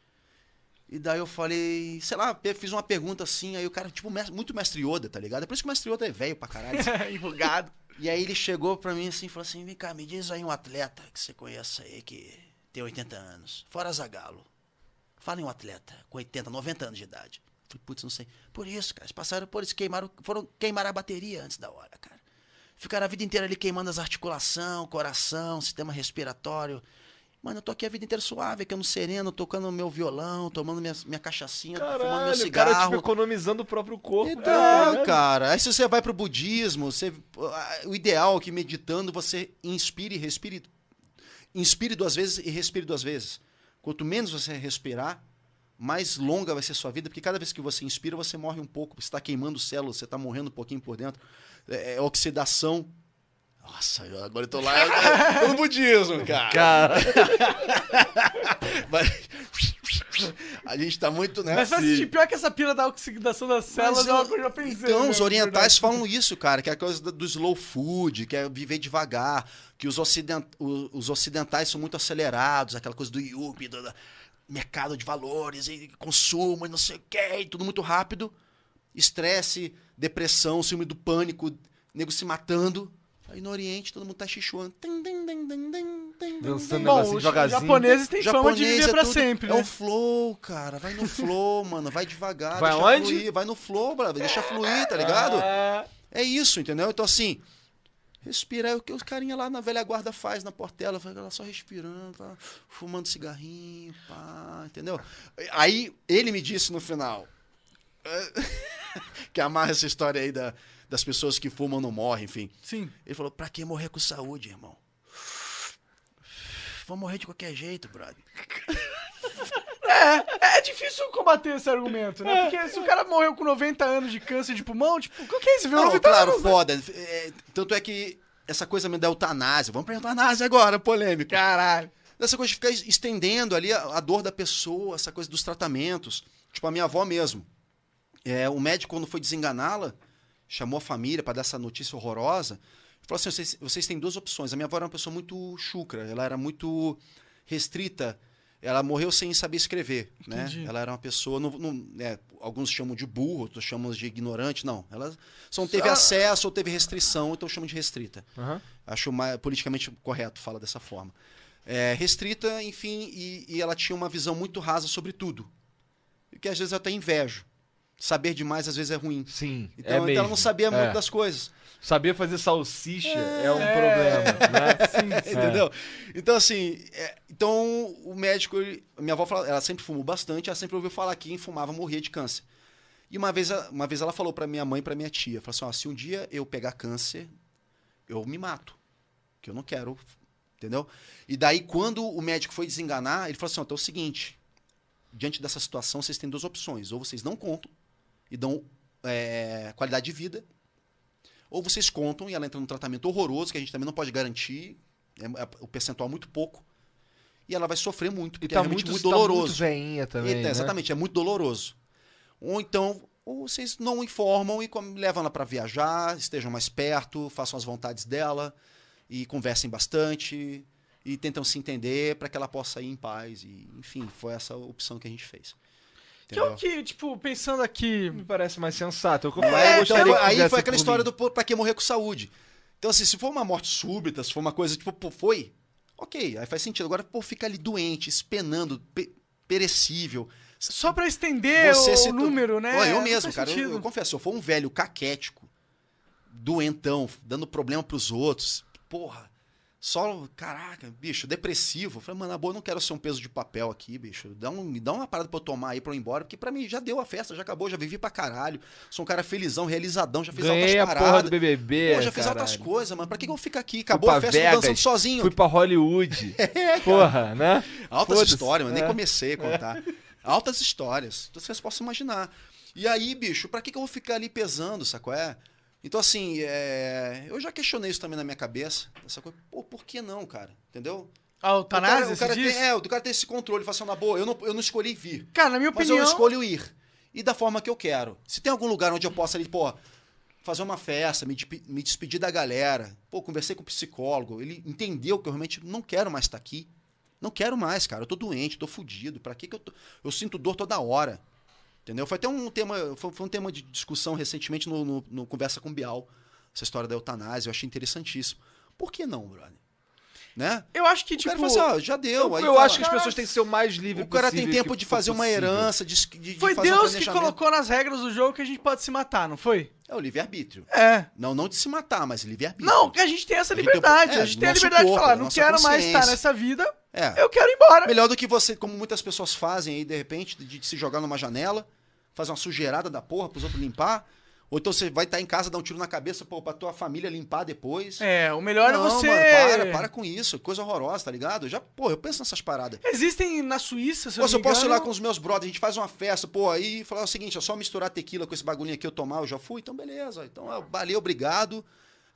E daí eu falei, sei lá, pe- fiz uma pergunta assim, aí o cara, tipo, mes- muito mestre Yoda, tá ligado? É por isso que o mestre Yoda é velho pra caralho. Enrugado. E aí ele chegou pra mim assim e falou assim: vem cá, me diz aí um atleta que você conhece aí que tem 80 anos, fora Zagalo. Fala em um atleta com 80, 90 anos de idade. Eu Falei, putz, não sei. Por isso, cara, eles passaram por isso, queimaram, foram queimar a bateria antes da hora, cara. Ficaram a vida inteira ali queimando as articulações, coração, sistema respiratório. Mano, eu tô aqui a vida inteira suave, ficando sereno, tocando meu violão, tomando minha, minha cachaçinha, fumando meu Caralho, o cara, tipo, cigarro. economizando o próprio corpo. Então, É, cara, aí se você vai pro budismo, você, ah, o ideal é que meditando você inspire e respire. Inspire duas vezes e respire duas vezes. Quanto menos você respirar, mais longa vai ser sua vida, porque cada vez que você inspira, você morre um pouco. Você está queimando células, você está morrendo um pouquinho por dentro. É, é oxidação. Nossa, eu- agora eu tô lá. Eu tô no budismo, cara. Mas- A gente tá muito Mas nessa. vai assistir pior que essa pira da oxidação das células, Mas é eu- uma coisa que eu já pensei. Então, né, os na orientais verdade. falam isso, cara, que é a coisa do- do slow food, que é viver devagar, que os, ocident... o- os ocidentais são muito acelerados, aquela coisa do yuppie, do, do mercado de valores, e consumo, e não sei o quê, e tudo muito rápido. Estresse, depressão, ciúme do pânico, nego se matando. Aí no Oriente todo mundo tá chichuando. Tim, tim, tim, tim, tim, tim, né? Dançando tim. negócio Bom, os devagarzinho. japoneses têm fama de Japonês viver é pra tudo- sempre, É né? o flow, cara. Vai no flow, mano. Vai devagar. Vai deixa onde? Fluir. Vai no flow, brother. Deixa fluir, tá ligado? É isso, entendeu? Então, assim, respirar é o que os carinha lá na velha guarda faz na portela. Fica lá só respirando, tá? fumando cigarrinho, pá, entendeu? Aí ele me disse no final. que amarra essa história aí da- das pessoas que fumam não morrem, enfim. Sim. Ele falou, pra que morrer com saúde, irmão? Vou morrer de qualquer jeito, brother. É difícil combater esse argumento, É. né? Porque se o cara morreu com 90 anos de câncer de pulmão, tipo, o que é isso? Viu? Não, 90 claro, anos. foda. É, tanto é que essa coisa mesmo da eutanásia. Vamos pra eutanásia agora, polêmica. Caralho. Essa coisa de ficar es- estendendo ali a, a dor da pessoa, essa coisa dos tratamentos. Tipo, a minha avó mesmo. É, o médico, quando foi desenganá-la, chamou a família para dar essa notícia horrorosa. Falou assim: vocês, vocês têm duas opções. A minha avó era uma pessoa muito chucra, ela era muito restrita. Ela morreu sem saber escrever, né? Entendi. Ela era uma pessoa, não, não- é, alguns chamam de burro, outros chamam de ignorante, não. Ela só não teve acesso ou teve restrição, então chamam de restrita. Acho mais politicamente correto falar dessa forma. É, restrita, enfim, e, e ela tinha uma visão muito rasa sobre tudo. Que às vezes eu até invejo. Saber demais às vezes é ruim. Sim, Então, é então mesmo. ela não sabia muito É. das coisas. Saber fazer salsicha é, um problema, né? Entendeu? Então, assim, é, então o médico, ele- minha avó, fala- ela sempre fumou bastante, ela sempre ouviu falar que quem fumava morria de câncer. E uma vez, a- uma vez ela falou pra minha mãe e pra minha tia, falou assim, ó, se um dia eu pegar câncer, eu me mato, que eu não quero, entendeu? E daí, quando o médico foi desenganar, ele falou assim, ó, então é o seguinte, diante dessa situação, vocês têm duas opções, ou vocês não contam e dão é, qualidade de vida, ou vocês contam e ela entra num tratamento horroroso, que a gente também não pode garantir, é, é, o percentual é muito pouco, e ela vai sofrer muito, E porque é tá realmente muito, muito tá doloroso. muito veinha também, Então, né? Exatamente, é muito doloroso. Ou então, ou vocês não informam e com- levam ela para viajar, estejam mais perto, façam as vontades dela e conversem bastante e tentam se entender para que ela possa ir em paz. E, enfim, foi essa a opção que a gente fez. Que é o Entendeu? que, tipo, pensando aqui. Me parece mais sensato. É o que eu falei, eu É, gostaria então, que aí fizesse foi aquela por história mim. do pô, pra que morrer com saúde. Então, assim, se for uma morte súbita, se for uma coisa tipo, pô, foi, ok, aí faz sentido. Agora, pô, fica ali doente, espenando, pe- perecível. Só pra estender o se- número, né? Ó, eu Não mesmo, faz cara. Eu, sentido. eu confesso, se eu for um velho caquético, doentão, dando problema pros outros. Porra, só. Caraca, bicho, depressivo. Eu falei, mano, na boa, eu não quero ser um peso de papel aqui, bicho. Dá um, me dá uma parada pra eu tomar aí pra eu ir embora, porque pra mim já deu a festa, já acabou, já vivi pra caralho. Sou um cara felizão, realizadão, já fiz Ganhei a altas porra do paradas. BBB, Pô, já fiz caralho. altas coisas, mano. Pra que, que eu fico aqui? Acabou pra a festa eu Vegas, dançando sozinho. Fui pra Hollywood. É, porra, né? Altas Foda-se. histórias, mano. É. Nem comecei a contar. Altas histórias. Então, Vocês possam imaginar. E aí, bicho, pra que, que eu vou ficar ali pesando, sacou? É? Então, assim, é, eu já questionei isso também na minha cabeça. Essa coisa, pô, por que não, cara? Entendeu? Ah, o o cara, Tanazes, o cara você diz? tem, é, o cara tem esse controle, fala assim, na boa, eu não, eu não escolhi vir. Cara, na minha Mas opinião. eu escolho ir. E da forma que eu quero. Se tem algum lugar onde eu possa ali, pô, fazer uma festa, me, despe- me despedir da galera. Pô, conversei com o psicólogo, ele entendeu que eu realmente não quero mais estar aqui. Não quero mais, cara. Eu tô doente, tô fudido. Pra que que eu tô... Eu sinto dor toda hora. Entendeu? Foi até um tema, foi, foi um tema de discussão recentemente no, no- no Conversa com Bial. Essa história da eutanásia, eu achei interessantíssimo. Por que não, brother? Né? Eu acho que, O tipo. cara fala assim, ó, já deu. Eu, aí eu fala, acho que as pessoas têm que ser o mais livre o cara tem possível tempo que de for fazer uma possível. herança, de, de, de Foi fazer um Deus que planejamento. colocou nas regras do jogo que a gente pode se matar, não foi? É o livre-arbítrio. É. Não, não de se matar, mas livre-arbítrio. Não, que a gente tem essa A gente tem o- liberdade. é, a gente tem a nosso liberdade de corpo, falar, não nossa quero mais estar consciência. nessa vida, É. Eu quero ir embora. Melhor do que você, como muitas pessoas fazem aí, de repente, de, de se jogar numa janela, fazer uma sujeirada da porra pros outros limpar. Ou então você vai estar em casa, dar um tiro na cabeça pô, pra tua família limpar depois. É, o melhor é Não, você. mano, para, para com isso. Coisa horrorosa, tá ligado? Eu Já, pô, eu penso nessas paradas. Existem na Suíça, se Pô, eu, se eu não me posso ir lá engano, com os meus brothers, a gente faz uma festa, pô, aí e falar o seguinte, é só misturar tequila com esse bagulhinho aqui, eu tomar, eu já fui, então beleza. Então, ó, valeu, obrigado.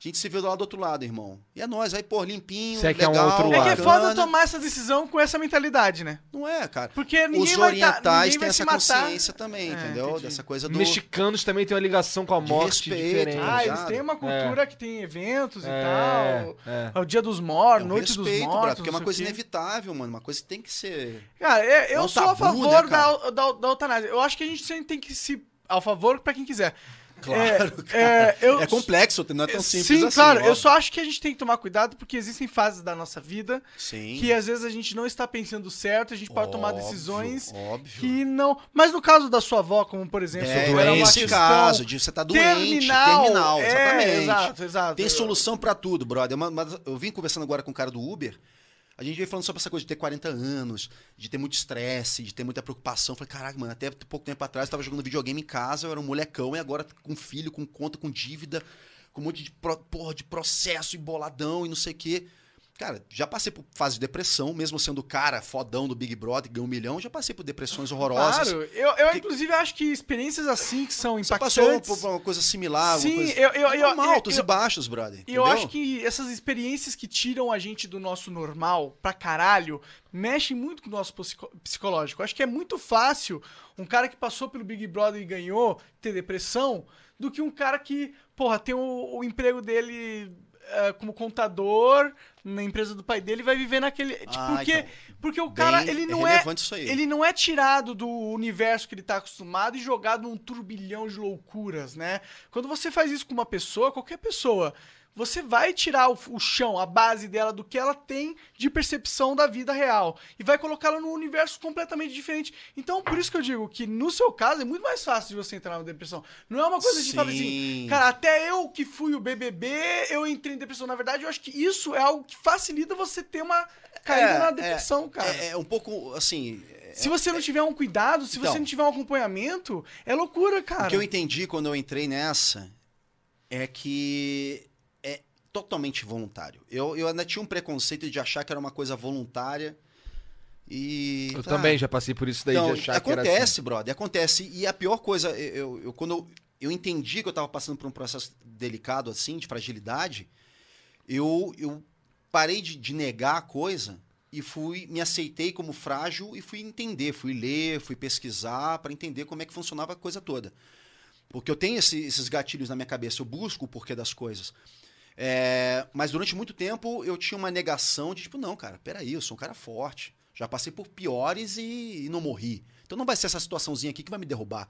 A gente se vê lá do outro lado, irmão. E é nóis, aí, pô, limpinho, Se é que é um legal, outro É que é lado. foda bacana. tomar essa decisão com essa mentalidade, né? Não é, cara. Porque ninguém Os vai tá- orientais ninguém têm vai essa se matar. consciência também, É, entendeu? entendi. Dessa coisa do... Mexicanos também têm uma ligação com a De morte respeito, diferente. Ah, já. eles têm uma cultura que tem eventos e É, tal. é. É o Dia dos É Mortos, um Noite respeito, dos Mortos. brother, porque é não uma sei coisa o quê. inevitável, mano. Uma coisa que tem que ser... Cara, é- eu É um sou a tabu, né, favor da, cara? da, da eutanásia. Eu acho que a gente sempre tem que se. A favor pra quem quiser. Claro, é, cara. é, eu- É complexo, não é tão simples Sim, assim. claro. Eu óbvio. só acho que a gente tem que tomar cuidado porque existem fases da nossa vida Sim. que às vezes a gente não está pensando certo, a gente pode tomar Óbvio, decisões óbvio. que não. Mas no caso da sua avó, como por exemplo, É, era uma nesse questão caso, de você tá doente, terminal, terminal, é, exatamente. exato, exato. Tem solução pra tudo, brother. Mas, mas eu vim conversando agora com o cara do Uber, a gente veio falando sobre essa coisa de ter 40 anos, de ter muito estresse, de ter muita preocupação. Eu Falei, caraca, mano, até pouco tempo atrás eu tava jogando videogame em casa, eu era um molecão, e agora com filho, com conta, com dívida, com um monte de, pro- porra, de processo e boladão e não sei o quê. Cara, já passei por fase de depressão, mesmo sendo o cara fodão do Big Brother, que ganhou um milhão, já passei por depressões horrorosas. Claro, eu, eu inclusive acho que experiências assim que são Você passou impactantes. por por uma coisa similar, Sim, uma coisa... eu- eu- É eu- normal, eu- altos eu- e baixos, brother. E eu entendeu? acho que essas experiências que tiram a gente do nosso normal pra caralho mexem muito com o nosso psico- psicológico. Eu Acho que é muito fácil um cara que passou pelo Big Brother e ganhou ter depressão do que um cara que, porra, tem o, o emprego dele eh, como contador na empresa do pai dele e vai viver naquele. Tipo, Ah, porque, então. porque o cara, Bem ele não é. relevante isso aí. Ele não é tirado do universo que ele tá acostumado e jogado num turbilhão de loucuras, né? Quando você faz isso com uma pessoa, qualquer pessoa, você vai tirar o, o chão, a base dela do que ela tem de percepção da vida real e vai colocá-la num universo completamente diferente. Então, por isso que eu digo que no seu caso é muito mais fácil de você entrar numa depressão. Não é uma coisa de falar assim, Sim. cara, até eu que fui o BBB, eu entrei em depressão. Na verdade, eu acho que isso é algo que facilita você ter uma caída É, na depressão, cara. É, é um pouco, assim... é- Se você não tiver um cuidado, se Então. você não tiver um acompanhamento, é loucura, cara. O que eu entendi quando eu entrei nessa é que é totalmente voluntário. Eu, eu ainda tinha um preconceito de achar que era uma coisa voluntária e... Eu tá, também já passei por isso daí Então, de achar acontece, que era assim. brother, acontece. E a pior coisa, eu, eu- eu- quando eu, eu entendi que eu tava passando por um processo delicado assim, de fragilidade, eu, eu parei de, de negar a coisa e fui me aceitei como frágil e fui entender, fui ler, fui pesquisar para entender como é que funcionava a coisa toda. Porque eu tenho esse- esses gatilhos na minha cabeça, eu busco o porquê das coisas. É, mas durante muito tempo eu tinha uma negação de tipo, não, cara, peraí, eu sou um cara forte. Já passei por piores e, e não morri. Então não vai ser essa situaçãozinha aqui que vai me derrubar.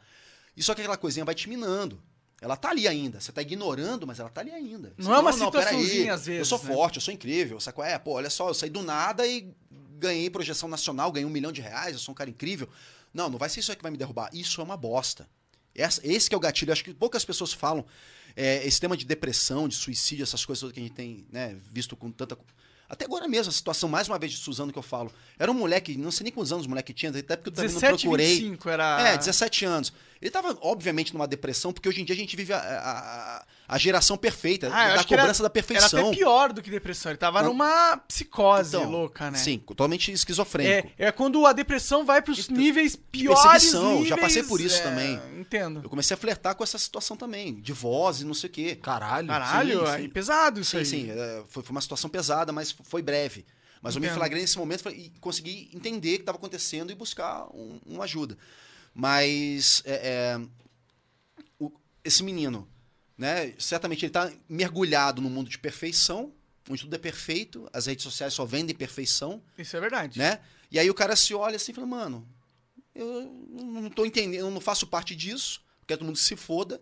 E só que aquela coisinha vai te minando. Ela tá ali ainda. Você tá ignorando, mas ela tá ali ainda. Não Você, é uma peraí, situaçãozinha, às Eu vezes, sou né? forte, eu sou incrível. Saco? É, pô, olha só, eu saí do nada e ganhei projeção nacional, ganhei um milhão de reais, eu sou um cara incrível. Não, não vai ser isso aí que vai me derrubar. Isso é uma bosta. Essa- esse que é o gatilho. Acho que poucas pessoas falam é, esse tema de depressão, de suicídio, essas coisas todas que a gente tem né, visto com tanta. Até agora mesmo, a situação, mais uma vez, de Suzano que eu falo. Era um moleque, não sei nem quantos anos o moleque tinha, até porque eu também não 17, procurei. 25 era. É, 17 anos. Ele tava, obviamente, numa depressão, porque hoje em dia a gente vive a, a- a- a geração Ah, perfeita, eu da acho que era- cobrança da perfeição. Era até pior do que depressão. Ele tava Não. numa psicose Então, louca, né? Sim, totalmente esquizofrênico. É, é quando a depressão vai pros níveis piores. perseguição, já níveis, passei por isso é, também. Eu Entendo. comecei a flertar com essa situação também, de voz e não sei o quê. Caralho. Caralho, sim, sim. aí pesado isso Sim, aí. sim, é, foi, foi uma situação pesada, mas foi breve. Mas eu me Entendo. flagrei nesse momento falei, e consegui entender o que estava acontecendo e buscar um- uma ajuda. Mas é, é, o- esse menino, né, certamente ele está mergulhado no mundo de perfeição, onde tudo é perfeito, as redes sociais só vendem perfeição, Isso é verdade. né? E aí o cara se olha assim e fala, mano, eu não tô entendendo, eu não faço parte disso, quero todo mundo que se foda,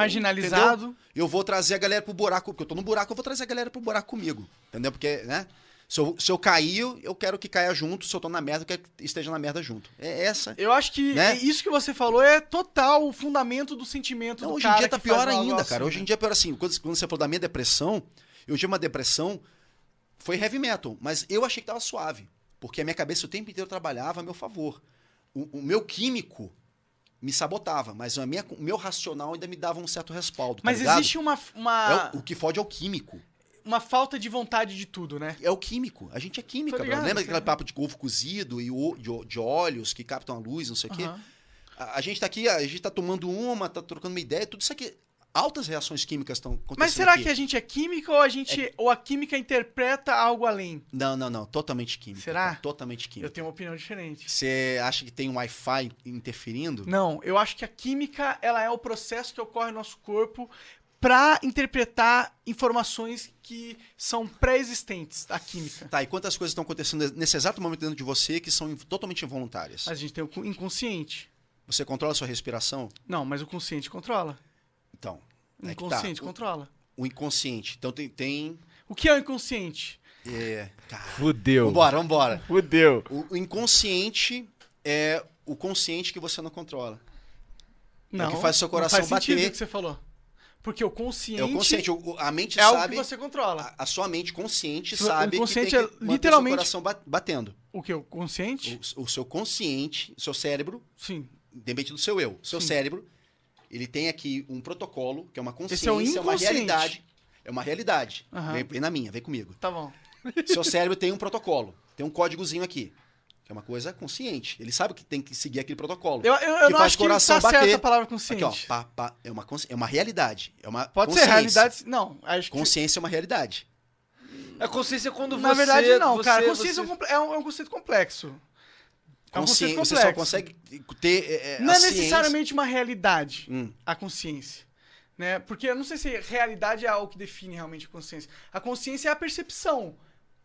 Marginalizado. eu vou trazer a galera pro buraco, porque eu tô no buraco, eu vou trazer a galera pro buraco comigo. Entendeu? Porque, né? Se eu, se eu cair, eu quero que caia junto. Se eu tô na merda, eu quero que esteja na merda junto. É essa. Eu acho que Né? isso que você falou é total o fundamento do sentimento Então, do hoje cara em dia tá que faz pior algo ainda, assim, cara. Hoje em dia é pior assim. Quando, quando você falou da minha depressão, eu tive uma depressão, foi heavy metal, mas eu achei que tava suave. Porque a minha cabeça o tempo inteiro trabalhava a meu favor. O, o meu químico me sabotava, mas a minha, o meu racional ainda me dava um certo respaldo. tá Mas ligado? existe uma, uma, É o, o que fode é o químico. uma falta de vontade de tudo, né? É o químico. A gente é química, Tô brother. ligado, Lembra tô aquele ligado. papo de ovo cozido e o- de, ó- de óleos que captam a luz, não sei o quê? Aham. A, a gente tá aqui, a gente tá tomando uma, tá trocando uma ideia, tudo isso aqui. Altas reações químicas estão acontecendo. Mas será aqui. É. que a gente é química ou a gente ou a química interpreta algo além? Não, não, não. Totalmente química. Será? cara, Totalmente Eu química. tenho uma opinião diferente. Você acha que tem um Wi-Fi interferindo? Não, eu acho que a química ela é o processo que ocorre no nosso corpo pra interpretar informações que são pré-existentes da química. Tá, e quantas coisas estão acontecendo nesse exato momento dentro de você que são inv- totalmente involuntárias? Mas a gente tem o cu- inconsciente. Você controla a sua respiração? Não, mas o consciente controla. Então. O é que tá. inconsciente O- controla. O inconsciente. Então tem. tem O que é o inconsciente? é... Cara, Fudeu. Vambora, vambora. Fudeu. O, o inconsciente é o consciente que você não controla. Não. que faz seu coração não faz sentido bater. o que você falou. Porque o consciente É o consciente. o- o- a mente é algo que sabe. Ah. você controla. A, a sua mente consciente O sabe consciente que é tem que manter literalmente- o seu coração ba- batendo. O que? O consciente? O, o seu consciente, o seu cérebro, Sim. independente do seu eu, o seu Sim. cérebro, ele tem aqui um protocolo, que é uma Esse consciência, é é, o uma inconsciente. realidade. É uma realidade. Aham. Vem, vem na minha, vem comigo. Tá bom. Seu cérebro tem um protocolo, tem um códigozinho aqui, que é uma coisa consciente. Ele sabe que tem que seguir aquele protocolo. Eu, eu, eu Que não faz acho que tá coração bater. certa a palavra consciente. Aqui, ó, pá, pá, é, uma consci- é uma realidade. É uma Pode ser consciência. realidade. Não, acho que. Consciência é uma realidade. A consciência é quando Na você... verdade, não, você- cara. Consciência é você- um comple- é, um, é um conceito complexo. É um Conscien- conceito complexo. você só consegue ter. é, é, Não a é ciência- necessariamente uma realidade Hum. a consciência. Né? Porque eu não sei se realidade é algo que define realmente a consciência. A consciência é a percepção,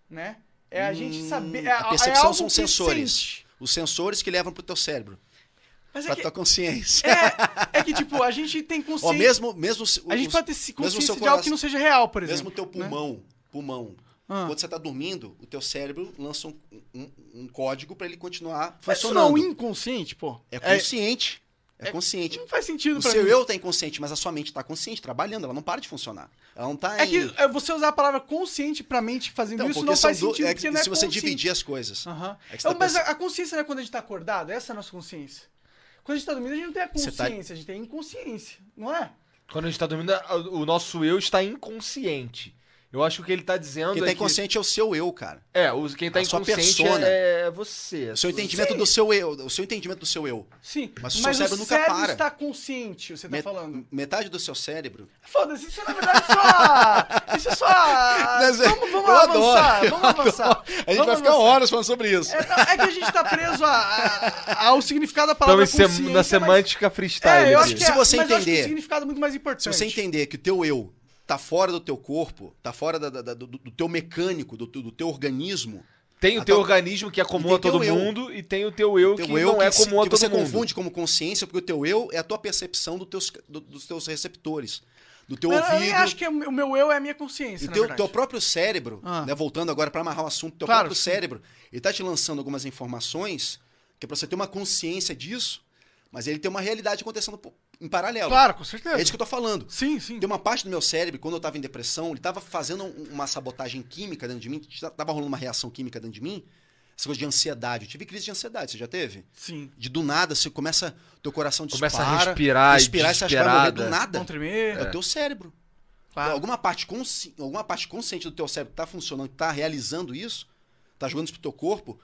né? É a gente Hum, saber. É, a percepção é algo são que sensores. sente. Os sensores que levam pro teu cérebro, Mas é pra que, tua consciência. é, é que, tipo, a gente tem consciência. Ó, mesmo, mesmo se- a gente os- pode ter se- mesmo o consciência seu de coração- algo que não seja real, por exemplo. né? Mesmo o teu pulmão, pulmão. Ah. Quando você tá dormindo, o teu cérebro lança um, um- um código pra ele continuar Mas isso não é funcionando. o inconsciente, pô. É consciente. É, consciente. não faz sentido O um pra seu mim. eu tá inconsciente, mas a sua mente tá consciente, trabalhando, ela não para de funcionar. Ela não tá É em... que é, você usar a palavra consciente pra mente fazendo Então, isso porque não são faz do- sentido, é que porque não é se você consciente. Ah, dividir as coisas. Aham. É que você tá Não, mas pensando- a, a consciência não é quando a gente tá acordado, essa é a nossa consciência. Quando a gente tá dormindo, a gente não tem a Você tá- consciência, a gente tem a inconsciência, não é? Quando a gente tá dormindo, a- o nosso eu está inconsciente. Eu acho que o que ele tá dizendo então Quem é tá que- inconsciente é o seu eu, cara. É, o- quem tá A sua inconsciente persona. é, é você. O seu entendimento do seu eu, o seu entendimento do seu eu. Sim, Mas o seu cérebro nunca para. está consciente, você tá Met- falando. Metade do seu cérebro. Foda-se, isso é, na verdade só... isso é Mas, só... é, Vamos, vamos eu avançar, adoro, eu vamos avançar. A gente Vamos vai ficar avançar. horas falando sobre isso. É, não, é que a gente tá preso a- a- ao significado da Então, palavra em sem- consciência. na mas- semântica freestyle. É, eu aqui. acho que Se é, você mas eu acho que entender- o significado é muito mais importante. Se você entender que o teu eu tá fora do teu corpo, tá fora da- da- da- do, do teu mecânico, do, teu- do teu organismo, Tem o A teu tua- organismo que é comum tem a todo teu eu. mundo e tem o teu eu teu que eu não é se- comum a todo você mundo. confunde como consciência, porque o teu eu é a tua percepção do teus- do- dos teus receptores, do teu Mas eu nem ouvido. acho que é o meu- o meu eu é a minha consciência, E na teu, verdade. teu próprio cérebro, Ah. né, voltando agora para amarrar o assunto, teu Claro, próprio sim. cérebro, ele tá te lançando algumas informações que é pra você ter uma consciência disso, mas ele tem uma realidade acontecendo po- em paralelo. Claro, com certeza. É isso que eu tô falando. Sim, sim. Tem uma parte do meu cérebro, quando eu tava em depressão, ele tava fazendo um- uma sabotagem química dentro de mim, t- tava rolando uma reação química dentro de mim, essa coisa de ansiedade. Eu tive crise de ansiedade, você já teve? Sim. De do nada, você começa, teu coração dispara. Começa a respirar, né? respirar e você acha que vai morrer do desesperada. nada. Não tremer. É o teu cérebro. Claro. Alguma, parte consci... Alguma parte consciente do teu cérebro que tá funcionando, que tá realizando isso, tá jogando isso pro teu corpo,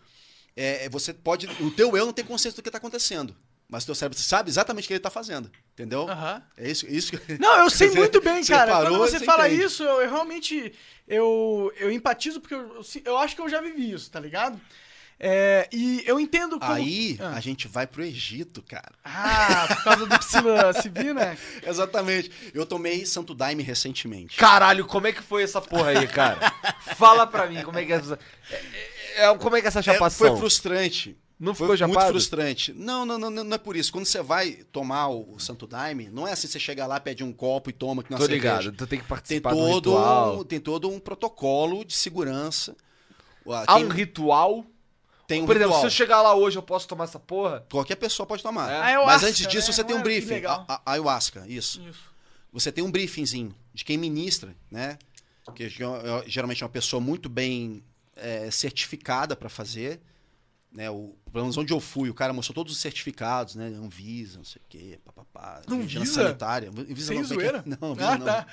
é, é, você pode. O teu eu não tem consciência do que tá acontecendo. Mas o teu cérebro sabe exatamente o que ele tá fazendo. Entendeu? Aham. É isso, é isso que. Não, eu sei Você- muito bem, você cara. parou, Quando você você fala entende. isso, eu, eu realmente eu, eu empatizo porque eu, eu si- eu acho que eu já vivi isso, tá ligado? É, e eu entendo como... Aí Ah. a gente vai pro Egito, cara. Ah, por causa do psilocibina? Exatamente. Eu tomei Santo Daime recentemente. Caralho, como é que foi essa porra aí, cara? Fala pra mim, como é que é essa... é- é- como é que é essa É, chapação? foi frustrante. Não Foi ficou muito chapado? frustrante. Não, não, não, não não é por isso. Quando você vai tomar o, o Santo Daime, não é assim você chega lá, pede um copo e toma que não Tô ligado, tu tem que Tem participar do todo, um, ritual. tem todo um protocolo de segurança. Ah, Há Tem, um ritual? tem um Por exemplo, ritual. se eu chegar lá hoje, eu posso tomar essa porra? Qualquer pessoa pode tomar. É. Ayahuasca, Mas antes disso, né? você tem Não um é? Que briefing. legal. A, a- ayahuasca, isso. Isso. Você tem um é, briefingzinho de quem ministra, né? Que ge- geralmente é uma pessoa muito bem é, certificada para fazer. Né, o, pelo menos onde eu fui, o cara mostrou todos os certificados, né? Anvisa, não sei o quê, papapá. Vigilância Anvisa? sanitária. Anvisa Sem não, como é que zoeira? é? Não, Anvisa Ah, não. tá.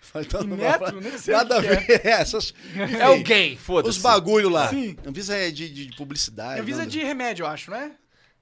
Falei, então, não Inmetro, vai falar. nem sei o Nada a que ver. É. Essas, É Enfim, alguém, foda-se. Os bagulho lá. Sim. Anvisa é de, de publicidade. Avisa não? de remédio, eu acho, não é?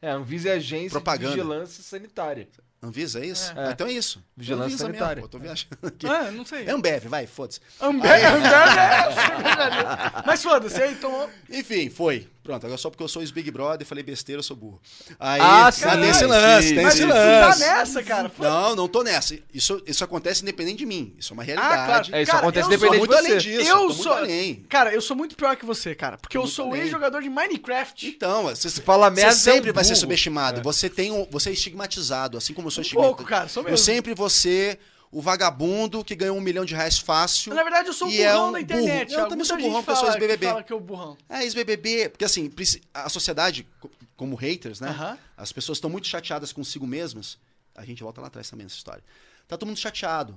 É, Anvisa é agência Propaganda. de vigilância sanitária. Anvisa, é isso? Ah, então é isso. Vigilância Anvisa sanitária. Mesmo, pô, tô viajando aqui. Ah, não sei. É Ambev, vai, foda-se. Ambev, Ambev é- Mas foda-se, aí tomou. Enfim, foi. Pronto, agora só porque eu sou os Big Brother, falei besteira, eu sou burro. Aí, Ah, sim, ah, tem sim, esse lance, sim, tem Mas esse você tá lance. nessa, cara. Foda- Não, não tô nessa. Isso, isso acontece independente de mim. Isso é uma Ah, realidade. claro. É, isso Cara, acontece eu sou independente de muito além você. disso. eu tô muito sou. além. Cara, eu sou muito pior que você, cara. Porque eu Muito sou um além. ex-jogador de Minecraft. Então, você, você fala merda, é um sempre vai ser burro. subestimado. Você tem um, você é estigmatizado, assim como eu sou Um estigmatizado. pouco, cara, sou Eu mesmo. sempre vou ser o vagabundo que ganhou um milhão de reais fácil. Na verdade, eu sou o e burrão é um da burro. internet. Eu também Muita sou gente burrão, porque eu fala, sou ex-BBB. que Fala que é o burrão. É, ex-BBB, porque assim, princi- a sociedade, co- como haters, né? Aham. As pessoas estão muito chateadas consigo mesmas. A gente volta lá atrás também nessa história. Tá todo mundo chateado.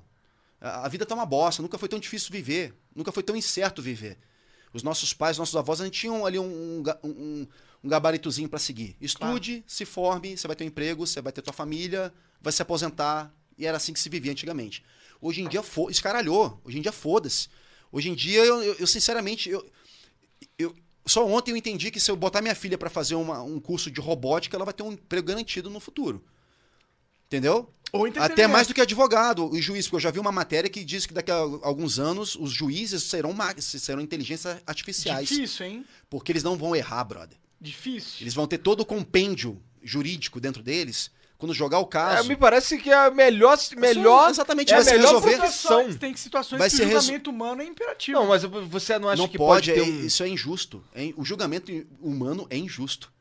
A a vida tá uma bosta, nunca foi tão difícil viver, nunca foi tão incerto viver. Os nossos pais, nossos avós, a gente tinham ali um, um, ga- um- um- um gabaritozinho pra seguir. Estude, se forme, você vai ter um emprego, você vai ter tua família, vai se aposentar. E era assim que se vivia antigamente. Hoje em dia, fo- escaralhou. Hoje em dia, foda-se. Hoje em dia, eu, eu- eu sinceramente, eu, eu- só ontem eu entendi que se eu botar minha filha pra fazer uma- um curso de robótica, ela vai ter um emprego garantido no futuro. Entendeu? Ou Até mais do que advogado e juiz, porque eu já vi uma matéria que diz que daqui a alguns anos os juízes serão, ma- serão inteligência artificiais. Difícil, hein? Porque eles não vão errar, brother. Difícil. Eles vão ter todo o compêndio jurídico dentro deles quando jogar o É, caso. me parece que é a melhor. melhor Ah, exatamente, é a vai se melhor resolver. profissão. Situações, tem situações Vai que ser o resu- julgamento humano é imperativo. Não, mas eu- você não acha não que pode, pode, é- ter um. isso é injusto. É in- o julgamento i- humano é injusto.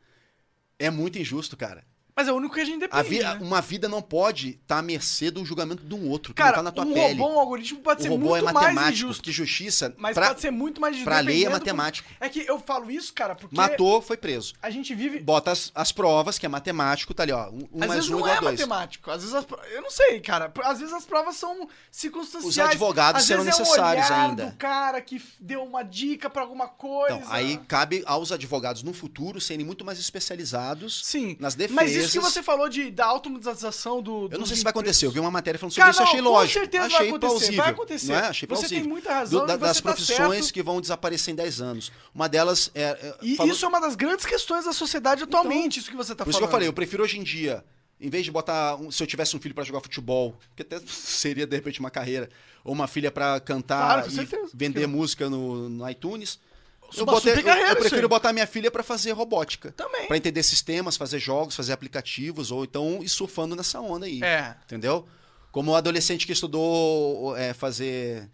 É muito injusto, cara. Mas é o único que a gente A depende, vi- né? Uma vida não pode estar à mercê do julgamento de um outro, que Cara, não tá na tua um pele. robô, um algoritmo pode o ser robô muito é mais matemático, injusto. porque justiça, Mas pra, pode ser muito mais injusto. pra lei é dependendo do- matemático. É que eu falo isso, cara, porque Matou, foi preso. a gente vive... Bota as, as provas, que é matemático, tá ali, ó. Um, um às mais vezes um não igual é a dois. matemático. Às vezes as pro- Eu não sei, cara. Às vezes as provas são circunstanciais. Os advogados às serão vezes necessários é o olhar ainda. do cara que f- deu uma dica pra alguma coisa. Então, é. aí cabe aos advogados no futuro serem muito mais especializados Sim. nas Mas defesas. isso que você falou de, da automatização do... Eu não dos sei se vai empregos. acontecer. Eu vi uma matéria falando sobre Cara, isso, não, achei com lógico. certeza vai achei acontecer, plausível. vai acontecer. Não é? Achei Você tem plausível. muita razão e você das tá profissões certo. que vão desaparecer em 10 anos. Uma delas é. é, E falou- isso é uma das grandes questões da sociedade atualmente, isso que você tá Então, falando. Por isso que eu falei, eu prefiro hoje em dia, em vez de botar. um- se eu tivesse um filho pra jogar futebol, que até seria de repente uma carreira, ou uma filha pra cantar Claro, com e certeza. vender música no, no iTunes. Eu, Uma botei- super eu- carreira eu isso prefiro aí. botar minha filha pra fazer robótica. Também. Pra entender sistemas, fazer jogos, fazer aplicativos, ou então ir surfando nessa onda aí. É. Entendeu? Como o adolescente que estudou é, fazer.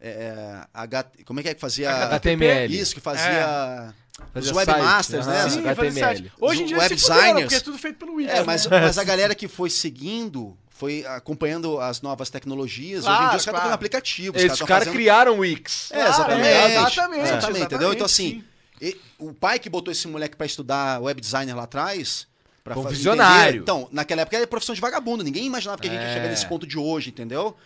é, H- como é que é que fazia? HTML. Isso, que fazia. É. Os webmasters, né? Sim, Sim, fazer HTML. site. Hoje em Os dia web eles se fuderam, designers. porque é tudo feito pelo Wix. É, mas, né? mas a galera que foi seguindo, foi acompanhando as novas tecnologias, hoje em Claro, dia os claro. caras estão fazendo aplicativos. Esses tão caras fazendo- criaram o Ah, Wix. É, exatamente. é, exatamente, exatamente, entendeu? exatamente, Então, assim, sim. e- o pai que botou esse moleque pra estudar web designer lá atrás. Pra Foi um fa- visionário. entender- Então, naquela época era profissão de vagabundo, ninguém imaginava que a gente ia chegar nesse ponto de hoje, entendeu?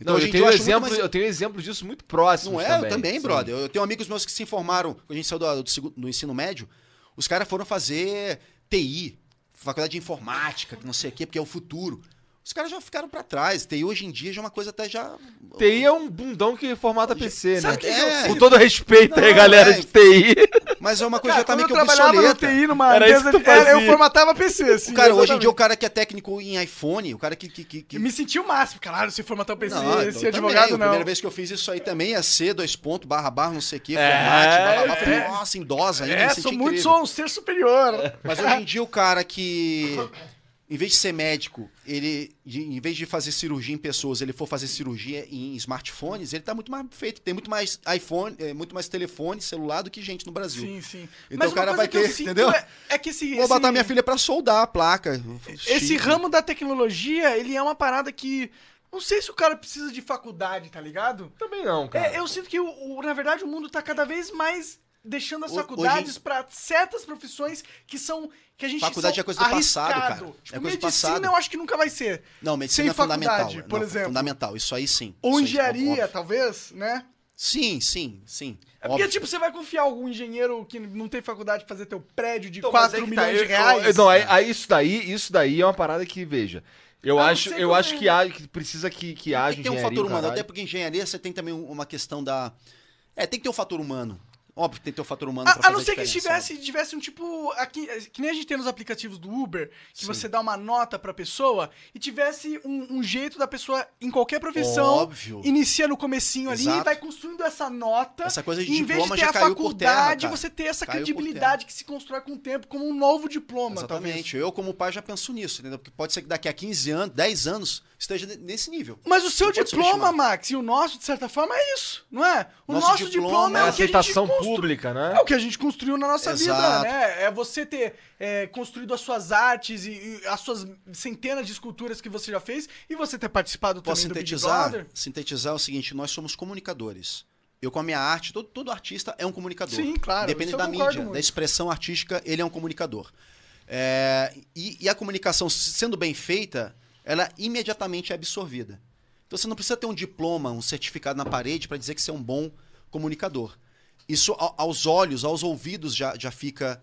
Então, Não, hoje eu, em dia tenho eu acho muito exemplo, mais- eu tenho exemplos disso muito próximos não é? também. eu também, sim. brother. Eu, eu tenho amigos meus que se informaram, quando a gente saiu do, do segu- do ensino médio, os caras foram fazer TI, faculdade de informática, que não sei o quê, porque é o futuro. Os caras já ficaram pra trás. TI hoje em dia já é uma coisa até já. TI é um bundão que formata PC, Sabe né? o que eu É. Com todo respeito aí, Não, galera é. de TI. Mas é uma Cara, coisa já tá quando meio eu que trabalhava no obsoleta. TI numa Era isso empresa, que tu de- era- eu fazia. formatava PC, assim. Cara, hoje em dia o exatamente. cara que é técnico em iPhone, o cara que. que, que, que... Me senti o máximo. Caralho, se formatar o PC, Não, eu esse também. advogado A não. primeira vez que eu fiz isso aí também é C, dois pontos, barra, barra, não sei o quê, É. formate, blá, blá, blá. Falei, É. nossa, idosa ainda, É, me senti sou muito, incrível. É. sou um ser superior. Mas hoje em dia o cara que, em vez de ser médico, ele, de- em vez de fazer cirurgia em pessoas, ele for fazer cirurgia em smartphones, ele tá muito mais feito. Tem muito mais iPhone, eh, muito mais telefone, celular do que gente no Brasil. Sim, sim. Então Mas o uma cara coisa vai que eu ter, sinto entendeu? É, é que esse, Vou esse- botar minha filha pra soldar a placa. Esse Chique. ramo da tecnologia, ele é uma parada que. Não sei se o cara precisa de faculdade, tá ligado? Também não, cara. É, eu sinto que, o, o- na verdade, o mundo tá cada vez mais deixando as Ho- faculdades hoje pra certas profissões que são. Que a gente Faculdade são é coisa do passado, cara. arriscado. É Tipo, coisa do medicina passado. eu acho que nunca vai ser. Não, medicina Sem é fundamental. faculdade, Não, por exemplo. Fundamental, isso aí sim. Ou Isso aí, engenharia, óbvio. talvez, né? Sim, sim, sim. É porque, Óbvio. tipo, você vai confiar algum engenheiro que não tem faculdade pra fazer teu prédio de Então, mas 4 é aí que tá, milhões de eu- eu- reais? eu- não, aí, aí isso daí, isso daí é uma parada que, veja. Eu Ah, não acho, sei eu como acho é. que, há, que precisa que, que haja tem que ter um engenharia, fator humano, caralho. até porque engenharia você tem também um- uma questão da. É, tem que ter um fator humano. Óbvio que tem que ter um fator humano pra A, a fazer não ser que diferença, tivesse, tivesse um tipo. Aqui, que nem a gente tem nos aplicativos do Uber, que Sim. você dá uma nota pra pessoa e tivesse um, um jeito da pessoa em qualquer profissão. Óbvio. Inicia no comecinho ali Exato. e vai construindo essa nota. Essa coisa de e em vez de diploma ter já a caiu por terra, faculdade, cara. você ter essa Caiu por credibilidade que se constrói com o tempo como um novo diploma, talvez. Exatamente. Eu, como pai, já penso nisso, entendeu? Porque pode ser que daqui a 15 anos, 10 anos, esteja ne- nesse nível. Mas o seu Não pode diploma, subestimar. Max, e o nosso, de certa forma, é isso, não é? O nosso, Nosso diploma, diploma é, É o que a gente aceitação constru- pública, né? É o que a gente construiu na nossa vida, Exato. né? É você ter é, construído as suas artes e, e as suas centenas de esculturas que você já fez e você ter participado Posso também do Big sintetizar? Brother. Sintetizar é o seguinte: nós somos comunicadores. Eu, com a minha arte, todo, todo artista é um comunicador. Sim, claro, Depende isso eu da concordo mídia, muito. da expressão artística, ele é um comunicador. É, e, e a comunicação, s- sendo bem feita, ela imediatamente é absorvida. Então você não precisa ter um diploma, um certificado na parede para dizer que você é um bom comunicador. Isso a- aos olhos, aos ouvidos já, já fica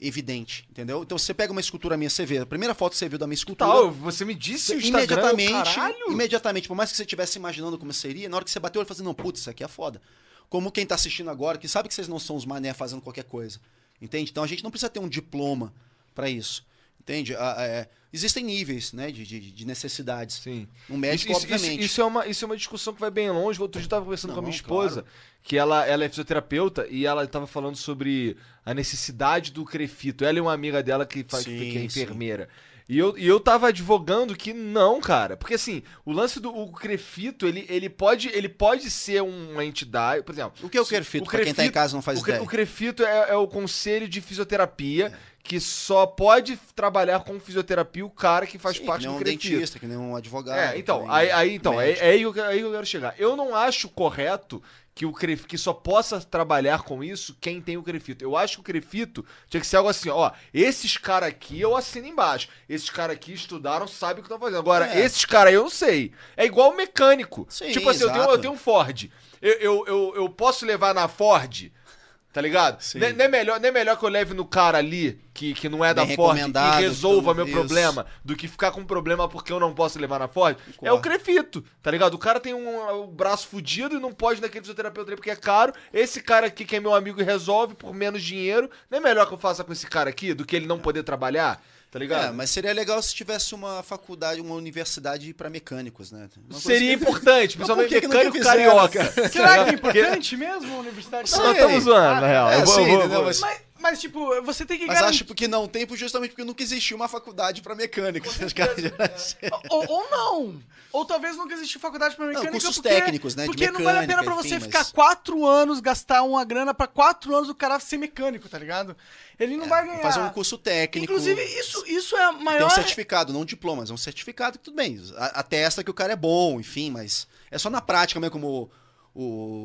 evidente, entendeu? Então você pega uma escultura minha, você vê, a primeira foto que você viu da minha escultura, Tal, você me disse o Instagram, imediatamente, caralho. imediatamente, por mais que você estivesse imaginando como seria, na hora que você bateu, ele falou assim, não, putz, isso aqui é foda. Como quem tá assistindo agora, que sabe que vocês não são os mané fazendo qualquer coisa. Entende? Então a gente não precisa ter um diploma pra isso. Entende? A- a- é, existem níveis, né, de, de- de necessidades. Sim. Um médico, isso, isso- obviamente. isso é uma, isso é uma discussão que vai bem longe. Outro dia eu tava conversando com a Não, minha esposa, que ela, ela é fisioterapeuta, e ela tava falando sobre a necessidade do crefito. Ela e uma amiga dela que, faz, Sim, que é sim. enfermeira. E eu, e eu tava advogando que não, cara. Porque assim, o lance do o crefito, ele, ele, pode, ele pode ser um, uma entidade. Por exemplo, O que é o se- crefito? Pra quem tá em casa não faz o cre- ideia. É. O crefito é, é o conselho de fisioterapia que só pode trabalhar com fisioterapia o cara que faz Sim, parte que do nem um crefito. dentista, que nem um advogado. É, que então, nem aí, um aí, então é, médico. é aí que eu quero- aí que eu quero chegar. Eu não acho correto que o cref, que só possa trabalhar com isso quem tem o crefito. Eu acho que o crefito tinha que ser algo assim, ó, esses caras aqui eu assino embaixo. Esses caras aqui estudaram, sabem o que estão fazendo. Agora, É. esses caras aí eu não sei. É igual o mecânico. Sim, tipo assim, eu tenho, exato. eu tenho um Ford. Eu, eu, eu, eu posso levar na Ford... Tá ligado? Sim. Não é melhor, né melhor que eu leve no cara ali, que, que não é da Bem Ford, recomendado, e resolva tudo meu isso. problema do que ficar com problema porque eu não posso levar na Ford, é o crefito, tá ligado? O cara tem um, um braço fudido e não pode naquele fisioterapeuta dele porque é caro. Esse cara aqui que é meu amigo e resolve por menos dinheiro, não é melhor que eu faça com esse cara aqui do que ele não poder trabalhar, tá É, ligado? mas seria legal se tivesse uma faculdade, uma universidade pra mecânicos, né? Uma coisa Seria que- Mas importante, principalmente por que que nunca mecânico fizeram, carioca. Será que é Porque- importante mesmo a universidade? Não Não, sei. estamos zoando, na real. É, Eu vou- sim, vou- entendeu? vou- Mas- Mas, mas, tipo, você tem que Mas garantir. acho porque não tem, justamente porque nunca existiu uma faculdade pra mecânicos. Os caras já nasceram. Ou, ou não. Ou talvez nunca existiu faculdade pra mecânica. cursos porque, técnicos, né, de Porque não vale a pena pra mecânica, você enfim, ficar mas- quatro anos, gastar uma grana pra quatro anos o cara ser mecânico, tá ligado? Ele não vai ganhar. Fazer um curso técnico. Inclusive, isso, isso é a Tem maior. um certificado, não um diploma, mas é um certificado que tudo bem. a- Atesta que o cara é bom, enfim, mas é só na prática mesmo, como o,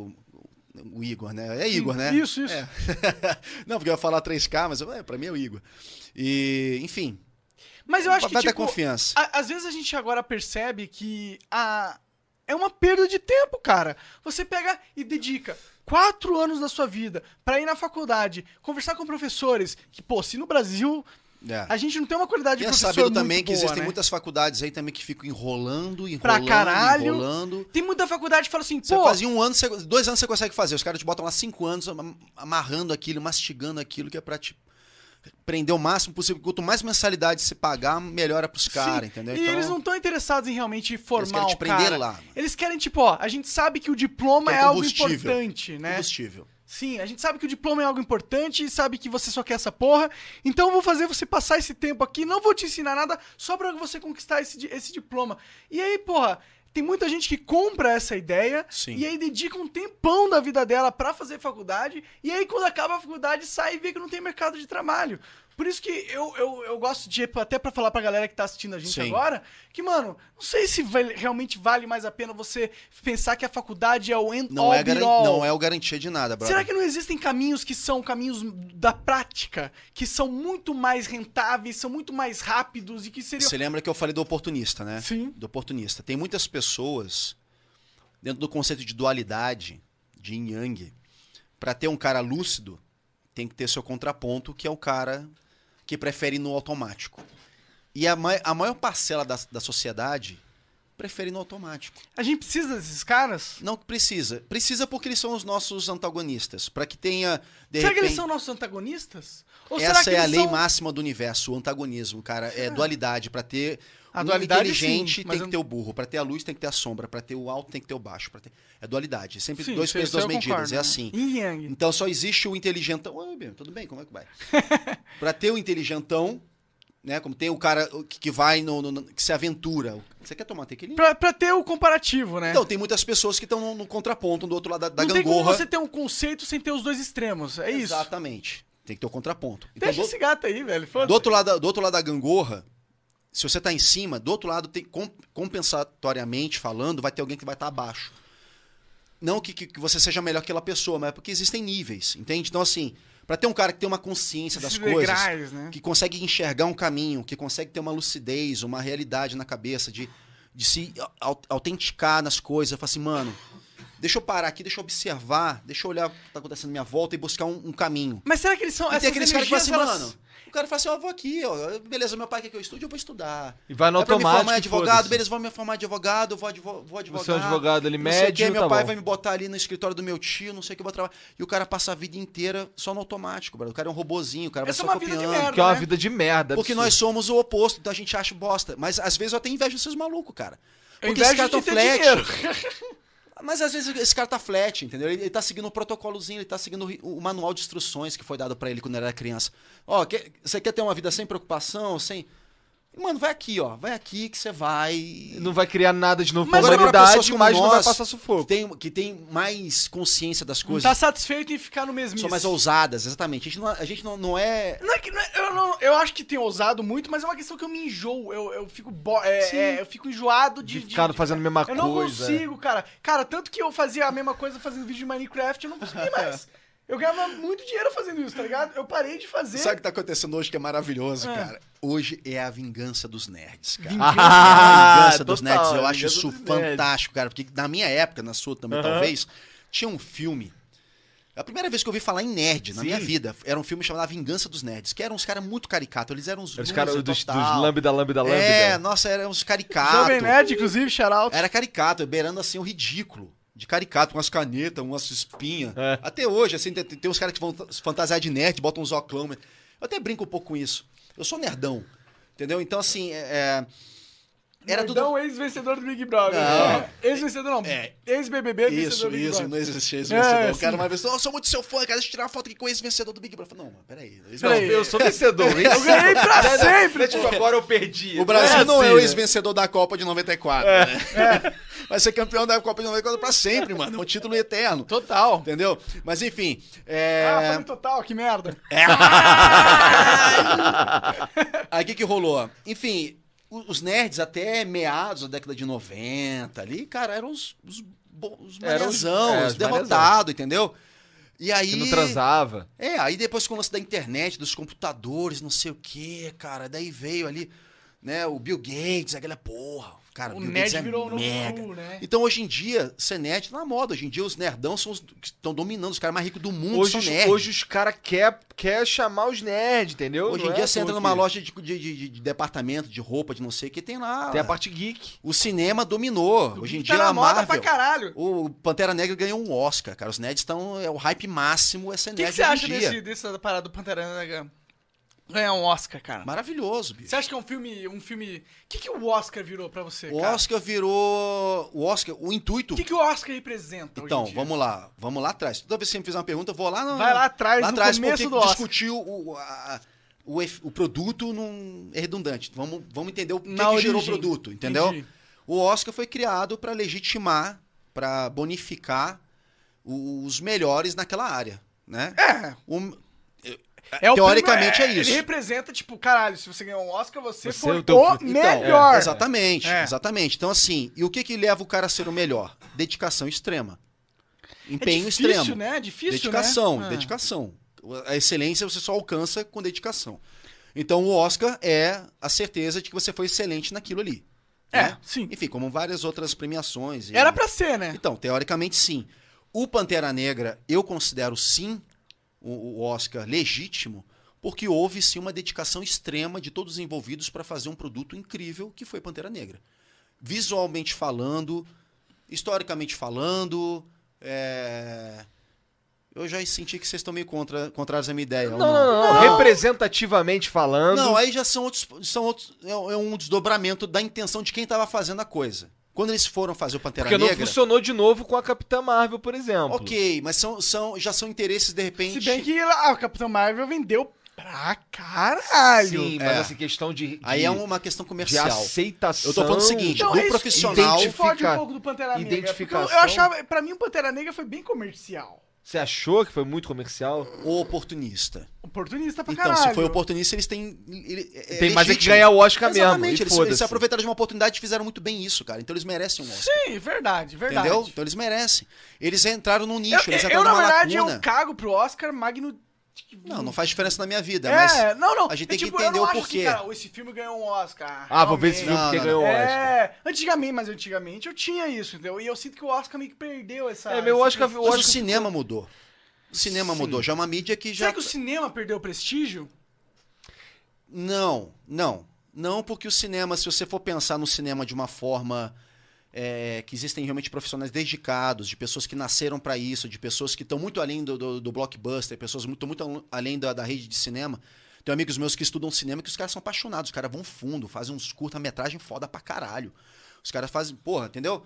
o- o Igor, né? É Igor, né? Isso, isso. É. não, porque eu ia falar 3K, mas é, pra mim é o Igor. E, enfim, Mas eu acho que vai dar tipo, confiança. a- às vezes a gente agora percebe que a é uma perda de tempo, cara. Você pega e dedica quatro anos da sua vida pra ir na faculdade, conversar com professores, que, pô, se no Brasil É. a gente não tem uma qualidade de E é professor sabido muito também que boa, existem né? muitas faculdades aí também que ficam enrolando, enrolando, Pra caralho. enrolando. Tem muita faculdade que fala assim, Você pô, fazia um ano, você- dois anos você consegue fazer. Os caras te botam lá cinco anos am- amarrando aquilo, mastigando aquilo, que é pra te prender o máximo possível. Quanto mais mensalidade você pagar, melhora pros caras, Sim, um entendeu? Então, E eles não estão interessados em realmente eles formar querem te o prender cara. lá. Eles querem, tipo, ó, a gente sabe que o diploma Quer é algo combustível. importante, né? Combustível. Sim, a gente sabe que o diploma é algo importante e sabe que você só quer essa porra. Então eu vou fazer você passar esse tempo aqui, não vou te ensinar nada, só pra você conquistar esse, di- esse diploma. E aí, porra, tem muita gente que compra essa ideia Sim. e aí dedica um tempão da vida dela pra fazer faculdade. E aí, quando acaba a faculdade, sai e vê que não tem mercado de trabalho. Por isso que eu, eu, eu gosto de, até pra falar pra galera que tá assistindo a gente Sim. agora, que, mano, não sei se vale- realmente vale mais a pena você pensar que a faculdade é o end Não all é, be garan- all. não é o garantia de nada, brother. Será que não existem caminhos que são caminhos da prática, que são muito mais rentáveis, são muito mais rápidos e que seriam. Você lembra que eu falei do oportunista, né? Sim. Do oportunista. Tem muitas pessoas, dentro do conceito de dualidade, de yin yang. Pra ter um cara lúcido, tem que ter seu contraponto, que é o cara que prefere ir no automático. E a, mai- a maior parcela da, da sociedade prefere ir no automático. A gente precisa desses caras? Não que precisa. Precisa porque eles são os nossos antagonistas. Pra que tenha. De será que eles repente- são nossos antagonistas? Ou será Essa que é a eles lei são- máxima do universo, o antagonismo, cara. É dualidade. Pra ter A um dualidade, inteligente sim, mas tem eu que não- ter o burro, Pra ter a luz tem que ter a sombra, Pra ter o alto tem que ter o baixo. Pra ter... É dualidade. Sempre Sim, dois isso- pesos, isso duas eu medidas. concordo, é né? assim. Yin yang. Então só existe o inteligentão. Oi, Bento, tudo bem? Como é que vai? Pra ter o inteligentão, né? Como tem o cara que, que vai no, no- no- que se aventura. Você quer tomar tequilinha? Pra, pra ter o comparativo, né? Então, tem muitas pessoas que estão no, no contraponto um do outro lado da, da não tem como gangorra. você ter um conceito sem ter os dois extremos. É isso. Exatamente. Tem que ter o contraponto. Então, Deixa do- esse gato aí, velho. Do Foda-se. outro lado, da- do outro lado da gangorra, se você tá em cima, do outro lado, tem, com- compensatoriamente falando, vai ter alguém que vai estar abaixo. Não que, que, que você seja melhor que aquela pessoa, mas é porque existem níveis, entende? Então, assim, pra ter um cara que tem uma consciência das Esses coisas, degraus, né? que consegue enxergar um caminho, que consegue ter uma lucidez, uma realidade na cabeça, de, de se au- autenticar nas coisas, falar assim, mano, deixa eu parar aqui, deixa eu observar, deixa eu olhar o que tá acontecendo à minha volta e buscar um- um caminho. Mas será que eles são. E tem essas aqueles caras que falam assim, energias, elas- mano. O cara fala assim, ó, vou aqui, ó. Beleza, meu pai quer que eu estude, eu vou estudar. E vai no Vai pra me automático. formar em advogado, foda-se. beleza, vou me formar em advogado, eu vou, advo vou advogar. Você é um advogado ali não sei o médio, que, meu tá pai bom. vai me botar ali no escritório do meu tio, não sei o que, eu vou trabalhar. E o cara passa a vida inteira só no automático, brother. O cara é um robozinho, o cara vai Essa só é uma vida de copiando. merda. Que é uma né? vida de merda. Porque absurda. nós somos o oposto, então a gente acha bosta. Mas às vezes eu até invejo desses malucos, cara. Eu Porque esse invejo cara tão de ter flat. dinheiro. Mas às vezes esse cara tá flat, entendeu? Ele, ele tá seguindo um protocolozinho, ele tá seguindo o ri- o manual de instruções que foi dado pra ele quando ele era criança. Ó, quer- você quer ter uma vida sem preocupação, sem. Mano, vai aqui, ó. Vai aqui que você vai. Não vai criar nada de novo pra Mas agora pra humanidade, pessoas como mas não vai nós, passar sufoco. Que tem, que tem mais consciência das Não coisas. tá satisfeito em ficar no tá mesmo. São é. mais ousadas, exatamente. A gente não, a gente não, não é. Não é que, não é- eu, não- eu acho que tem ousado muito, mas é uma questão que eu me enjoo. Eu, eu, fico, bo- é, é, eu fico enjoado de. De ficar fazendo a mesma Eu não coisa. consigo, cara. Cara, tanto que eu fazia a mesma coisa fazendo vídeo de Minecraft, eu não consegui mais. Eu ganhava muito dinheiro fazendo isso, tá ligado? Eu parei de fazer. Sabe o que tá acontecendo hoje que é maravilhoso, cara? Hoje é a vingança dos nerds, cara. Ah, a vingança dos total, nerds. a Eu acho vingança isso dos nerds. fantástico, cara. Porque na minha época, na sua também, talvez, tinha um filme. A primeira vez que eu ouvi falar em nerd na minha vida era um filme chamado A Vingança dos Nerds, que eram uns caras muito caricatos. Eles eram uns. Os loser caras dos, dos total. lambda, lambda, lambda. É, nossa, eram uns Jovem caricatos. Nerd, inclusive, shoutout. Era caricato, beirando assim o ridículo. De caricato, com as canetas, umas espinhas. Até hoje, assim, tem, tem uns caras que vão se fantasiar de nerd, botam uns oclão. mas- Eu até brinco um pouco com isso. Eu sou nerdão. Entendeu? Então, assim, é. é, Era Nerdão, tudo. ex-vencedor do Big Brother. Não. Ex-vencedor não. É. Ex-BBB, vencedor Isso, do Big isso, Brother. não existia esse É, vencedor. o sim. cara vai ver, eu sou muito seu fã, cara, deixa eu tirar uma foto aqui com esse vencedor do Big Brother. Eu falo, Não, mano, peraí. Esse- Peraí. Eu sou vencedor, hein? Eu ganhei pra sempre, Tipo, agora eu perdi. O Brasil É não é assim, o né? ex-vencedor da Copa de 94, É, né? Vai ser campeão da Copa de 94 pra sempre, mano. É um título eterno. Total. Entendeu? Mas enfim. Ah, É... falei total, que merda. Aí o que, que rolou? Enfim, o- os nerds até meados da década de 90 ali, cara, eram os, os, bo- os Eram os- manezão, é, os os derrotados, entendeu? E aí. Que não transava. É, aí depois com o lance da internet, dos computadores, não sei o quê, cara. Daí veio ali, né, o Bill Gates, aquela porra. Cara, O Bill nerd Gates é virou o novo mega. um, cool, né? Então hoje em dia, ser nerd tá na moda. Hoje em dia os nerdão são os que estão dominando, os caras mais ricos do mundo Hoje, são os- nerds. hoje os caras querem quer chamar os nerds, entendeu? Hoje em Não é dia à você assim. entra toa numa que- loja de, de- de- de departamento, de roupa, de não sei o que, tem lá. Tem a parte geek. O cinema dominou. Hoje em tá dia é na a moda pra Marvel. caralho. O Pantera Negra ganhou um Oscar, cara. Os nerds estão. É o hype máximo, é ser O nerd que, que você hoje em acha dia. desse, dessa parada do Pantera Negra ganhar um Oscar, cara? Maravilhoso, bicho. Você acha que é um filme. Um filme. O que, que o Oscar virou pra você, O cara? Oscar virou. O Oscar, o intuito. O que, que o Oscar representa? Então, hoje em dia? vamos lá. Vamos lá atrás. Toda vez que você me fizer uma pergunta, eu vou lá. no- Vai lá atrás, no começo porque do Oscar. discutir o, a- o, ef- o produto não é redundante. Vamos, vamos entender o que, Na que gerou o origem. produto, entendeu? Entendi. O Oscar foi criado para legitimar, para bonificar o- os melhores naquela área, né? É. Um- É o Teoricamente primo- é isso. Ele representa, tipo, caralho, se você ganhar um Oscar, você, Você é foi o teu o fi- Então, é, melhor. Exatamente, É. exatamente. Então, assim, e o que que leva o cara a ser o melhor? Dedicação extrema. É Empenho difícil, extremo. né? É Difícil, dedicação, né? Ah. dedicação. A excelência você só alcança com dedicação. Então, o Oscar é a certeza de que você foi excelente naquilo ali. É, né? sim. Enfim, como várias outras premiações. e- Era pra ser, né? Então, É. teoricamente, sim. O Pantera Negra, eu considero sim o, o Oscar legítimo, porque houve sim uma dedicação extrema de todos os envolvidos para fazer um produto incrível que foi Pantera Negra. Visualmente falando, historicamente falando, é, eu já senti que vocês estão meio contra, contrários à minha ideia. ou Não, não, não, não. Representativamente falando. não, é aí já são outros. São outros é, é um desdobramento da intenção de quem estava fazendo a coisa. Quando eles foram fazer o Pantera porque não Negra. funcionou de novo com a Capitã Marvel, por exemplo. Ok, mas são, são, já são interesses de Se repente. bem que ela- a Capitã Marvel vendeu pra caralho. Sim, mas essa questão de, de, Aí é uma questão de comercial. aceitação. Eu tô falando o seguinte, Então, do é isso que- profissional. isso que fode um identifica- pouco do Pantera Negra. porque Eu, eu identificação. achava, pra mim, o Pantera Negra foi bem comercial. Você achou que foi muito comercial? o oportunista. Oportunista pra Então, caralho. se foi oportunista, eles têm. Ele, é Tem mais é que legítimo. ganhar o Oscar Exatamente, mesmo. eles, Exatamente, eles se aproveitaram de uma oportunidade e fizeram muito bem isso, cara. Então eles merecem um Oscar. Sim, verdade, É verdade. Entendeu? Então eles merecem. Eles entraram num Eu, nicho, eles eu, entraram na tá numa verdade, lacuna. eu cago pro Oscar Magno. Não, não faz diferença na minha vida, mas. É, não, não. a gente é tem que tipo, eu entender não o acho assim, porquê. cara, esse filme ganhou um Oscar. Ah, vou ver esse realmente. filme porque Não, não, ganhou o Oscar. É, antigamente, mas antigamente eu tinha isso, entendeu? E eu sinto que o Oscar meio que perdeu essa. É, meu esse- Oscar- Mas o cinema mudou. O cinema mudou. Já é uma mídia que já. Será que o cinema perdeu o prestígio? Não, não. Não, porque o cinema, se você for pensar no cinema de uma forma é, que existem realmente profissionais dedicados, de pessoas que nasceram para isso, de pessoas que estão muito além do, do, do blockbuster, pessoas muito, muito al- além da, da rede de cinema. Tem amigos meus que estudam cinema que os caras são apaixonados, os caras vão fundo, fazem uns curta-metragem foda pra caralho. Os caras fazem, porra, entendeu?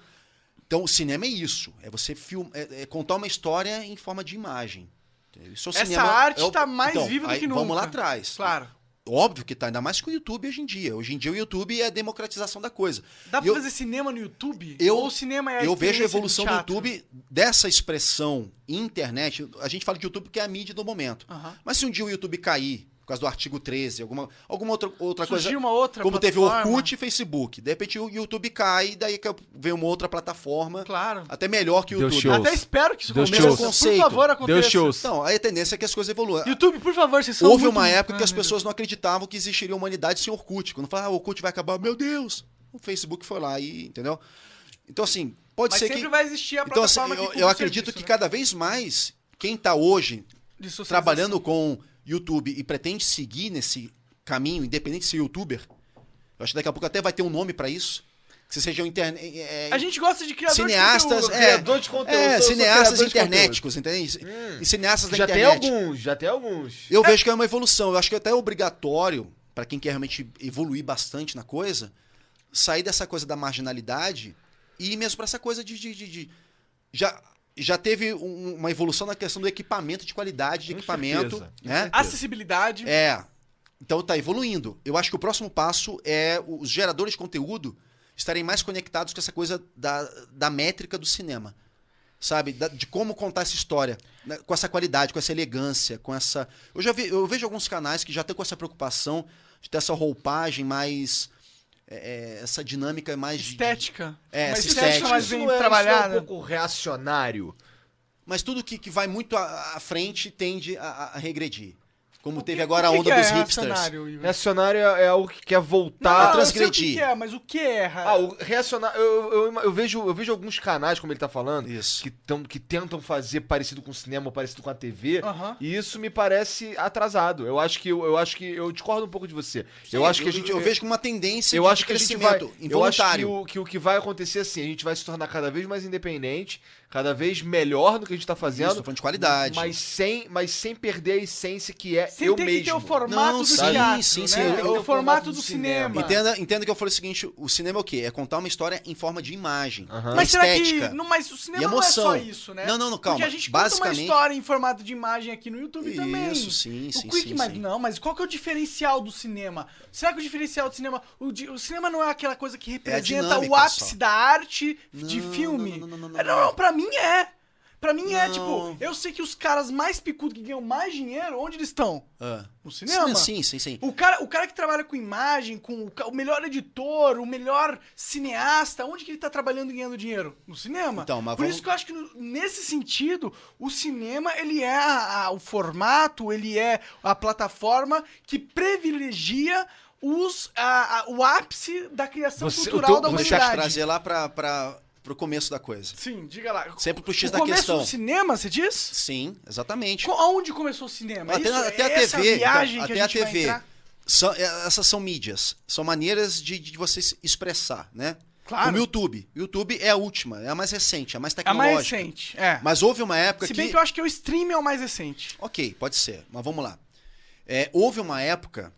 Então o cinema é isso, é você film, é, é contar uma história em forma de imagem. Isso é o Essa cinema, arte é o- tá mais viva do aí que Vamos nunca. lá atrás. Claro. Óbvio que tá, ainda mais com o YouTube hoje em dia. Hoje em dia o YouTube é a democratização da coisa. Dá pra Eu- fazer cinema no YouTube? eu- Ou o cinema é a Eu vejo a experiência do evolução do teatro? YouTube dessa expressão internet. A gente fala de YouTube porque é a mídia do momento. Aham. Mas se um dia o YouTube cair, por causa do artigo 13, alguma, alguma outra, outra Surgiu coisa. uma outra como teve plataforma. Orkut e Facebook. De repente o YouTube cai, daí que vem uma outra plataforma. Claro. Até melhor que o Deus YouTube. te ouça. Até espero que isso Deus te aconteça. ouça. Por favor, aconteça. Deus te ouça. Então, aí a tendência é que as coisas evoluam. YouTube, por favor, vocês são Houve muito- uma época que as Ah, meu Deus. pessoas não acreditavam que existiria humanidade sem Orkut. Quando falavam, ah, Orkut vai acabar, meu Deus! O Facebook foi lá e, entendeu? Então, assim, pode Mas ser sempre que. vai existir a Então, assim, plataforma eu, que né? eu acredito que cada vez mais quem está hoje cada... trabalhando com YouTube e pretende seguir nesse caminho, independente de ser youtuber, eu acho que daqui a pouco até vai ter um nome para isso. Que você seja um internet. A gente gosta de criador cineastas. um de conteúdo. é, criador de conteúdo, eu É, sou cineastas criador de internéticos, entende? E cineastas da Já tem internet. alguns, já tem alguns. Eu vejo que é uma evolução. Eu acho que até é obrigatório, pra quem quer realmente evoluir bastante na coisa, sair dessa coisa da marginalidade e ir mesmo pra essa coisa de. de- de- de- já, já teve um- uma evolução na questão do equipamento, de qualidade de Com equipamento. certeza, com né? Acessibilidade. É. Então tá evoluindo. Eu acho que o próximo passo é os geradores de conteúdo estarem mais conectados com essa coisa da, da métrica do cinema. Sabe? Da- de como contar essa história. né? Com essa qualidade, com essa elegância, com essa. Eu já vi, eu vejo alguns canais que já estão com essa preocupação de ter essa roupagem mais. é, é, essa dinâmica mais. de- Estética. É, Mas essa estética estética. mais Isso bem não é- isso não trabalhada. É um pouco reacionário. Mas tudo que, que vai muito à, à frente tende a, a- a regredir. Como O teve que- agora a o que onda que é dos hipsters. reacionário, Igor? Reacionário é é algo que quer Não, voltar. eu a sei o que transgredir. que é, mas o que é? Ra- Ah, o reacionário. Eu, eu, eu vejo, eu vejo alguns canais, como ele tá falando, Isso. que, tão, que tentam fazer parecido com o cinema ou parecido com a TV. Aham. E isso me parece atrasado. Eu acho que eu, eu acho que eu discordo um pouco de você. eu acho que a gente. eu vejo como uma tendência eu de acho que a gente vai, crescimento eu acho que involuntário. o, que o que vai acontecer assim, a gente vai se tornar cada vez mais independente, cada vez melhor no que a gente tá fazendo, Isso, tô falando de qualidade. mas sem, mas sem perder a essência que é Sem eu ter que ter mesmo. o formato Não, do sim, teatro, sim, né? sim, É tem que o formato do cinema. Entenda, entenda que eu falei o seguinte, o cinema é o quê? É contar uma história em forma de imagem, Aham. em Mas será estética. que... Não, mas o cinema e não é só emoção. isso, né? Não, não, não, Porque calma. a gente conta uma Basicamente- história em formato de imagem aqui no YouTube também. Isso, sim, sim, o quick, sim, mas sim. não, mas qual que é o diferencial do cinema? Será que o diferencial do cinema... O, di- o cinema não é aquela coisa que representa o dinâmica ápice só. da arte de Não, filme? não, não, não, não, É, não. pra mim é. Pra mim é, Não. tipo... Eu sei que os caras mais picudos, que ganham mais dinheiro, onde eles estão? Ah. No cinema? Sim, sim, sim. O cara, o cara que trabalha com imagem, com o, ca- o melhor editor, o melhor cineasta, onde que ele tá trabalhando e ganhando dinheiro? No cinema. Então, mas Por vamos- isso que eu acho que no- nesse sentido, o cinema, ele é a- a- o formato, ele é a plataforma que privilegia os, a- a- o ápice da criação Você- o cultural teu- da Então, você humanidade. Trazer lá pra, pra pro começo da coisa. Sim, diga lá. Sempre pro X o da começo questão. do cinema, você diz? Sim, exatamente. Co- Aonde começou o cinema? Até, Isso- é na- até a essa TV. então, viagem que até a a, gente vai TV. entrar? São- é, essas são mídias. São maneiras de, de você se expressar, né? Claro. O YouTube. O YouTube é a última, é a mais recente, é a mais É a mais tecnológica. recente. É. Mas houve uma época Se que. bem que eu acho que o stream é o mais recente. Ok, pode ser, mas vamos lá. É, houve uma época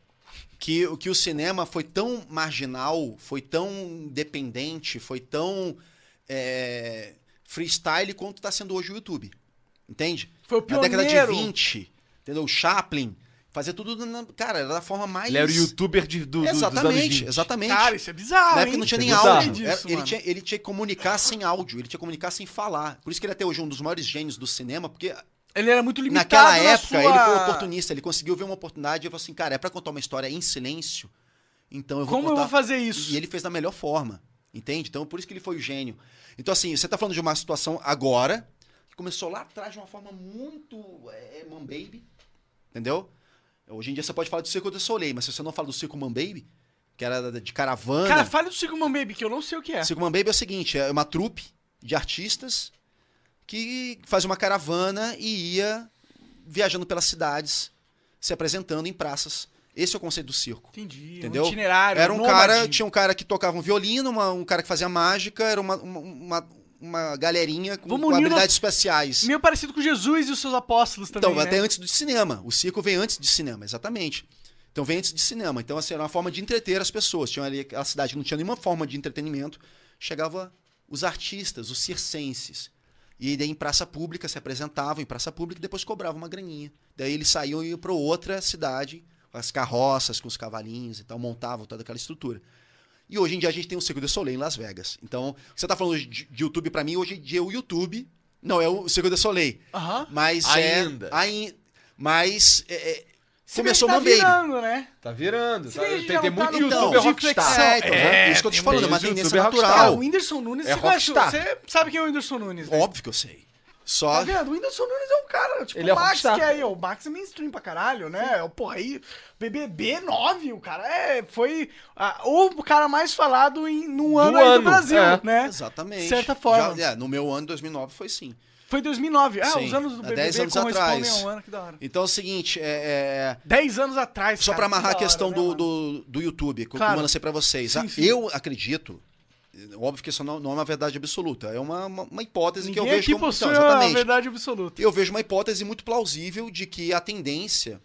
que, o- que o cinema foi tão marginal, foi tão dependente, foi tão é, freestyle quanto está sendo hoje o YouTube. Entende? Foi o Na pioneiro. década de 20, entendeu? O Chaplin fazia tudo, na, cara, era da forma mais... Ele era o youtuber de, do, do, dos anos É Exatamente, 20. exatamente. Cara, isso é bizarro, Ah, Na hein? época não tinha nem Isso é bizarro. áudio. Disso, Era- ele, mano. tinha, ele tinha que comunicar sem áudio, ele tinha que comunicar sem falar. Por isso que ele é até hoje um dos maiores gênios do cinema, porque Ele era muito limitado Naquela na época, sua- ele foi um oportunista, ele conseguiu ver uma oportunidade e falou assim, cara, é pra contar uma história em silêncio, então eu vou Como eu contar... vou fazer isso? E ele fez da melhor forma, entende? Então, por isso que ele foi o gênio. Então, assim, você tá falando de uma situação agora, que começou lá atrás de uma forma muito é, man-baby, entendeu? Hoje em dia você pode falar do Circo do Soleil, mas se você não fala do Circo Man-Baby, que era de caravana... Cara, fale do Circo Man Baby, que eu não sei o que é. Circo Man Baby é o seguinte, é uma trupe de artistas que faz uma caravana e ia viajando pelas cidades, se apresentando em praças. Esse é o conceito do circo. Entendi. Entendeu? Um itinerário. Era um nômade. cara, tinha um cara que tocava um violino, uma- um cara que fazia mágica, era uma, uma, uma- uma galerinha com, Vamos com unir habilidades especiais. Meio parecido com Jesus e os seus apóstolos também, Então, né? até antes do cinema. O circo vem antes de cinema, exatamente. Então vem antes de cinema. Então, assim, era uma forma de entreter as pessoas. Tinha ali aquela cidade que não tinha nenhuma forma de entretenimento. Chegava os artistas, os circenses. E daí em praça pública se apresentavam em praça pública e depois cobravam uma graninha. Daí eles saíam e iam para outra cidade, com as carroças, com os cavalinhos e tal, montavam toda aquela estrutura. E hoje em dia a gente tem o Circo de Soleil em Las Vegas. Então, você tá falando de, de YouTube para mim, hoje em dia o YouTube não é o Circo de Soleil. Aham. Mas Ainda. É, ain- mas é, é, Se bem que começou tá o Mambaby. virando, né? Tá virando. Se tá- bem que ele tem já tem não tá muito no youtuber tão de rockstar. flexão. certo, né? Isso que eu te um falo, é uma tem os tendência youtuber Cara, rockstar. natural. o Whindersson Nunes, É você, conhece- rockstar. você sabe quem é o Whindersson Nunes, Tá né? Óbvio que eu sei. Tá Só vendo? O Whindersson Nunes é um cara, tipo, Ele é o Max, rockstar. que é aí, ó, o Max é mainstream pra caralho, né? O Porra, aí, BBB 9, o cara é, foi ah, o cara mais falado em, num ano, aí do ano, Brasil, é. né? exatamente. De certa forma. Já- é, no meu ano 2009 foi sim. Foi 2009. Ah, Sim, os anos do há BBB 10 anos correspondem atrás. a um ano, que da hora. Então é o seguinte, é, é, 10 anos atrás, só cara, para que amarrar a da hora, questão né, do, mano? do, do YouTube, que Claro. eu lancei para vocês. Sim, Ah, sim. Eu acredito, óbvio que isso não, não é uma verdade absoluta, é uma, uma, uma hipótese Ninguém que eu vejo aqui como... possui Não, a exatamente. verdade absoluta. Eu vejo uma hipótese muito plausível de que a tendência.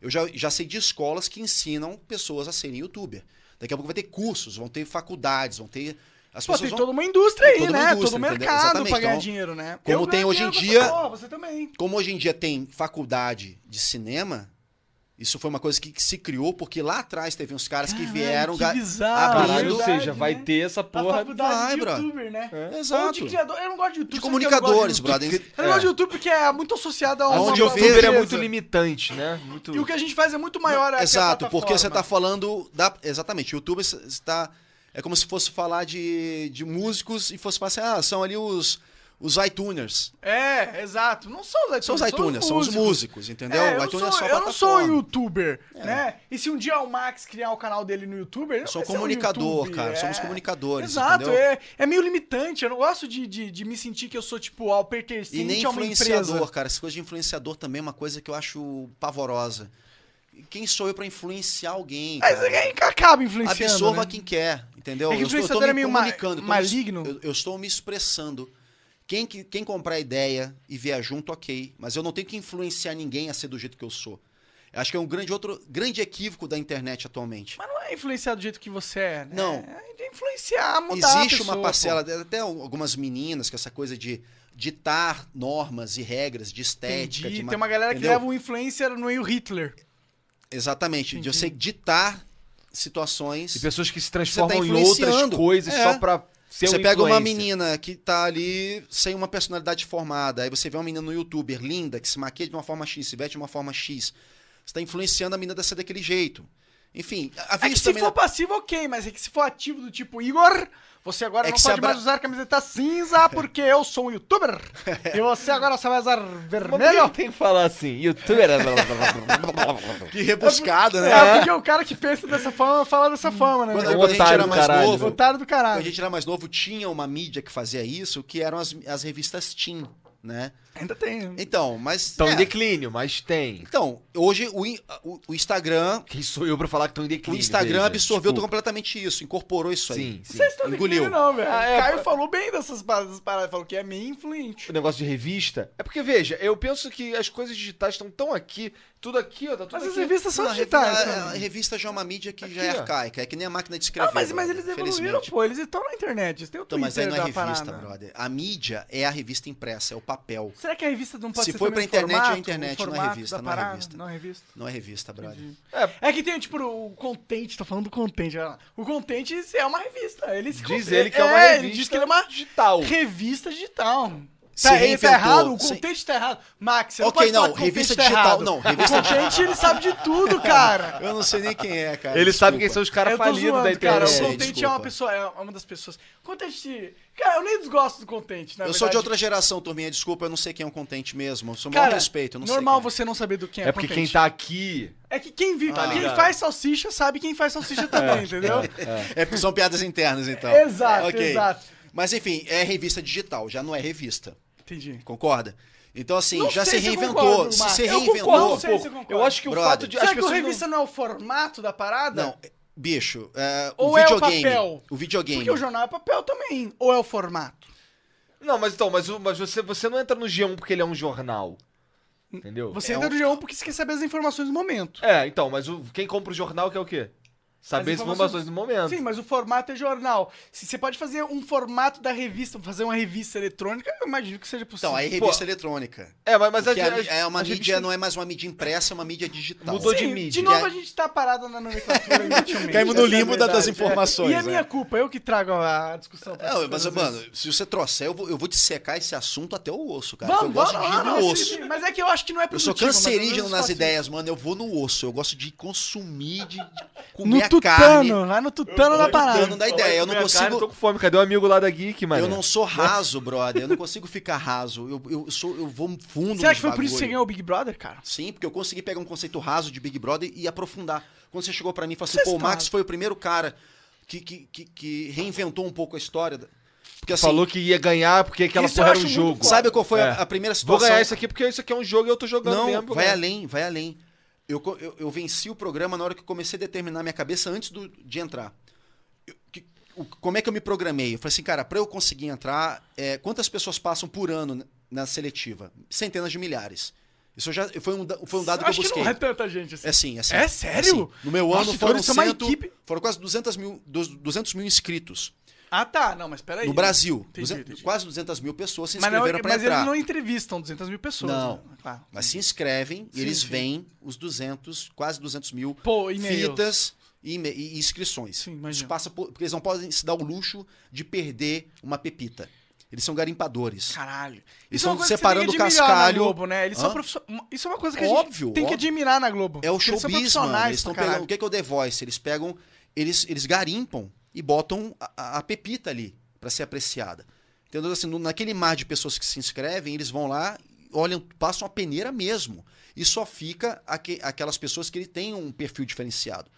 Eu já, já sei de escolas que ensinam pessoas a serem youtuber. Daqui a pouco vai ter cursos, vão ter faculdades, vão ter. As Pô, tem pessoas vão. toda uma indústria tem aí, toda uma né? indústria, Todo o entendeu? mercado pra Exatamente, ganhar então, dinheiro, né? como Eu tem ganho hoje em dinheiro dia- com essa porra, você também. Como hoje em dia tem faculdade de cinema, isso foi uma coisa que, que se criou, porque lá atrás teve uns caras que Caralho, vieram. que ga- Ah, bizarro, abrindo- Caralho, ou Verdade, seja, vai né? ter essa A porra. faculdade vai, de bra. youtuber, né? Ou de Exato. criador. Eu não gosto de youtuber. sabe De por que eu não gosto comunicadores, de YouTube? brother. Eu não gosto de É. YouTube porque é muito associado a uma Aonde Onde eu o youtuber é empresa. muito limitante, né? Muito... E o que a gente faz é muito maior. a- que Exato, a porque você tá plataforma. falando. Da, exatamente, YouTube está. É como se fosse falar de, de músicos e fosse falar assim, ah, são ali os, os iTuners. É, exato. Não são os iTunes. São os iTunes, são os músicos, entendeu? É, o eu, iTunes sou, é só a eu não sou um plataforma. É. youtuber, né? E se um dia o Max criar o canal dele no YouTube, ele não Eu sou vai ser um comunicador, YouTube, cara, somos comunicadores, Exato, entendeu? é, é meio limitante. Eu não gosto de, de, de me sentir que eu sou, tipo, ao pertencente E nem a uma empresa. influenciador, cara. Essa coisa de influenciador também é uma coisa que eu acho pavorosa. Quem sou eu pra influenciar alguém? Mas é cara? ninguém acaba influenciando. Absorva né? quem quer, entendeu? É que eu, estou, eu influenciador tô me é meio ma- comunicando. eu tô me- maligno. eu, eu estou me expressando. Quem, que- quem comprar a ideia e vier junto, ok. Mas eu não tenho que influenciar ninguém a ser do jeito que eu sou. Eu acho que é um grande outro grande equívoco da internet atualmente. Mas não é influenciar do jeito que você é, né? Não. É influenciar, mudar a Existe pessoa, uma parcela, até algumas meninas, que essa coisa de ditar normas e regras de pô. estética. Entendi. de ma- Tem uma galera entendeu? que leva um influencer no meio Hitler. Exatamente, Entendi. de você ditar situações. E pessoas que se transformam em influenciando. outras coisas É. só pra ser Você um pega uma influencer. menina que tá ali sem uma personalidade formada, aí você vê uma menina no youtuber linda, que se maquia de uma forma X, se veste de uma forma X. Você tá influenciando a menina a ser daquele jeito. Enfim, a- É havia que isso se também. for na- passivo, ok, mas é que se for ativo do tipo Igor, você agora É não que se pode abra- mais usar camiseta cinza porque eu sou um youtuber. e você agora só vai usar vermelho. tem que falar assim, youtuber. é- Que rebuscado, né? É, porque o cara que pensa dessa forma fala dessa forma, né? Hum. Quando, É um quando a gente otário era do mais caralho. novo, Otário do quando a caralho. gente era mais novo, tinha uma mídia que fazia isso, que eram as, as revistas Teen, né? Ainda tem. Então, mas. Estão é, em declínio, mas tem. então, hoje o, in- o- o Instagram. Quem sou eu pra falar que estão O em declínio? Instagram veja, absorveu desculpa. completamente isso, incorporou isso aí. Sim, sim. Vocês estão Engoliu. engolindo, não, velho. Ah, é, Caio falou bem dessas paradas, dessas paradas, falou que é meio influente. O negócio de revista. É porque, veja, eu penso que as coisas digitais estão tão aqui, tudo aqui, ó, tá tudo Mas as aqui. revistas são é Não, a, revi- digitais. a- a né? revista já é uma mídia que Aqui, já é ó. arcaica, é que nem a máquina de escrever. Ah, mas, mas brother, eles evoluíram, felizmente. pô. Eles estão na internet. Eles têm o Então, Twitter mas aí não é da revista, parada. brother. A mídia é a revista impressa, é o papel. Será que a revista não pode Se ser for também pra o internet, é formato, internet, o não é formato revista, da não é parada? revista. Não é revista. Não é revista, brother. É que tem, tipo, o Contente, tô falando do Contente. olha lá. O Contente é uma revista. Ele se Diz con- ele que é uma Ele diz revista que ele é uma digital. revista digital. Se Tá, ele reinventou, tá errado, o se- Contente tá errado. Max, você Ok, pode falar não, que o Contente revista tá digital, errado. não, revista O Contente, ele sabe de tudo, cara. Eu não sei nem quem é, cara. Ele sabe quem desculpa. são os caras Eu tô falidos zoando, da Cara, internet. o Sei, Contente é uma desculpa. pessoa, é uma das pessoas. Contente, cara, eu nem desgosto do Contente, na Eu verdade. sou de outra geração, turminha, desculpa, eu não sei quem é um contente mesmo. Eu sou o maior Cara, respeito, eu não normal sei. você não saber do quem é, É porque quem Contente. tá aqui. É que quem vive, Tá quem ligado. faz salsicha sabe quem faz salsicha também, entendeu? quem é. É, são piadas internas, então. Exato, Ok. exato. Mas enfim, é revista digital, já não é revista. Entendi. Concorda? Então, assim, Não já se sei se eu reinventou. concordo, se Marcos. se Eu reinventou. concordo, não sei Pô, se eu concordo. eu acho que o Brother. fato de. as Será que o pessoas não- revista não... é o formato da parada? um Não, bicho, é, o Ou é o videogame. papel? o videogame. Porque o jornal é papel também. Ou é o formato? Não, mas então, mas, o- mas você, você não entra no G1 porque ele é um jornal. Entendeu? Você É entra um- no G1 porque você quer saber as informações do momento. É, então, mas o, quem compra o jornal quer o quê? Saber As as informações informações- do momento. Sim, mas o formato é jornal. Se você pode fazer um formato da revista, fazer uma revista eletrônica, eu imagino que seja possível. Então, aí é Pô, revista eletrônica. É, mas, mas Porque a- a- a- é uma a mídia, revista- não é mais uma mídia impressa, é uma mídia digital. Mudou de Sim, mídia. De novo a gente tá parado na nomenclatura inutilmente. Caímos no Essa é a limbo da- das verdade. informações, E é né? minha culpa, eu que trago a discussão. pra É, vocês, mas, às vezes. mano, se você trouxer, eu vou, eu vou dissecar esse assunto até o osso, cara. Vamos, porque eu vamos, gosto de ir vamos, no vamos, osso. sim, sim, Mas é que eu acho que não é Eu sou produtivo, mas às cancerígeno vezes nas faz ideias, mano. Eu vou no osso. Eu gosto de consumir, de de No comer a carne. tutano, vai no tutano da tutano parada. da ideia. Eu não Minha cara, eu tô consigo. com fome. Cadê o amigo lá da Geek, mano? Eu não sou raso, brother. Eu não consigo ficar raso. Eu, eu, sou, eu vou fundo Será nos que foi por isso que você bagulho. ganhou o Big Brother, cara? Sim, porque eu consegui pegar um conceito raso de Big Brother e aprofundar. Quando você chegou pra mim e falou assim, Você pô, o está- Max foi o primeiro cara que, que, que, que reinventou um pouco a história. da- Porque assim, Falou que ia ganhar porque aquela Isso eu porra era um acho muito jogo. foda. sabe qual foi a- É. a, primeira Vou situação? ganhar isso aqui né? porque isso aqui é um jogo e eu tô jogando Não, mesmo. vou vai ganhar. além, vai além. Eu, co- eu, eu venci o programa na hora que eu comecei a determinar minha cabeça antes do- de entrar. Eu- que- o- como é que eu me programei? Eu falei assim, cara, pra eu conseguir entrar, é, quantas pessoas passam por ano na- na seletiva? Centenas de milhares. Isso eu já foi um, da- foi um dado que eu acho busquei. não é tanta gente assim. É sim, é sim. É sério? sim. No meu Nossa, ano então foram, eles são uma cento- equipe. foram quase 200 mil, dos- 200 mil inscritos. Ah, tá. Não, mas peraí. no Brasil, Entendi, duze- entendi. quase 200 mil pessoas se Mas, não, é inscreveram pra mas entrar. eles não entrevistam 200 mil pessoas. Não. né? Claro. Mas se inscrevem e Sim, eles sim. veem os 200, quase 200 mil Pô, e-mails. fitas e, ime- e inscrições. Sim, imagino. Isso passa por, porque eles não podem se dar o luxo de perder uma pepita. Eles são garimpadores. Caralho. Eles Isso é uma estão coisa que você separando tem que o admirar na cascalho. Globo, né? Eles são Hã? profissio- Isso é uma coisa que a gente Óbvio, tem que óbvio. admirar na Globo. É o Eles são showbiz, mano. profissionais Eles estão pra caralho. pegando. O que é, que é o The Voice? Eles pegam. Eles, eles garimpam e botam a, a- a pepita ali pra ser apreciada. Entendeu? Assim, no- naquele mar de pessoas que se inscrevem, eles vão lá, olham, passam a peneira mesmo. E só fica aque- aquelas pessoas que ele tem um perfil diferenciado.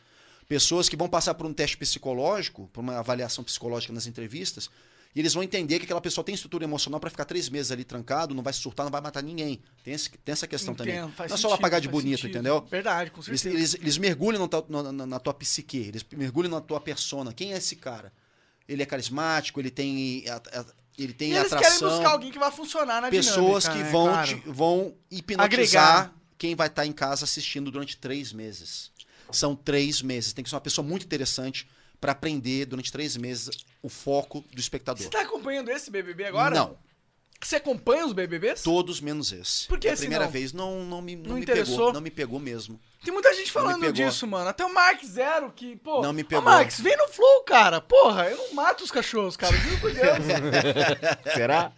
Pessoas que vão passar por um teste psicológico, por uma avaliação psicológica nas entrevistas, e eles vão entender que aquela pessoa tem estrutura emocional pra ficar três meses ali trancado, não vai se surtar, não vai matar ninguém. Tem, esse- tem essa questão Entendo, também. faz Não é só ela sentido, pagar de faz bonito, sentido. entendeu? Verdade, com Eles, certeza. eles, eles mergulham na, tua- na- na- na tua psique, eles mergulham na tua persona. Quem é esse cara? Ele é carismático, ele tem, a- a- ele tem E eles querem atração. buscar alguém que vai funcionar na pessoas dinâmica, que né? vão, Claro. te- vão hipnotizar Agregar. quem vai estar em casa assistindo durante três meses. São três meses. Tem que ser uma pessoa muito interessante para aprender durante três meses o foco do espectador. Você tá acompanhando esse BBB agora? Não, Você acompanha os BBBs? todos menos esse. Por que a esse primeira não? vez não, não me, não Não me interessou? pegou. Não me pegou mesmo. Tem muita gente Não me falando pegou. disso, mano. Até o Mark Zero, que, pô. Não me ô, pegou. Marx, vem no flow, cara. Porra, eu não mato os cachorros, cara. Juro por Deus. Será?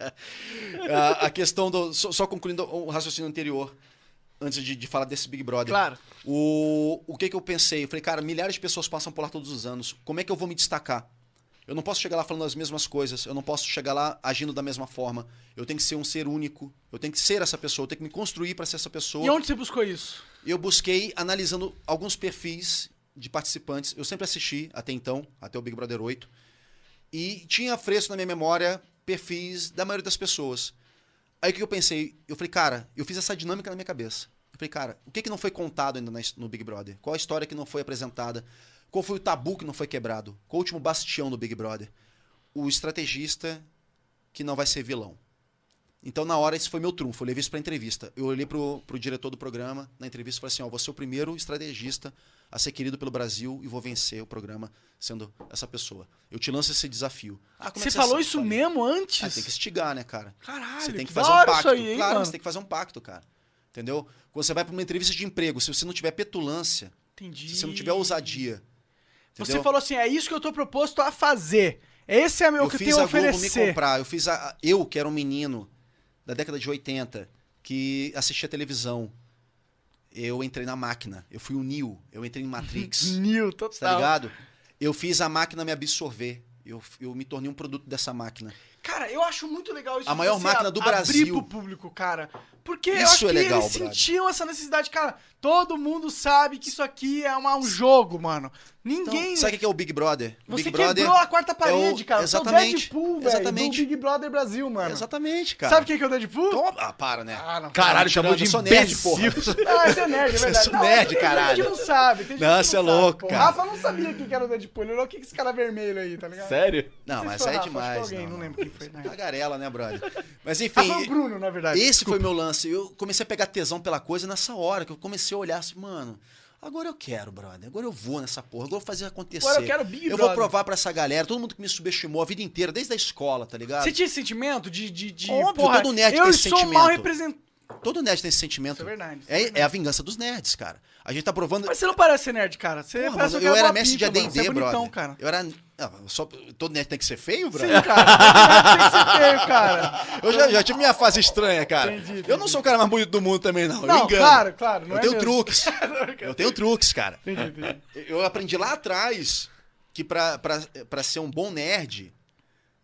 a, a questão do. Só, só concluindo o raciocínio anterior. antes de, de falar desse Big Brother. Claro. O, o que, que eu pensei? Eu falei, cara, milhares de pessoas passam por lá todos os anos. Como é que eu vou me destacar? Eu não posso chegar lá falando as mesmas coisas. Eu não posso chegar lá agindo da mesma forma. Eu tenho que ser um ser único. Eu tenho que ser essa pessoa. Eu tenho que me construir para ser essa pessoa. E onde você buscou isso? Eu busquei analisando alguns perfis de participantes. Eu sempre assisti até então, até o Big Brother 8. E tinha fresco na minha memória perfis da maioria das pessoas. Aí o que eu pensei? Eu falei, cara, eu fiz essa dinâmica na minha cabeça. Eu falei, cara, o que, que não foi contado ainda na his- no Big Brother? Qual a história que não foi apresentada? Qual foi o tabu que não foi quebrado? Qual o último bastião do Big Brother? O estrategista que não vai ser vilão. Então, na hora, esse foi meu trunfo. Eu levei isso pra entrevista. Eu olhei pro, pro diretor do programa, na entrevista, e falei assim: ó, vou ser o primeiro estrategista a ser querido pelo Brasil e vou vencer o programa sendo essa pessoa. Eu te lanço esse desafio. Ah, como é você que falou aceita? isso Falei, mesmo antes? Ah, tem que instigar, né, cara? Caralho, Você tem que que da fazer um hora isso pacto. aí, hein, claro, mano? você tem que fazer um pacto, cara. Entendeu? Quando você vai pra uma entrevista de emprego, se você não tiver petulância, Entendi. se você não tiver ousadia. Você entendeu? falou assim, é isso que eu tô proposto a fazer. Esse é meu eu que fiz tenho a a Globo me oferecer. comprar. Eu fiz a. a- Eu, que era um menino da década de 80, que assistia televisão. Eu entrei na máquina. Eu fui o Neo. Eu entrei em Matrix. Nil, Você tá total. ligado? Eu fiz a máquina me absorver. Eu, eu me tornei um produto dessa máquina. Cara, eu acho muito legal isso. A de maior você máquina ab- do Abrir Brasil. pro público, cara. Porque eu Isso acho é que legal, eles brother. sentiam essa necessidade. Cara, todo mundo sabe que isso aqui é uma- um jogo, mano. Então, Ninguém... né? sabe o que que é o Big Brother? O você Big quebrou Brother a quarta parede, é o- cara. Você é o Exatamente. Deadpool, velho, exatamente. do Big Brother Brasil, mano. Exatamente, cara. Sabe quem que é o Deadpool? Então, ah, para, né? Ah, não. Caralho, Tirando, chamou de eu sou nerd, imbecil. Ah, esse é nerd, é Você é verdade. só Não, nerd, tem caralho. gente que não sabe. Tem gente Não, que você é sabe, louco, pô. cara. Rafa não sabia quem que era o Deadpool. Ele olhou o que que esse cara vermelho aí, tá ligado? Sério? Não, sei se mas foi aí é Rafa, acho que foi demais. alguém, não lembro quem foi, né? Cagarela, né, brother? Mas enfim, Rafa é o Bruno, na verdade. esse foi meu lance. Eu comecei a pegar tesão pela coisa nessa hora, que eu comecei a olhar assim, mano, agora eu quero, brother. Agora eu vou nessa porra, agora eu vou fazer acontecer. Agora eu quero Big Eu vou Brother. provar pra essa galera, todo mundo que me subestimou a vida inteira, desde a escola, tá ligado? Você tinha esse sentimento de. de, de Óbvio, porra, todo nerd eu tem esse sou sentimento. mal representado. Todo nerd tem esse sentimento. Isso é verdade, isso é É, verdade. é a vingança dos nerds, cara. A gente tá provando. Mas você não parece ser nerd, cara. Você Porra, parece mano, um eu cara era mó mestre de pica, mano. Você AD&D, é brother. bonitão, cara. Eu era... Não, só... Todo nerd tem que ser feio, brother? Sim, cara. Você tem que ser feio, cara. Eu já, já tive minha fase estranha, cara. Entendi, Eu entendi. não sou o cara mais bonito do mundo também, não. eu Não, engano. claro, claro, não eu é tenho mesmo. truques. eu tenho truques, cara. Entendi, entendi. Eu aprendi lá atrás que pra, pra, pra ser um bom nerd,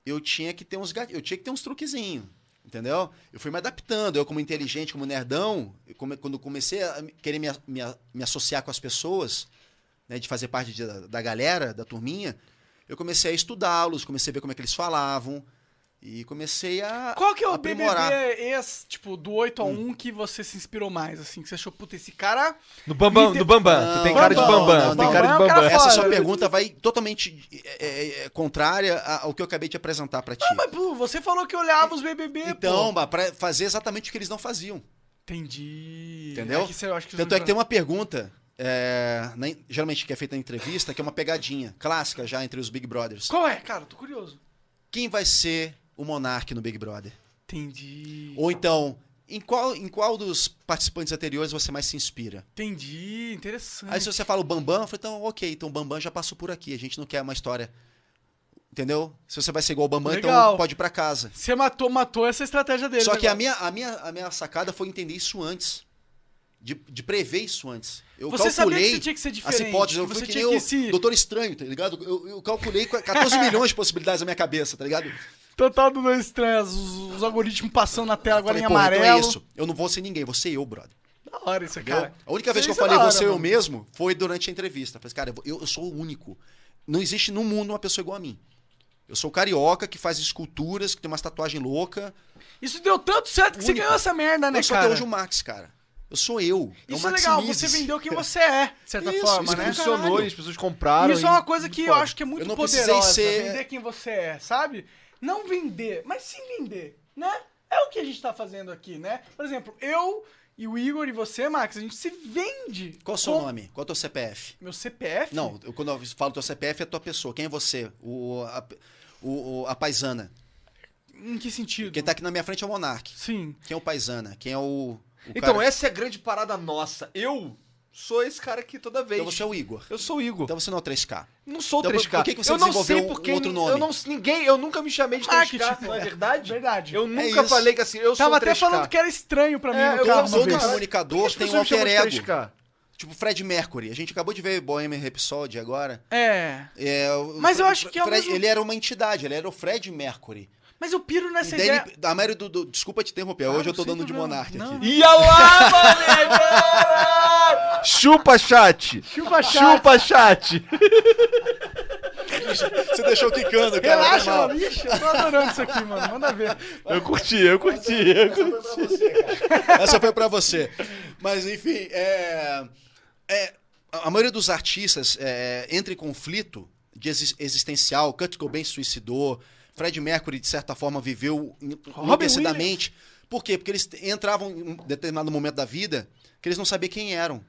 eu tinha que ter uns gat... eu tinha que ter uns truquezinhos. Entendeu? Eu fui me adaptando. Eu, como inteligente, como nerdão, eu come- quando comecei a me- querer me, a- me, a- me associar com as pessoas, né, de fazer parte de- da, da galera, da turminha, eu comecei a estudá-los, comecei a ver como é que eles falavam e comecei a. Qual que é o aprimorar. BBB esse, tipo, do 8 a 1 que você se inspirou mais, assim? Que você achou, puta, esse cara... No Bambam, Me no Bambam. Não, tu tem cara de Bambam, Bambam. não, tu tem cara de Bambam é um Bambam. cara É, Essa sua Fora. pergunta vai totalmente é, é, é, contrária a- ao que eu acabei de apresentar pra ti. Mas, pô, você falou que olhava os BBB, Então, pô. bah, pra fazer exatamente o que eles não faziam. Entendi. Entendeu? É que você- eu acho que Tanto é que tem uma pergunta, é, na en- geralmente que é feita na entrevista, que é uma pegadinha clássica já entre os Big Brothers. Qual é, cara? Tô curioso. Quem vai ser o monarca no Big Brother? Entendi. Ou então, em qual, em qual dos participantes anteriores você mais se inspira? Entendi, interessante. Aí se você fala o Bambam, eu falo, então, ok, então o Bambam já passou por aqui, a gente não quer uma história. Entendeu? Se você vai ser igual o Bambam, Legal. então pode ir pra casa. Você matou, matou essa estratégia dele. né, Só que a minha, a, minha, a minha sacada foi entender isso antes. De, de prever isso antes. Eu Você sabia calculei que você tinha que ser as diferente. hipóteses. Eu que fui você que tinha que nem o se... Doutor Estranho, tá ligado? Eu, eu calculei com 14 milhões de possibilidades na minha cabeça, tá ligado? Total do dois estranhos, os, os algoritmos passando na tela agora Falei, em "Porra, amarelo. Então é isso. Eu não vou ser ninguém, vou ser eu, brother. Da hora isso, Entendeu? cara. a única vez que eu Isso é falei da vou hora, ser eu mano. mesmo foi durante a entrevista. Eu falei, cara, eu vou- eu, eu sou o único. Não existe no mundo uma pessoa igual a mim. Eu sou carioca que faz esculturas, que tem umas tatuagens loucas. Isso deu tanto certo que você Único. ganhou essa merda, né, eu sou cara? até hoje o Max, cara. Eu sou eu. É o Isso é legal, você Maximizes. vendeu quem você é, de certa Isso, forma, isso né? que Funcionou, Caralho. e as pessoas compraram. Isso é uma e- coisa que eu foda. acho que é muito Eu não precisei poderosa, ser- vender quem você é, sabe? Não vender, mas sim vender, né? É o que a gente tá fazendo aqui, né? Por exemplo, eu e o Igor e você, Max, a gente se vende. Qual é o seu nome? Qual é o teu CPF? Meu CPF? Não, eu- quando eu falo teu CPF é a tua pessoa. Quem é você? O, a, o- o- a paisana. Em que sentido? Quem tá aqui na minha frente é o Monark. Sim. Quem é o paisana? Quem é o. o Então, cara- essa é a grande parada nossa. Eu sou esse cara aqui toda vez. Então você é o Igor. Eu sou o Igor. Então você não é o 3K. não sou então por- 3K. por que que você eu não desenvolveu sei um- porque um outro nome? Ah, tipo, eu não ninguém, eu nunca me chamei de 3K, Marketing, não é é. verdade? Verdade. Eu É nunca isso. falei que assim, eu sou Tava 3K. até falando que era estranho pra mim É, eu no carro lembro uma Todo do vez. cara. comunicador As tem um pessoas me alter chamam de ego. 3K. Tipo Fred Mercury. A gente acabou de ver Bohemian Rhapsody agora. É. É, o- Mas eu o acho que ao Fred- mesmo- Ele era uma entidade, ele era o Fred Mercury. Mas eu piro nessa E daí ideia. ele- a maioria do, do- Desculpa te interromper, hoje eu tô sem dando de problema. Monark é. Ah, Não. aqui. Ia lá, maneiro! Chupa, chat! Chupa chato. Chupa, chat! Você Então, deixou quicando, cara. Relaxa, foi mal. mano. Ixi, eu tô adorando isso aqui, mano. Manda ver. Eu curti, eu curti, eu curti. Essa foi pra você. Mas, enfim, é, é, a a maioria dos artistas é, entra em conflito de exis- existencial. Kurt Cobain se suicidou. Fred Mercury, de certa forma, viveu en- enlouquecidamente. Por quê? Porque eles t- entravam em um determinado momento da vida que eles não sabiam quem eram.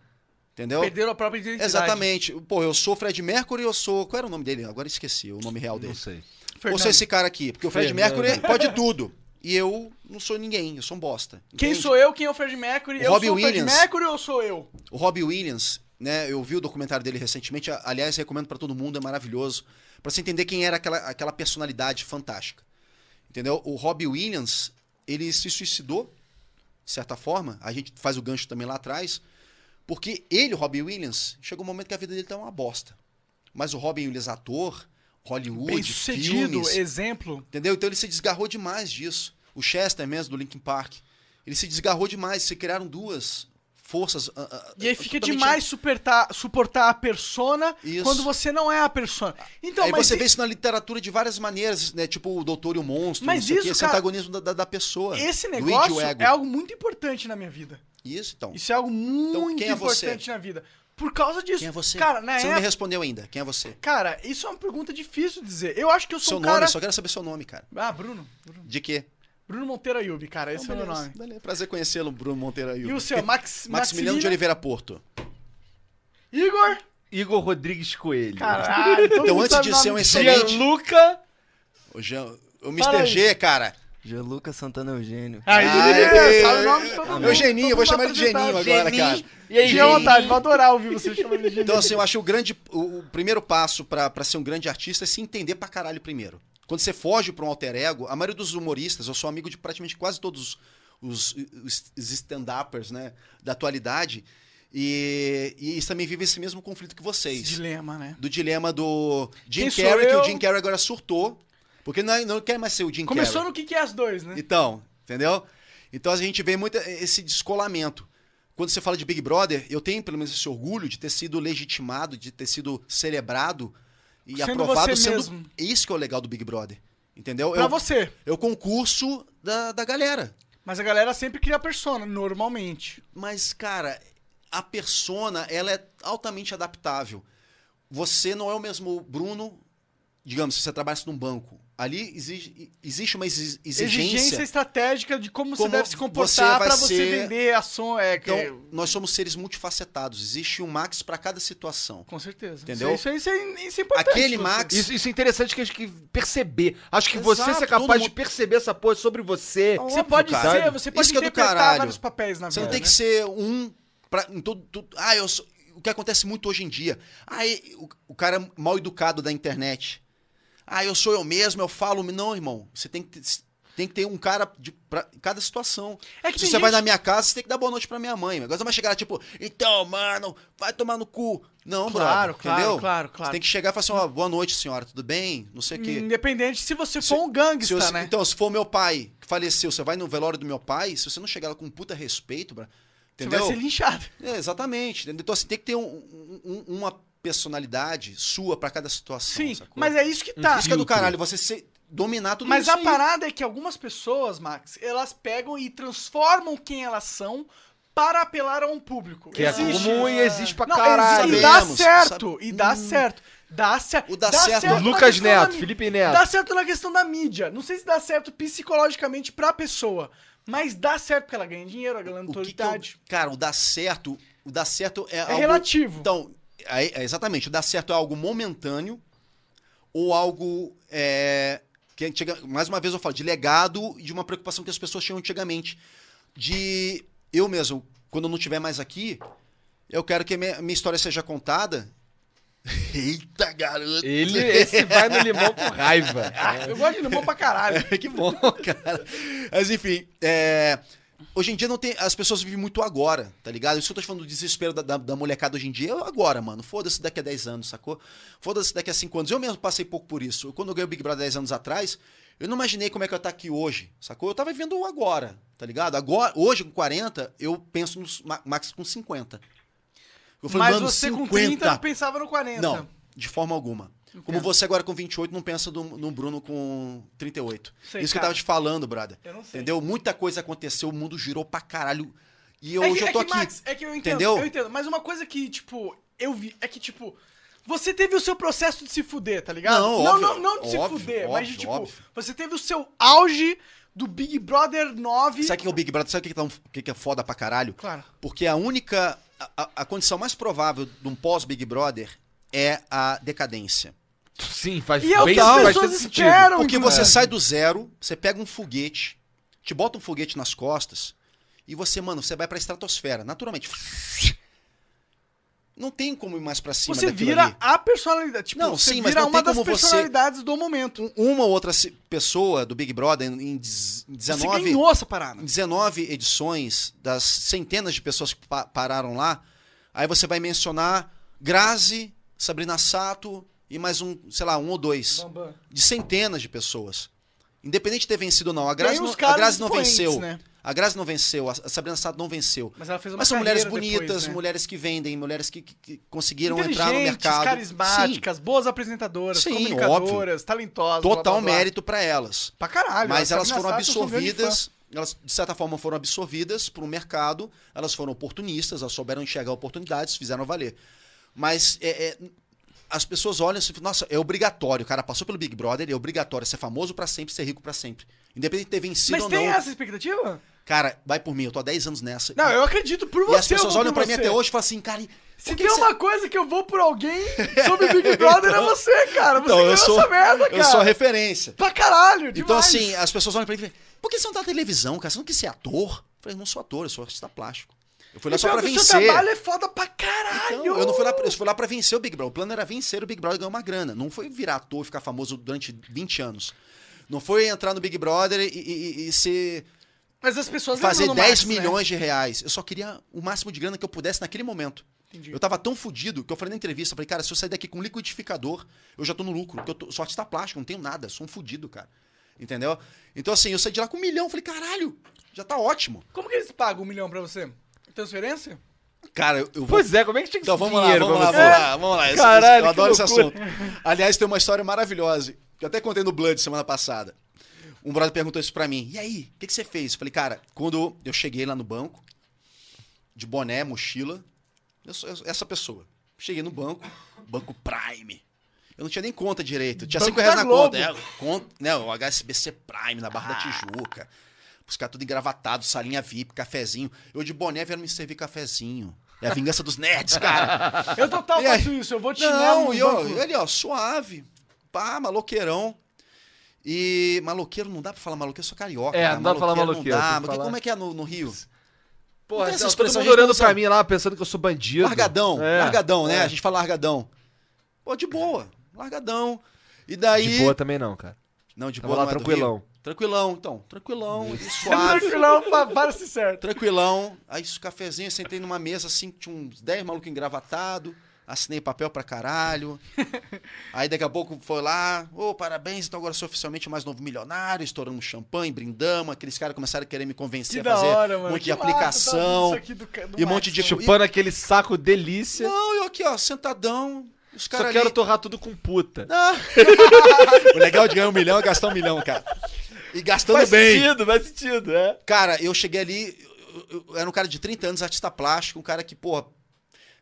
Entendeu? Perderam a própria identidade. Exatamente. Pô, eu sou Fred Mercury, eu sou. Qual era o nome dele? Agora esqueci o nome real dele. sei. Ou Fernando. sou esse cara aqui. Porque o Fred Mercury pode tudo. E eu não sou ninguém, eu sou um bosta. Quem entende? sou eu? Quem é o Fred Mercury? Eu Robbie sou o Fred Williams. Mercury ou sou eu? O Robbie Williams, né? Eu vi o documentário dele recentemente. a- Aliás, recomendo pra todo mundo, é maravilhoso. Pra você entender quem era aquela, aquela personalidade fantástica. Entendeu? O Robbie Williams, ele se suicidou, de certa forma. A gente faz o gancho também lá atrás. Porque ele, o Robbie Williams, chegou um momento que a vida dele tá uma bosta. Mas o Robbie Williams, ator, Hollywood, Bem sucedido, filmes, exemplo. Entendeu? Então ele se desgarrou demais disso. O Chester mesmo, do Linkin Park. Ele se desgarrou demais. Se criaram duas forças. ah, ah, E aí fica totalmente- demais supertar- suportar a persona Isso. quando você não é a persona. Então, aí mas você e- vê isso na literatura de várias maneiras, né? Tipo o Doutor e o Monstro. Mas não sei o quê, isso, Esse cara, antagonismo da, da- da pessoa. esse do id e negócio o ego. é algo muito importante na minha vida. Isso, então. Isso é algo muito quem é você? importante na vida. Por causa disso. Quem é você? Cara, na você não época, me respondeu ainda. Quem é você? cara, isso é uma pergunta difícil de dizer. Eu acho que eu sou Seu um nome, cara... eu só quero saber seu nome, cara. Ah, Bruno. Bruno. De quê? Bruno Monteiro Ayub, cara, esse é o meu Então, Beleza, nome. beleza. Prazer conhecê-lo, Bruno Monteiro aí. E o seu, Max, Maximiliano de Oliveira Porto. Igor? Igor Rodrigues Coelho. Caralho, todo Então, mundo antes sabe de o nome ser um dele. excelente. Gianluca O, Jean, o Fala Mr. aí. G, cara. Gianluca Santana Eugênio. Aí, Aê! sabe o nome de todo mundo. Eugeninho, eu vou Todo mundo chamar ele de apresentado. Geninho agora, cara. E aí, Fique à vontade, vou adorar ouvir você chamando ele de Então, Geninho. assim, eu acho que o grande. O, o primeiro passo pra pra ser um grande artista é se entender pra caralho primeiro. Quando você foge pra um alter ego, a maioria dos humoristas, eu sou amigo de praticamente quase todos os, os, os stand-uppers, né? Da atualidade. E, e eles também vivem esse mesmo conflito que vocês. Dilema, né? Do dilema do Jim Quem sou Carrey, que eu? o Jim Carrey agora surtou. Porque ele não, não quer mais ser o Jim Começou Carrey. no que que é as dois, né? Então, entendeu? Então a gente vê muito esse descolamento. Quando você fala de Big Brother, eu tenho pelo menos esse orgulho de ter sido legitimado, de ter sido celebrado e Sendo você aprovado sendo mesmo. isso que é o legal do Big Brother. Entendeu? Pra É o, você. é o concurso da, da galera. Mas a galera sempre cria persona, normalmente. Mas, cara, a persona, ela é altamente adaptável. Você não é o mesmo Bruno, digamos, se você trabalhasse num banco. Ali exige- existe uma exi- Exigência estratégica de como, você Como deve se você comportar vai pra você ser- vender ação. É, que- Então, nós somos seres multifacetados. Existe um Max pra cada situação. Com certeza. Entendeu? Isso, aí- isso, aí- isso é importante. Aquele você. Max- Isso, isso é interessante que acho que perceber. Acho que Exato, você ser todo capaz mundo- de perceber essa porra sobre você. Você pode cara. ser, você pode Isso que é do interpretar caralho. vários papéis na Você vida. não tem que né? ser um pra, em todo, tudo- Ah, eu sou- o que acontece muito hoje em dia. Ah, e- o, o cara mal educado da internet. Ah, eu sou eu mesmo, eu falo. Não, irmão. Você tem que ter, tem que ter um cara de, pra em cada situação. É que Se tem você vai gente- na minha casa, você tem que dar boa noite pra minha mãe. Agora você vai chegar lá, tipo, então, mano, vai tomar no cu. Não, Claro, brother, claro, entendeu? claro, claro. Hum, Você tem que chegar e falar assim, ó, boa noite, senhora, tudo bem? Não sei o quê. Independente se você Se- for um Se gangsta, você- né? Então, se for meu pai que faleceu, você vai no velório do meu pai, se você não chegar lá com um puta respeito, bra- você entendeu? vai ser linchado. É, exatamente. entendeu? Então, assim, tem que ter um- um- um- uma personalidade sua pra cada situação, Sim, sacou? mas é isso que tá. Isso que é do caralho, você se- dominar tudo Mas isso a aí. parada é que algumas pessoas, Max, elas pegam e transformam quem elas são para apelar a um público. Que é comum e existe pra Não, caralho. existe, e dá Sabemos, certo, sabe- e dá Hum. certo. Dá, cer O dá dá certo- é certo. na Lucas questão da Neto, mídia. Felipe Neto. Dá certo na questão da mídia. Não sei se dá certo psicologicamente pra pessoa, mas dá certo porque ela ganha dinheiro, ela ganha O que que é notoriedade. o- cara, o dar certo, o dar certo é, algo... relativo. Então, aí- é exatamente, o dar certo é algo momentâneo ou algo é, que antiga- mais uma vez eu falo de legado e de uma preocupação que as pessoas tinham antigamente de eu mesmo, quando eu não estiver mais aqui, Eu quero que minha, minha história seja contada. Eita, garoto! Ele, esse vai no limão por raiva. Eu gosto de limão pra caralho. que bom, cara. Mas enfim, é, hoje em dia não tem. As pessoas vivem muito agora, tá ligado? Isso que eu tô te falando do desespero da, da, da molecada hoje em dia é agora, mano. Foda-se daqui a 10 anos, sacou? Foda-se daqui a 5 anos. Eu mesmo passei pouco por isso. Quando eu ganhei o Big Brother 10 anos atrás, eu não imaginei como é que eu ia estar aqui hoje, sacou? Eu tava vivendo o agora, tá ligado? Agora, hoje, com 40, eu penso no ma- Max com 50. Eu falei, Mas mano, você com 50? 30 não pensava no 40. Não, de forma alguma. Como você agora com 28 não pensa no, no Bruno com 38. Sei, Isso que eu cara. tava te falando, brother. Eu não sei. Entendeu? Muita coisa aconteceu, o mundo girou pra caralho. E eu, é que, hoje é eu tô que, aqui. Max, é que eu entendo, entendeu? eu entendo. Mas uma coisa que, tipo, eu vi, é que, tipo, você teve o seu processo de se fuder, tá ligado? Não, não, óbvio, não, não de óbvio, se fuder, mas de, óbvio, tipo, óbvio. você teve o seu auge do Big Brother 9. Sabe o que é o Big Brother? Sabe o que, que, tá um- o que que é foda pra caralho? Claro. Porque a única. A, a- a condição mais provável de um pós-Big Brother é a decadência. Sim, faz E é o que bem, as faz pessoas todo sentido. esperam. então. Porque mano. você sai do zero, você pega um foguete, te bota um foguete nas costas e você, mano, você vai pra estratosfera, naturalmente. Não tem como ir mais pra cima Você daquilo vira ali. a personalidade. Tipo, Não, você sim, mas vira não tem uma das como você- personalidades do momento. Um- Uma ou outra se- pessoa do Big Brother em dez- em Você 19, ganhou essa parada. em 19 edições das centenas de pessoas que pa- pararam lá, aí você vai mencionar Grazi, Sabrina Sato e mais um, sei lá, um ou dois. Bambam. de centenas de pessoas. Independente de ter vencido ou não. A Grazi Tem não, os caras a Grazi não expoentes, venceu. né? A Grazi não venceu. A Sabrina Sato não venceu. Mas ela fez uma Mas são mulheres carreira bonitas, depois, né? mulheres que vendem, mulheres que, que- que conseguiram entrar no mercado. Sim, carismáticas, boas apresentadoras, Sim, comunicadoras, talentosas. blá, total blá, blá. mérito pra elas. Pra caralho. Mas a elas Sabrina foram Sato, eu sou um grande absorvidas, elas de certa forma foram absorvidas por um mercado, elas foram oportunistas, elas souberam enxergar oportunidades, fizeram valer. Mas é, é, as pessoas olham assim, nossa, é obrigatório, o cara passou pelo Big Brother, é obrigatório ser famoso pra sempre, ser rico pra sempre. Independente de ter fã. vencido Mas ou tem não. um essa expectativa? Cara, vai por mim, eu tô há 10 anos nessa. Não, eu acredito por e você. as pessoas eu vou olham por pra mim você. até hoje e falam assim, cara, e Se tem por que que você- uma coisa que eu vou por alguém sobre Big Brother é você, cara. Você Então, ganhou eu sou, essa merda, cara. eu sou a referência. Pra caralho, demais. Então, assim, as pessoas olham pra ele e falam, por que você não tá na televisão, cara? Você não quis ser ator? Eu falei, não sou ator, eu sou artista plástico. Eu fui lá E só pior pra que o vencer. seu trabalho é foda pra caralho. Então, eu não fui lá, eu fui lá pra vencer o Big Brother. O plano era vencer o Big Brother e ganhar uma grana. Não foi virar ator e ficar famoso durante 20 anos. Não foi entrar no Big Brother e, e- e- e ser, Mas as pessoas fazer lembram do 10 Max, né? milhões de reais. Eu só queria o máximo de grana que eu pudesse naquele momento. Entendi. Eu tava tão fudido que eu falei na entrevista, eu falei, cara, se eu sair daqui com um liquidificador, eu já tô no lucro. Porque eu tô, sou artista plástico, não tenho nada, sou um fudido, cara. Entendeu? Então, assim, eu saí de lá com um milhão. eu Falei, caralho, já tá ótimo. Como que eles pagam um milhão pra você? Transferência? Cara, eu, eu vou. Pois é, como é que tinha que Então esse vamos lá, dinheiro vamos lá, pra vamos você? lá, vamos lá. Esse- esse- Caralho, eu adoro que esse assunto. loucura. Aliás, tem uma história maravilhosa, que eu até contei no Blood semana passada. Um brother perguntou isso pra mim. E aí, o que, que você fez? Eu falei, cara, quando eu cheguei lá no banco, de boné, mochila, eu sou, eu sou essa pessoa. Cheguei no banco, banco Prime. Eu não tinha nem conta direito. eu Tinha Banco 5 reais da na conta. Globo. É, conta. Não, o HSBC Prime, na Barra da Tijuca. Os caras tudo engravatado, salinha VIP, cafezinho. Eu de boné vieram me servir cafezinho. É a vingança dos nerds, cara. Eu total E aí? faço isso, eu vou te Não, um no e é ó, banco. ele, ó, suave. Pá, maloqueirão. E maloqueiro não dá pra falar maloqueiro, eu sou carioca. É, cara. não dá pra falar maloqueiro, Não tem dá, que mas que- falar- como é que é no, no Rio? Porra, Tem essa não, todo expressão, mundo olhando gente, pra não- mim lá, pensando que eu sou bandido. é Largadão, É. largadão, né? A gente fala largadão. Pô, de boa, largadão. E daí. De boa também não, cara. Não, de Tava boa não lá é do tranquilão. Rio. Tranquilão, então. Tranquilão, e É suave. Tranquilão, pa- para ser certo. tranquilão. Aí, os cafezinhos, sentei numa mesa assim, tinha uns 10 malucos engravatados. Assinei papel pra caralho. Aí daqui a pouco foi lá, ô, parabéns, então agora sou oficialmente o mais novo milionário, estouramos champanhe, brindamos, aqueles caras começaram a querer me convencer Que a da fazer hora, um mano. monte que de massa, tá aplicação. isso aqui do ca- do e um monte de Max, né? Chupando aquele saco delícia. Não, eu aqui, ó, sentadão, os Só caras quero ali... torrar tudo com puta. Ah. o legal de ganhar um milhão é gastar um milhão, cara. E gastando faz bem. sentido, faz sentido, é. Cara, eu cheguei ali, eu- eu, eu era um cara de 30 anos, artista plástico, um cara que, porra,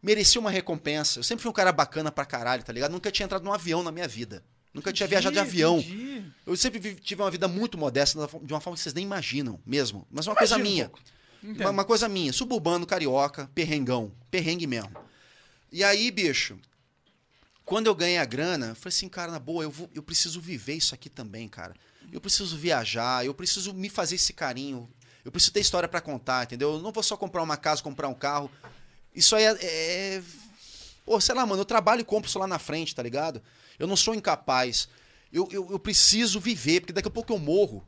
merecia uma recompensa. Eu sempre fui um cara bacana pra caralho, tá ligado? Nunca tinha entrado num avião na minha vida. Nunca tinha viajado de Entendi, avião. entendi. Eu sempre vi- tive uma vida muito modesta, da fo- de uma forma que vocês nem imaginam mesmo. Mas é uma coisa Imagino um minha. Entendo. uma, uma coisa minha. Suburbano, carioca, perrengão. Perrengue mesmo. E aí, bicho, quando eu ganhei a grana, eu falei assim, cara, na boa, eu, vou, eu preciso viver isso aqui também, cara. Eu preciso viajar, eu preciso me fazer esse carinho. Eu preciso ter história pra contar, entendeu? Eu não vou só comprar uma casa, comprar um carro. Isso aí é. é... Pô, sei lá, mano, eu trabalho e compro isso lá na frente, tá ligado? Eu não sou incapaz. Eu, eu, eu preciso viver, porque daqui a pouco eu morro.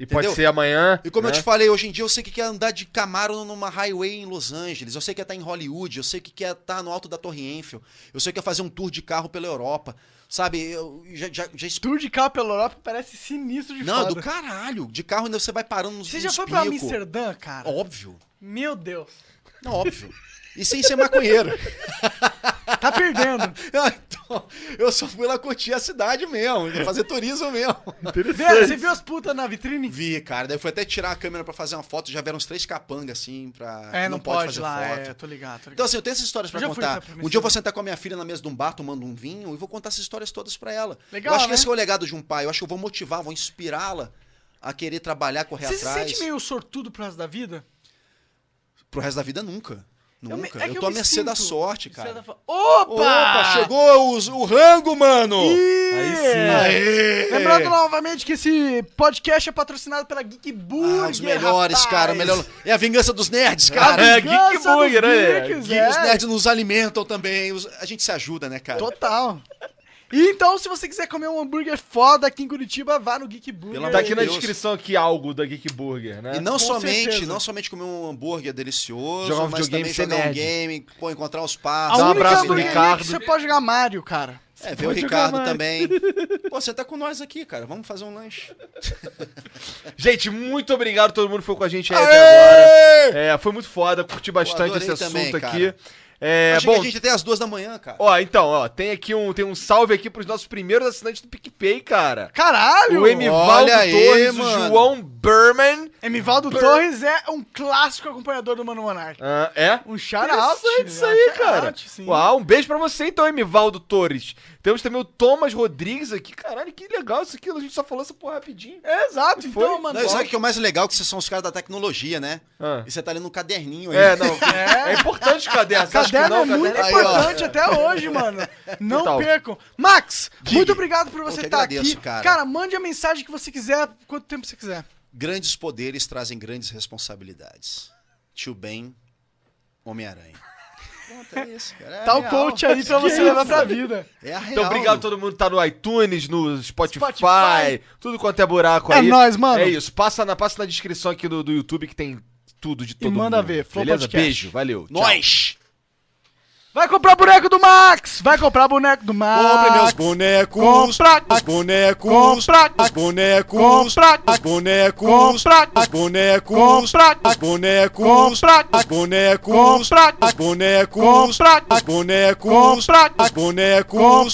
E Entendeu? pode ser amanhã. E como É. né? eu te falei, hoje em dia eu sei que quer andar de Camaro numa highway em Los Angeles, eu sei que quer estar em Hollywood, eu sei que quer estar no alto da Torre Eiffel, eu sei que quer fazer um tour de carro pela Europa, sabe? Eu já, já, já estu- Tour de carro pela Europa parece sinistro de Não, foda. do caralho, de carro ainda você vai parando nos Você já nos foi pra pico. Amsterdã, Oh. cara? Óbvio, Meu Deus. não, óbvio. E sem ser maconheiro. Tá perdendo. Ah, então, eu só fui lá curtir a cidade mesmo, fazer turismo mesmo. Vê, você viu as putas na vitrine? Vi, cara, daí eu fui até tirar a câmera pra fazer uma foto, já vieram uns três capangas assim, pra. É, não, pode, fazer lá, foto. é, tô ligado, tô ligado. Então, assim, eu tenho essas histórias pra Eu já fui contar. nessa Um premissa. dia eu vou sentar com a minha filha na mesa de um bar tomando um vinho e vou contar essas histórias todas pra ela. Legal, eu acho que né? esse é o legado de um pai. Eu acho que eu vou motivar, vou inspirá-la a querer trabalhar, correr Você se assim, atrás. sente meio sortudo pro resto da vida? Pro resto da vida, nunca. me- Nunca. é Eu, que tô à me mercê da sinto- sorte, Você cara. tá falando, Opa! Opa, chegou os- o rango, mano! Aí É. Lembrando novamente que esse podcast é patrocinado pela Geek Burger, Ah, os melhores, rapaz. cara. o melhor- É a vingança dos nerds, A cara. É, vingança Geek dos Burger, né? geeks, Que é. os nerds nos alimentam também. os- A gente se ajuda, né, cara? Total. E então, se você quiser comer um hambúrguer foda aqui em Curitiba, vá no Geek Burger. amor Tá aqui de na Deus. descrição aqui algo da Geek Burger, né? E não somente, certeza. não somente comer um hambúrguer delicioso, Jogar um mas também videogame, ser jogar um nerd. game, pô, encontrar os A pais. Dá um única abraço pro hamburgueria Ricardo. que você pode jogar Mario, cara. É, ver o Pode jogar Ricardo mais. também. Pô, você tá com nós aqui, cara. Vamos fazer um lanche. Gente, muito obrigado a todo mundo que foi com a gente aí até agora. É, foi muito foda, curti bastante adorei esse assunto também, cara. aqui. É, Acho bom, que a gente até às duas da manhã, cara. ó, então, ó, tem aqui um, tem um salve aqui pros nossos primeiros assinantes do PicPay, cara. Caralho! O Emivaldo Olha aí, Torres, o mano. João Berman. Emivaldo Torres é um clássico acompanhador do Mano Monark. Ah, é? Um shout-out. Interessante né? isso é um aí, shout-out, cara. sim. Uau, um beijo pra você então, Emivaldo Torres. Temos também o Thomas Rodrigues aqui. Caralho, que legal isso aqui. A gente só falou essa porra rapidinho. É, Exato, Foi? então, mano. Não, e sabe o que é o mais legal? Que vocês são os caras da tecnologia, né? Ah. E você tá ali num caderninho aí. É, não. É, importante o caderno. Você acha que Caderno não? é muito Caderno- Aí, ó. importante até hoje, mano. Não Total. percam. Max, muito obrigado por que você estar agradeço, aqui. cara. mande a mensagem que você quiser, quanto tempo você quiser. Grandes poderes trazem grandes responsabilidades. Tio Ben, Homem-Aranha. Pronto, é isso, cara. É Tá a o real. coach aí pra você levar pra vida. É a real. Então, obrigado a todo mundo que tá no iTunes, no Spotify, Spotify. tudo quanto é buraco É aí. nóis, mano. É isso. Passa na, passa na descrição aqui do, do YouTube que tem tudo de todo mundo. manda ver, Flow Beleza? Podcast. Beijo, valeu. tchau. Nós! Vai comprar boneco do Max! Vai comprar boneco do Max! Compre meus bonecos, Compra, os Max. bonecos, Compra, os Max. bonecos, Compra, os Max. bonecos, Compra, os Max. bonecos, Compra, os Max. bonecos, Compra, os Max. bonecos, Compra, os Max. bonecos, Compra, os Max. bonecos, Compra, os bonecos.